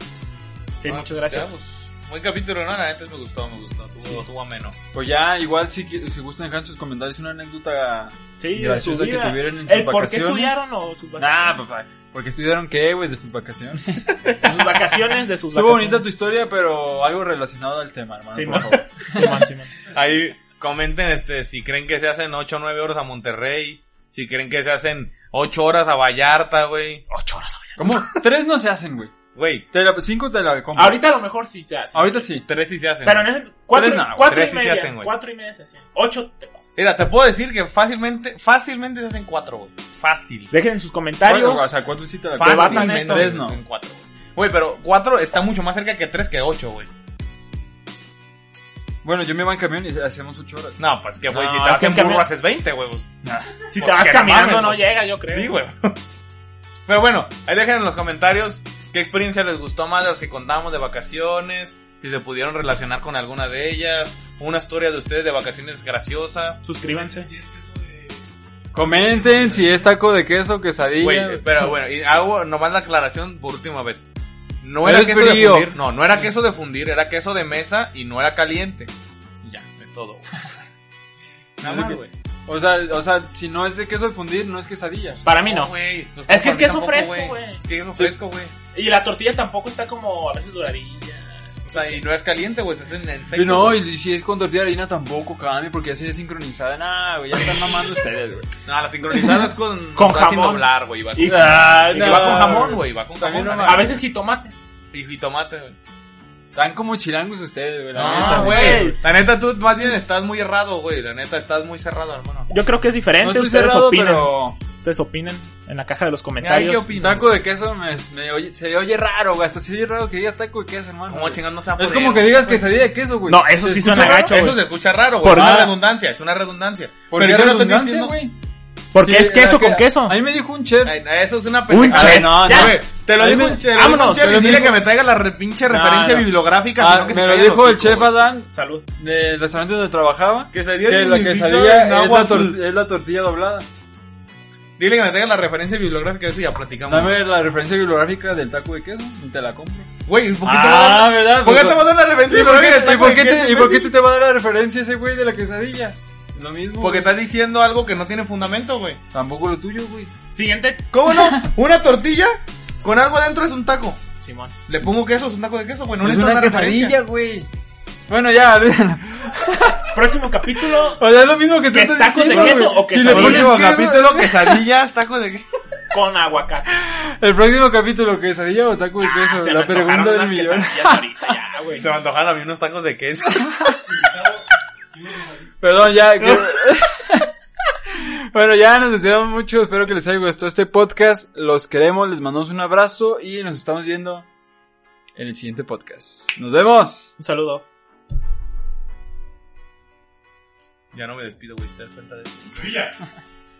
Speaker 3: Sí,
Speaker 2: Ah,
Speaker 3: muchas
Speaker 2: pues,
Speaker 3: gracias.
Speaker 2: ya, pues, buen capítulo, ¿no? La neta me gustó, me gustó. Tuvo, tuvo ameno.
Speaker 1: Pues ya, igual si, qui- si gustan dejar en sus comentarios una anécdota
Speaker 3: sí, de su
Speaker 1: graciosa que
Speaker 3: vida.
Speaker 1: tuvieron en sus
Speaker 3: ¿El por qué
Speaker 1: vacaciones.
Speaker 3: estudiaron o sus
Speaker 1: Nah,
Speaker 3: vacaciones?
Speaker 1: papá, porque estudiaron qué, güey, de sus vacaciones.
Speaker 3: De sus vacaciones, de sus
Speaker 1: Estuvo
Speaker 3: vacaciones.
Speaker 1: bonita tu historia, pero algo relacionado al tema, hermano.
Speaker 3: Sí,
Speaker 1: por
Speaker 3: man.
Speaker 1: favor.
Speaker 3: Simón, Simón.
Speaker 2: Ahí comenten este, si creen que se hacen 8 o 9 horas a Monterrey. Si creen que se hacen 8 horas a Vallarta, güey.
Speaker 3: Ocho horas había.
Speaker 1: ¿Cómo? Tres no se hacen, güey.
Speaker 2: Güey,
Speaker 1: Te la- Cinco te la compro.
Speaker 3: Ahorita a lo mejor sí se hace.
Speaker 1: Ahorita sí.
Speaker 2: 3 sí se hacen.
Speaker 3: Pero en ese. Cuatro,
Speaker 1: Tres no, güey.
Speaker 3: cuatro
Speaker 2: Tres
Speaker 3: y
Speaker 2: sí se
Speaker 3: media.
Speaker 2: hacen, güey.
Speaker 3: cuatro y media se hacen. Ocho te pasas.
Speaker 2: Mira, te puedo decir que fácilmente, fácilmente se hacen 4, güey. Fácil.
Speaker 3: Dejen en sus
Speaker 1: Bueno,
Speaker 3: comentarios.
Speaker 1: o sea, ¿cuánto sí te la
Speaker 3: Fácil.
Speaker 1: compro?
Speaker 3: debatan
Speaker 2: Fácilmente
Speaker 3: esto.
Speaker 1: Tres no.
Speaker 2: en 4, güey. Güey, pero 4 está mucho más cerca que 3 que 8, güey.
Speaker 1: Bueno, yo me iba en camión y hacíamos ocho horas.
Speaker 2: No, pues que, güey,
Speaker 3: No,
Speaker 2: si te
Speaker 3: es
Speaker 2: vas
Speaker 3: que
Speaker 2: en
Speaker 3: en cambio-
Speaker 2: burro haces 20, güey. pues.
Speaker 3: si te
Speaker 2: pues,
Speaker 3: vas
Speaker 2: que
Speaker 3: caminando,
Speaker 2: mamen,
Speaker 3: no
Speaker 2: pues.
Speaker 3: llega, yo creo.
Speaker 2: Sí, güey. Pero bueno, ahí dejen en los comentarios qué experiencia les gustó más de las que contamos de vacaciones, si se pudieron relacionar con alguna de ellas, una historia de ustedes de vacaciones graciosa.
Speaker 3: Suscríbanse.
Speaker 1: Comenten si es taco de queso, quesadilla.
Speaker 2: Güey, pero bueno, y hago nomás la aclaración por última vez. No
Speaker 1: Pero
Speaker 2: era
Speaker 1: es
Speaker 2: queso de
Speaker 1: frío.
Speaker 2: fundir, no, no era queso de fundir, era queso de mesa y no era caliente. Y Ya, es todo. güey. Nada
Speaker 1: No sé
Speaker 2: más,
Speaker 1: qué-
Speaker 2: güey.
Speaker 1: O sea, o sea, si no es de queso de fundir, no es quesadilla.
Speaker 3: Para mí no.
Speaker 2: güey. Pues,
Speaker 3: Es que
Speaker 2: para
Speaker 3: es
Speaker 2: mí
Speaker 3: queso
Speaker 2: tampoco,
Speaker 3: fresco, güey.
Speaker 2: Es Queso fresco, güey.
Speaker 3: Y la tortilla tampoco está como a veces doradilla.
Speaker 2: O sea, y no es caliente, güey, se hacen en seco.
Speaker 1: Y no,
Speaker 2: güey.
Speaker 1: y si es con tortilla de harina tampoco, Cami, porque ya sería sincronizada. Nah, güey, ya están mamando ustedes, güey.
Speaker 2: No, la sincronizada es con,
Speaker 3: Con
Speaker 2: va sin
Speaker 3: jamón.
Speaker 2: doblar, güey. Va,
Speaker 3: Y-
Speaker 2: con-
Speaker 3: Ay,
Speaker 2: y Ah,
Speaker 3: no.
Speaker 2: va con jamón, güey. Va con
Speaker 1: También
Speaker 2: jamón.
Speaker 1: no
Speaker 2: la
Speaker 3: A
Speaker 2: neta.
Speaker 3: veces jitomate.
Speaker 2: Y jitomate, güey.
Speaker 1: Están como chilangos ustedes, güey. la
Speaker 3: No,
Speaker 1: neta,
Speaker 2: No, güey. La neta, tú más bien estás muy errado, güey. La neta, estás muy cerrado, hermano.
Speaker 3: Yo creo que es
Speaker 1: No
Speaker 3: diferente.
Speaker 1: estoy
Speaker 3: Ustedes
Speaker 1: cerrado,
Speaker 3: opinen.
Speaker 1: pero.
Speaker 3: Ustedes opinen en la caja de los
Speaker 2: Mira, ¿y
Speaker 3: comentarios.
Speaker 2: ¿Qué opinas?
Speaker 1: Taco de queso me, me oye- se oye raro, güey. Hasta se oye raro que digas taco de queso, hermano.
Speaker 2: ¿Cómo
Speaker 1: güey.
Speaker 2: chingando se va a
Speaker 1: Es
Speaker 2: poder,
Speaker 1: como que
Speaker 2: güey?
Speaker 1: digas quesadilla de queso, güey.
Speaker 3: No, eso sí suena
Speaker 1: escucha
Speaker 3: gacho,
Speaker 1: raro?
Speaker 2: Eso
Speaker 3: güey.
Speaker 2: se escucha raro, güey.
Speaker 3: Por
Speaker 2: Es una
Speaker 3: nada.
Speaker 2: redundancia, es una redundancia.
Speaker 1: ¿Por qué
Speaker 2: yo no estoy
Speaker 1: redundancia,
Speaker 2: diciendo-
Speaker 1: güey?
Speaker 3: Porque
Speaker 1: Sí,
Speaker 3: es queso
Speaker 1: que-
Speaker 3: con queso.
Speaker 1: A mí me dijo un chef.
Speaker 2: Ay, Eso es una pendejada.
Speaker 1: chef.
Speaker 2: A ver,
Speaker 1: No,
Speaker 2: a
Speaker 1: no.
Speaker 2: ver, Te lo
Speaker 1: Ahí
Speaker 2: digo
Speaker 1: me-
Speaker 2: un chef.
Speaker 3: vámonos.
Speaker 2: Te
Speaker 1: Te lo
Speaker 2: dile
Speaker 1: digo-
Speaker 2: que me traiga la re- pinche
Speaker 1: No,
Speaker 2: referencia
Speaker 1: no.
Speaker 2: bibliográfica.
Speaker 1: Ah,
Speaker 2: sino que se
Speaker 1: me lo
Speaker 2: calle
Speaker 1: dijo el
Speaker 2: hocico,
Speaker 1: chef
Speaker 2: güey.
Speaker 1: Adán
Speaker 3: Salud.
Speaker 1: del restaurante donde trabajaba.
Speaker 2: Quesadilla
Speaker 1: Que la
Speaker 2: significa
Speaker 1: quesadilla es la,
Speaker 2: náhuatl.
Speaker 1: tor- es la tortilla doblada.
Speaker 2: Dile que me traiga la referencia bibliográfica de eso y ya platicamos.
Speaker 1: Dame la referencia bibliográfica del taco de queso y te la compro.
Speaker 2: Güey, ¿por qué te va a
Speaker 1: Ah,
Speaker 2: dar-
Speaker 1: ¿verdad?
Speaker 2: ¿Por qué
Speaker 1: Pues,
Speaker 2: te va a dar una referencia
Speaker 1: ¿Y por qué,
Speaker 2: bibliográfica?
Speaker 1: y por qué
Speaker 2: ¿Qué
Speaker 1: te, y
Speaker 2: es,
Speaker 1: por qué
Speaker 2: imbécil?
Speaker 1: te va a dar la referencia ese güey de la quesadilla? Lo mismo.
Speaker 2: Porque
Speaker 1: güey.
Speaker 2: estás diciendo algo que no tiene fundamento, güey.
Speaker 1: Tampoco lo tuyo, güey.
Speaker 3: Siguiente.
Speaker 2: ¿Cómo no? Una tortilla con algo adentro es un taco.
Speaker 3: Simón.
Speaker 2: Le pongo queso, es un taco de queso, güey. No
Speaker 1: es
Speaker 2: necesito
Speaker 1: una
Speaker 2: referencia.
Speaker 1: quesadilla, güey. Bueno, ya, olvídalo.
Speaker 3: Próximo capítulo
Speaker 1: O sea, es lo mismo que tú
Speaker 3: ¿Que
Speaker 1: estás
Speaker 3: tacos de
Speaker 1: diciendo, güey.
Speaker 3: queso o
Speaker 1: Si le
Speaker 3: quesadilla?
Speaker 1: pones
Speaker 2: Próximo
Speaker 1: queso,
Speaker 2: capítulo, quesadillas, tacos de queso.
Speaker 3: con aguacate.
Speaker 1: El próximo capítulo, quesadilla o taco de
Speaker 3: Ah,
Speaker 1: queso.
Speaker 3: se me
Speaker 1: la
Speaker 3: antojaron
Speaker 1: pregunta del
Speaker 3: unas
Speaker 1: millón.
Speaker 3: quesadillas ahorita ya, güey.
Speaker 2: Se me antojaron a mí unos tacos de queso.
Speaker 1: Perdón, ya. que- bueno, ya nos deseamos mucho. Espero que les haya gustado este podcast. Los queremos, les mandamos un abrazo y nos estamos viendo en el siguiente podcast. Nos vemos.
Speaker 3: Un saludo.
Speaker 2: Ya no me despido, güey, ¿te das cuenta de eso?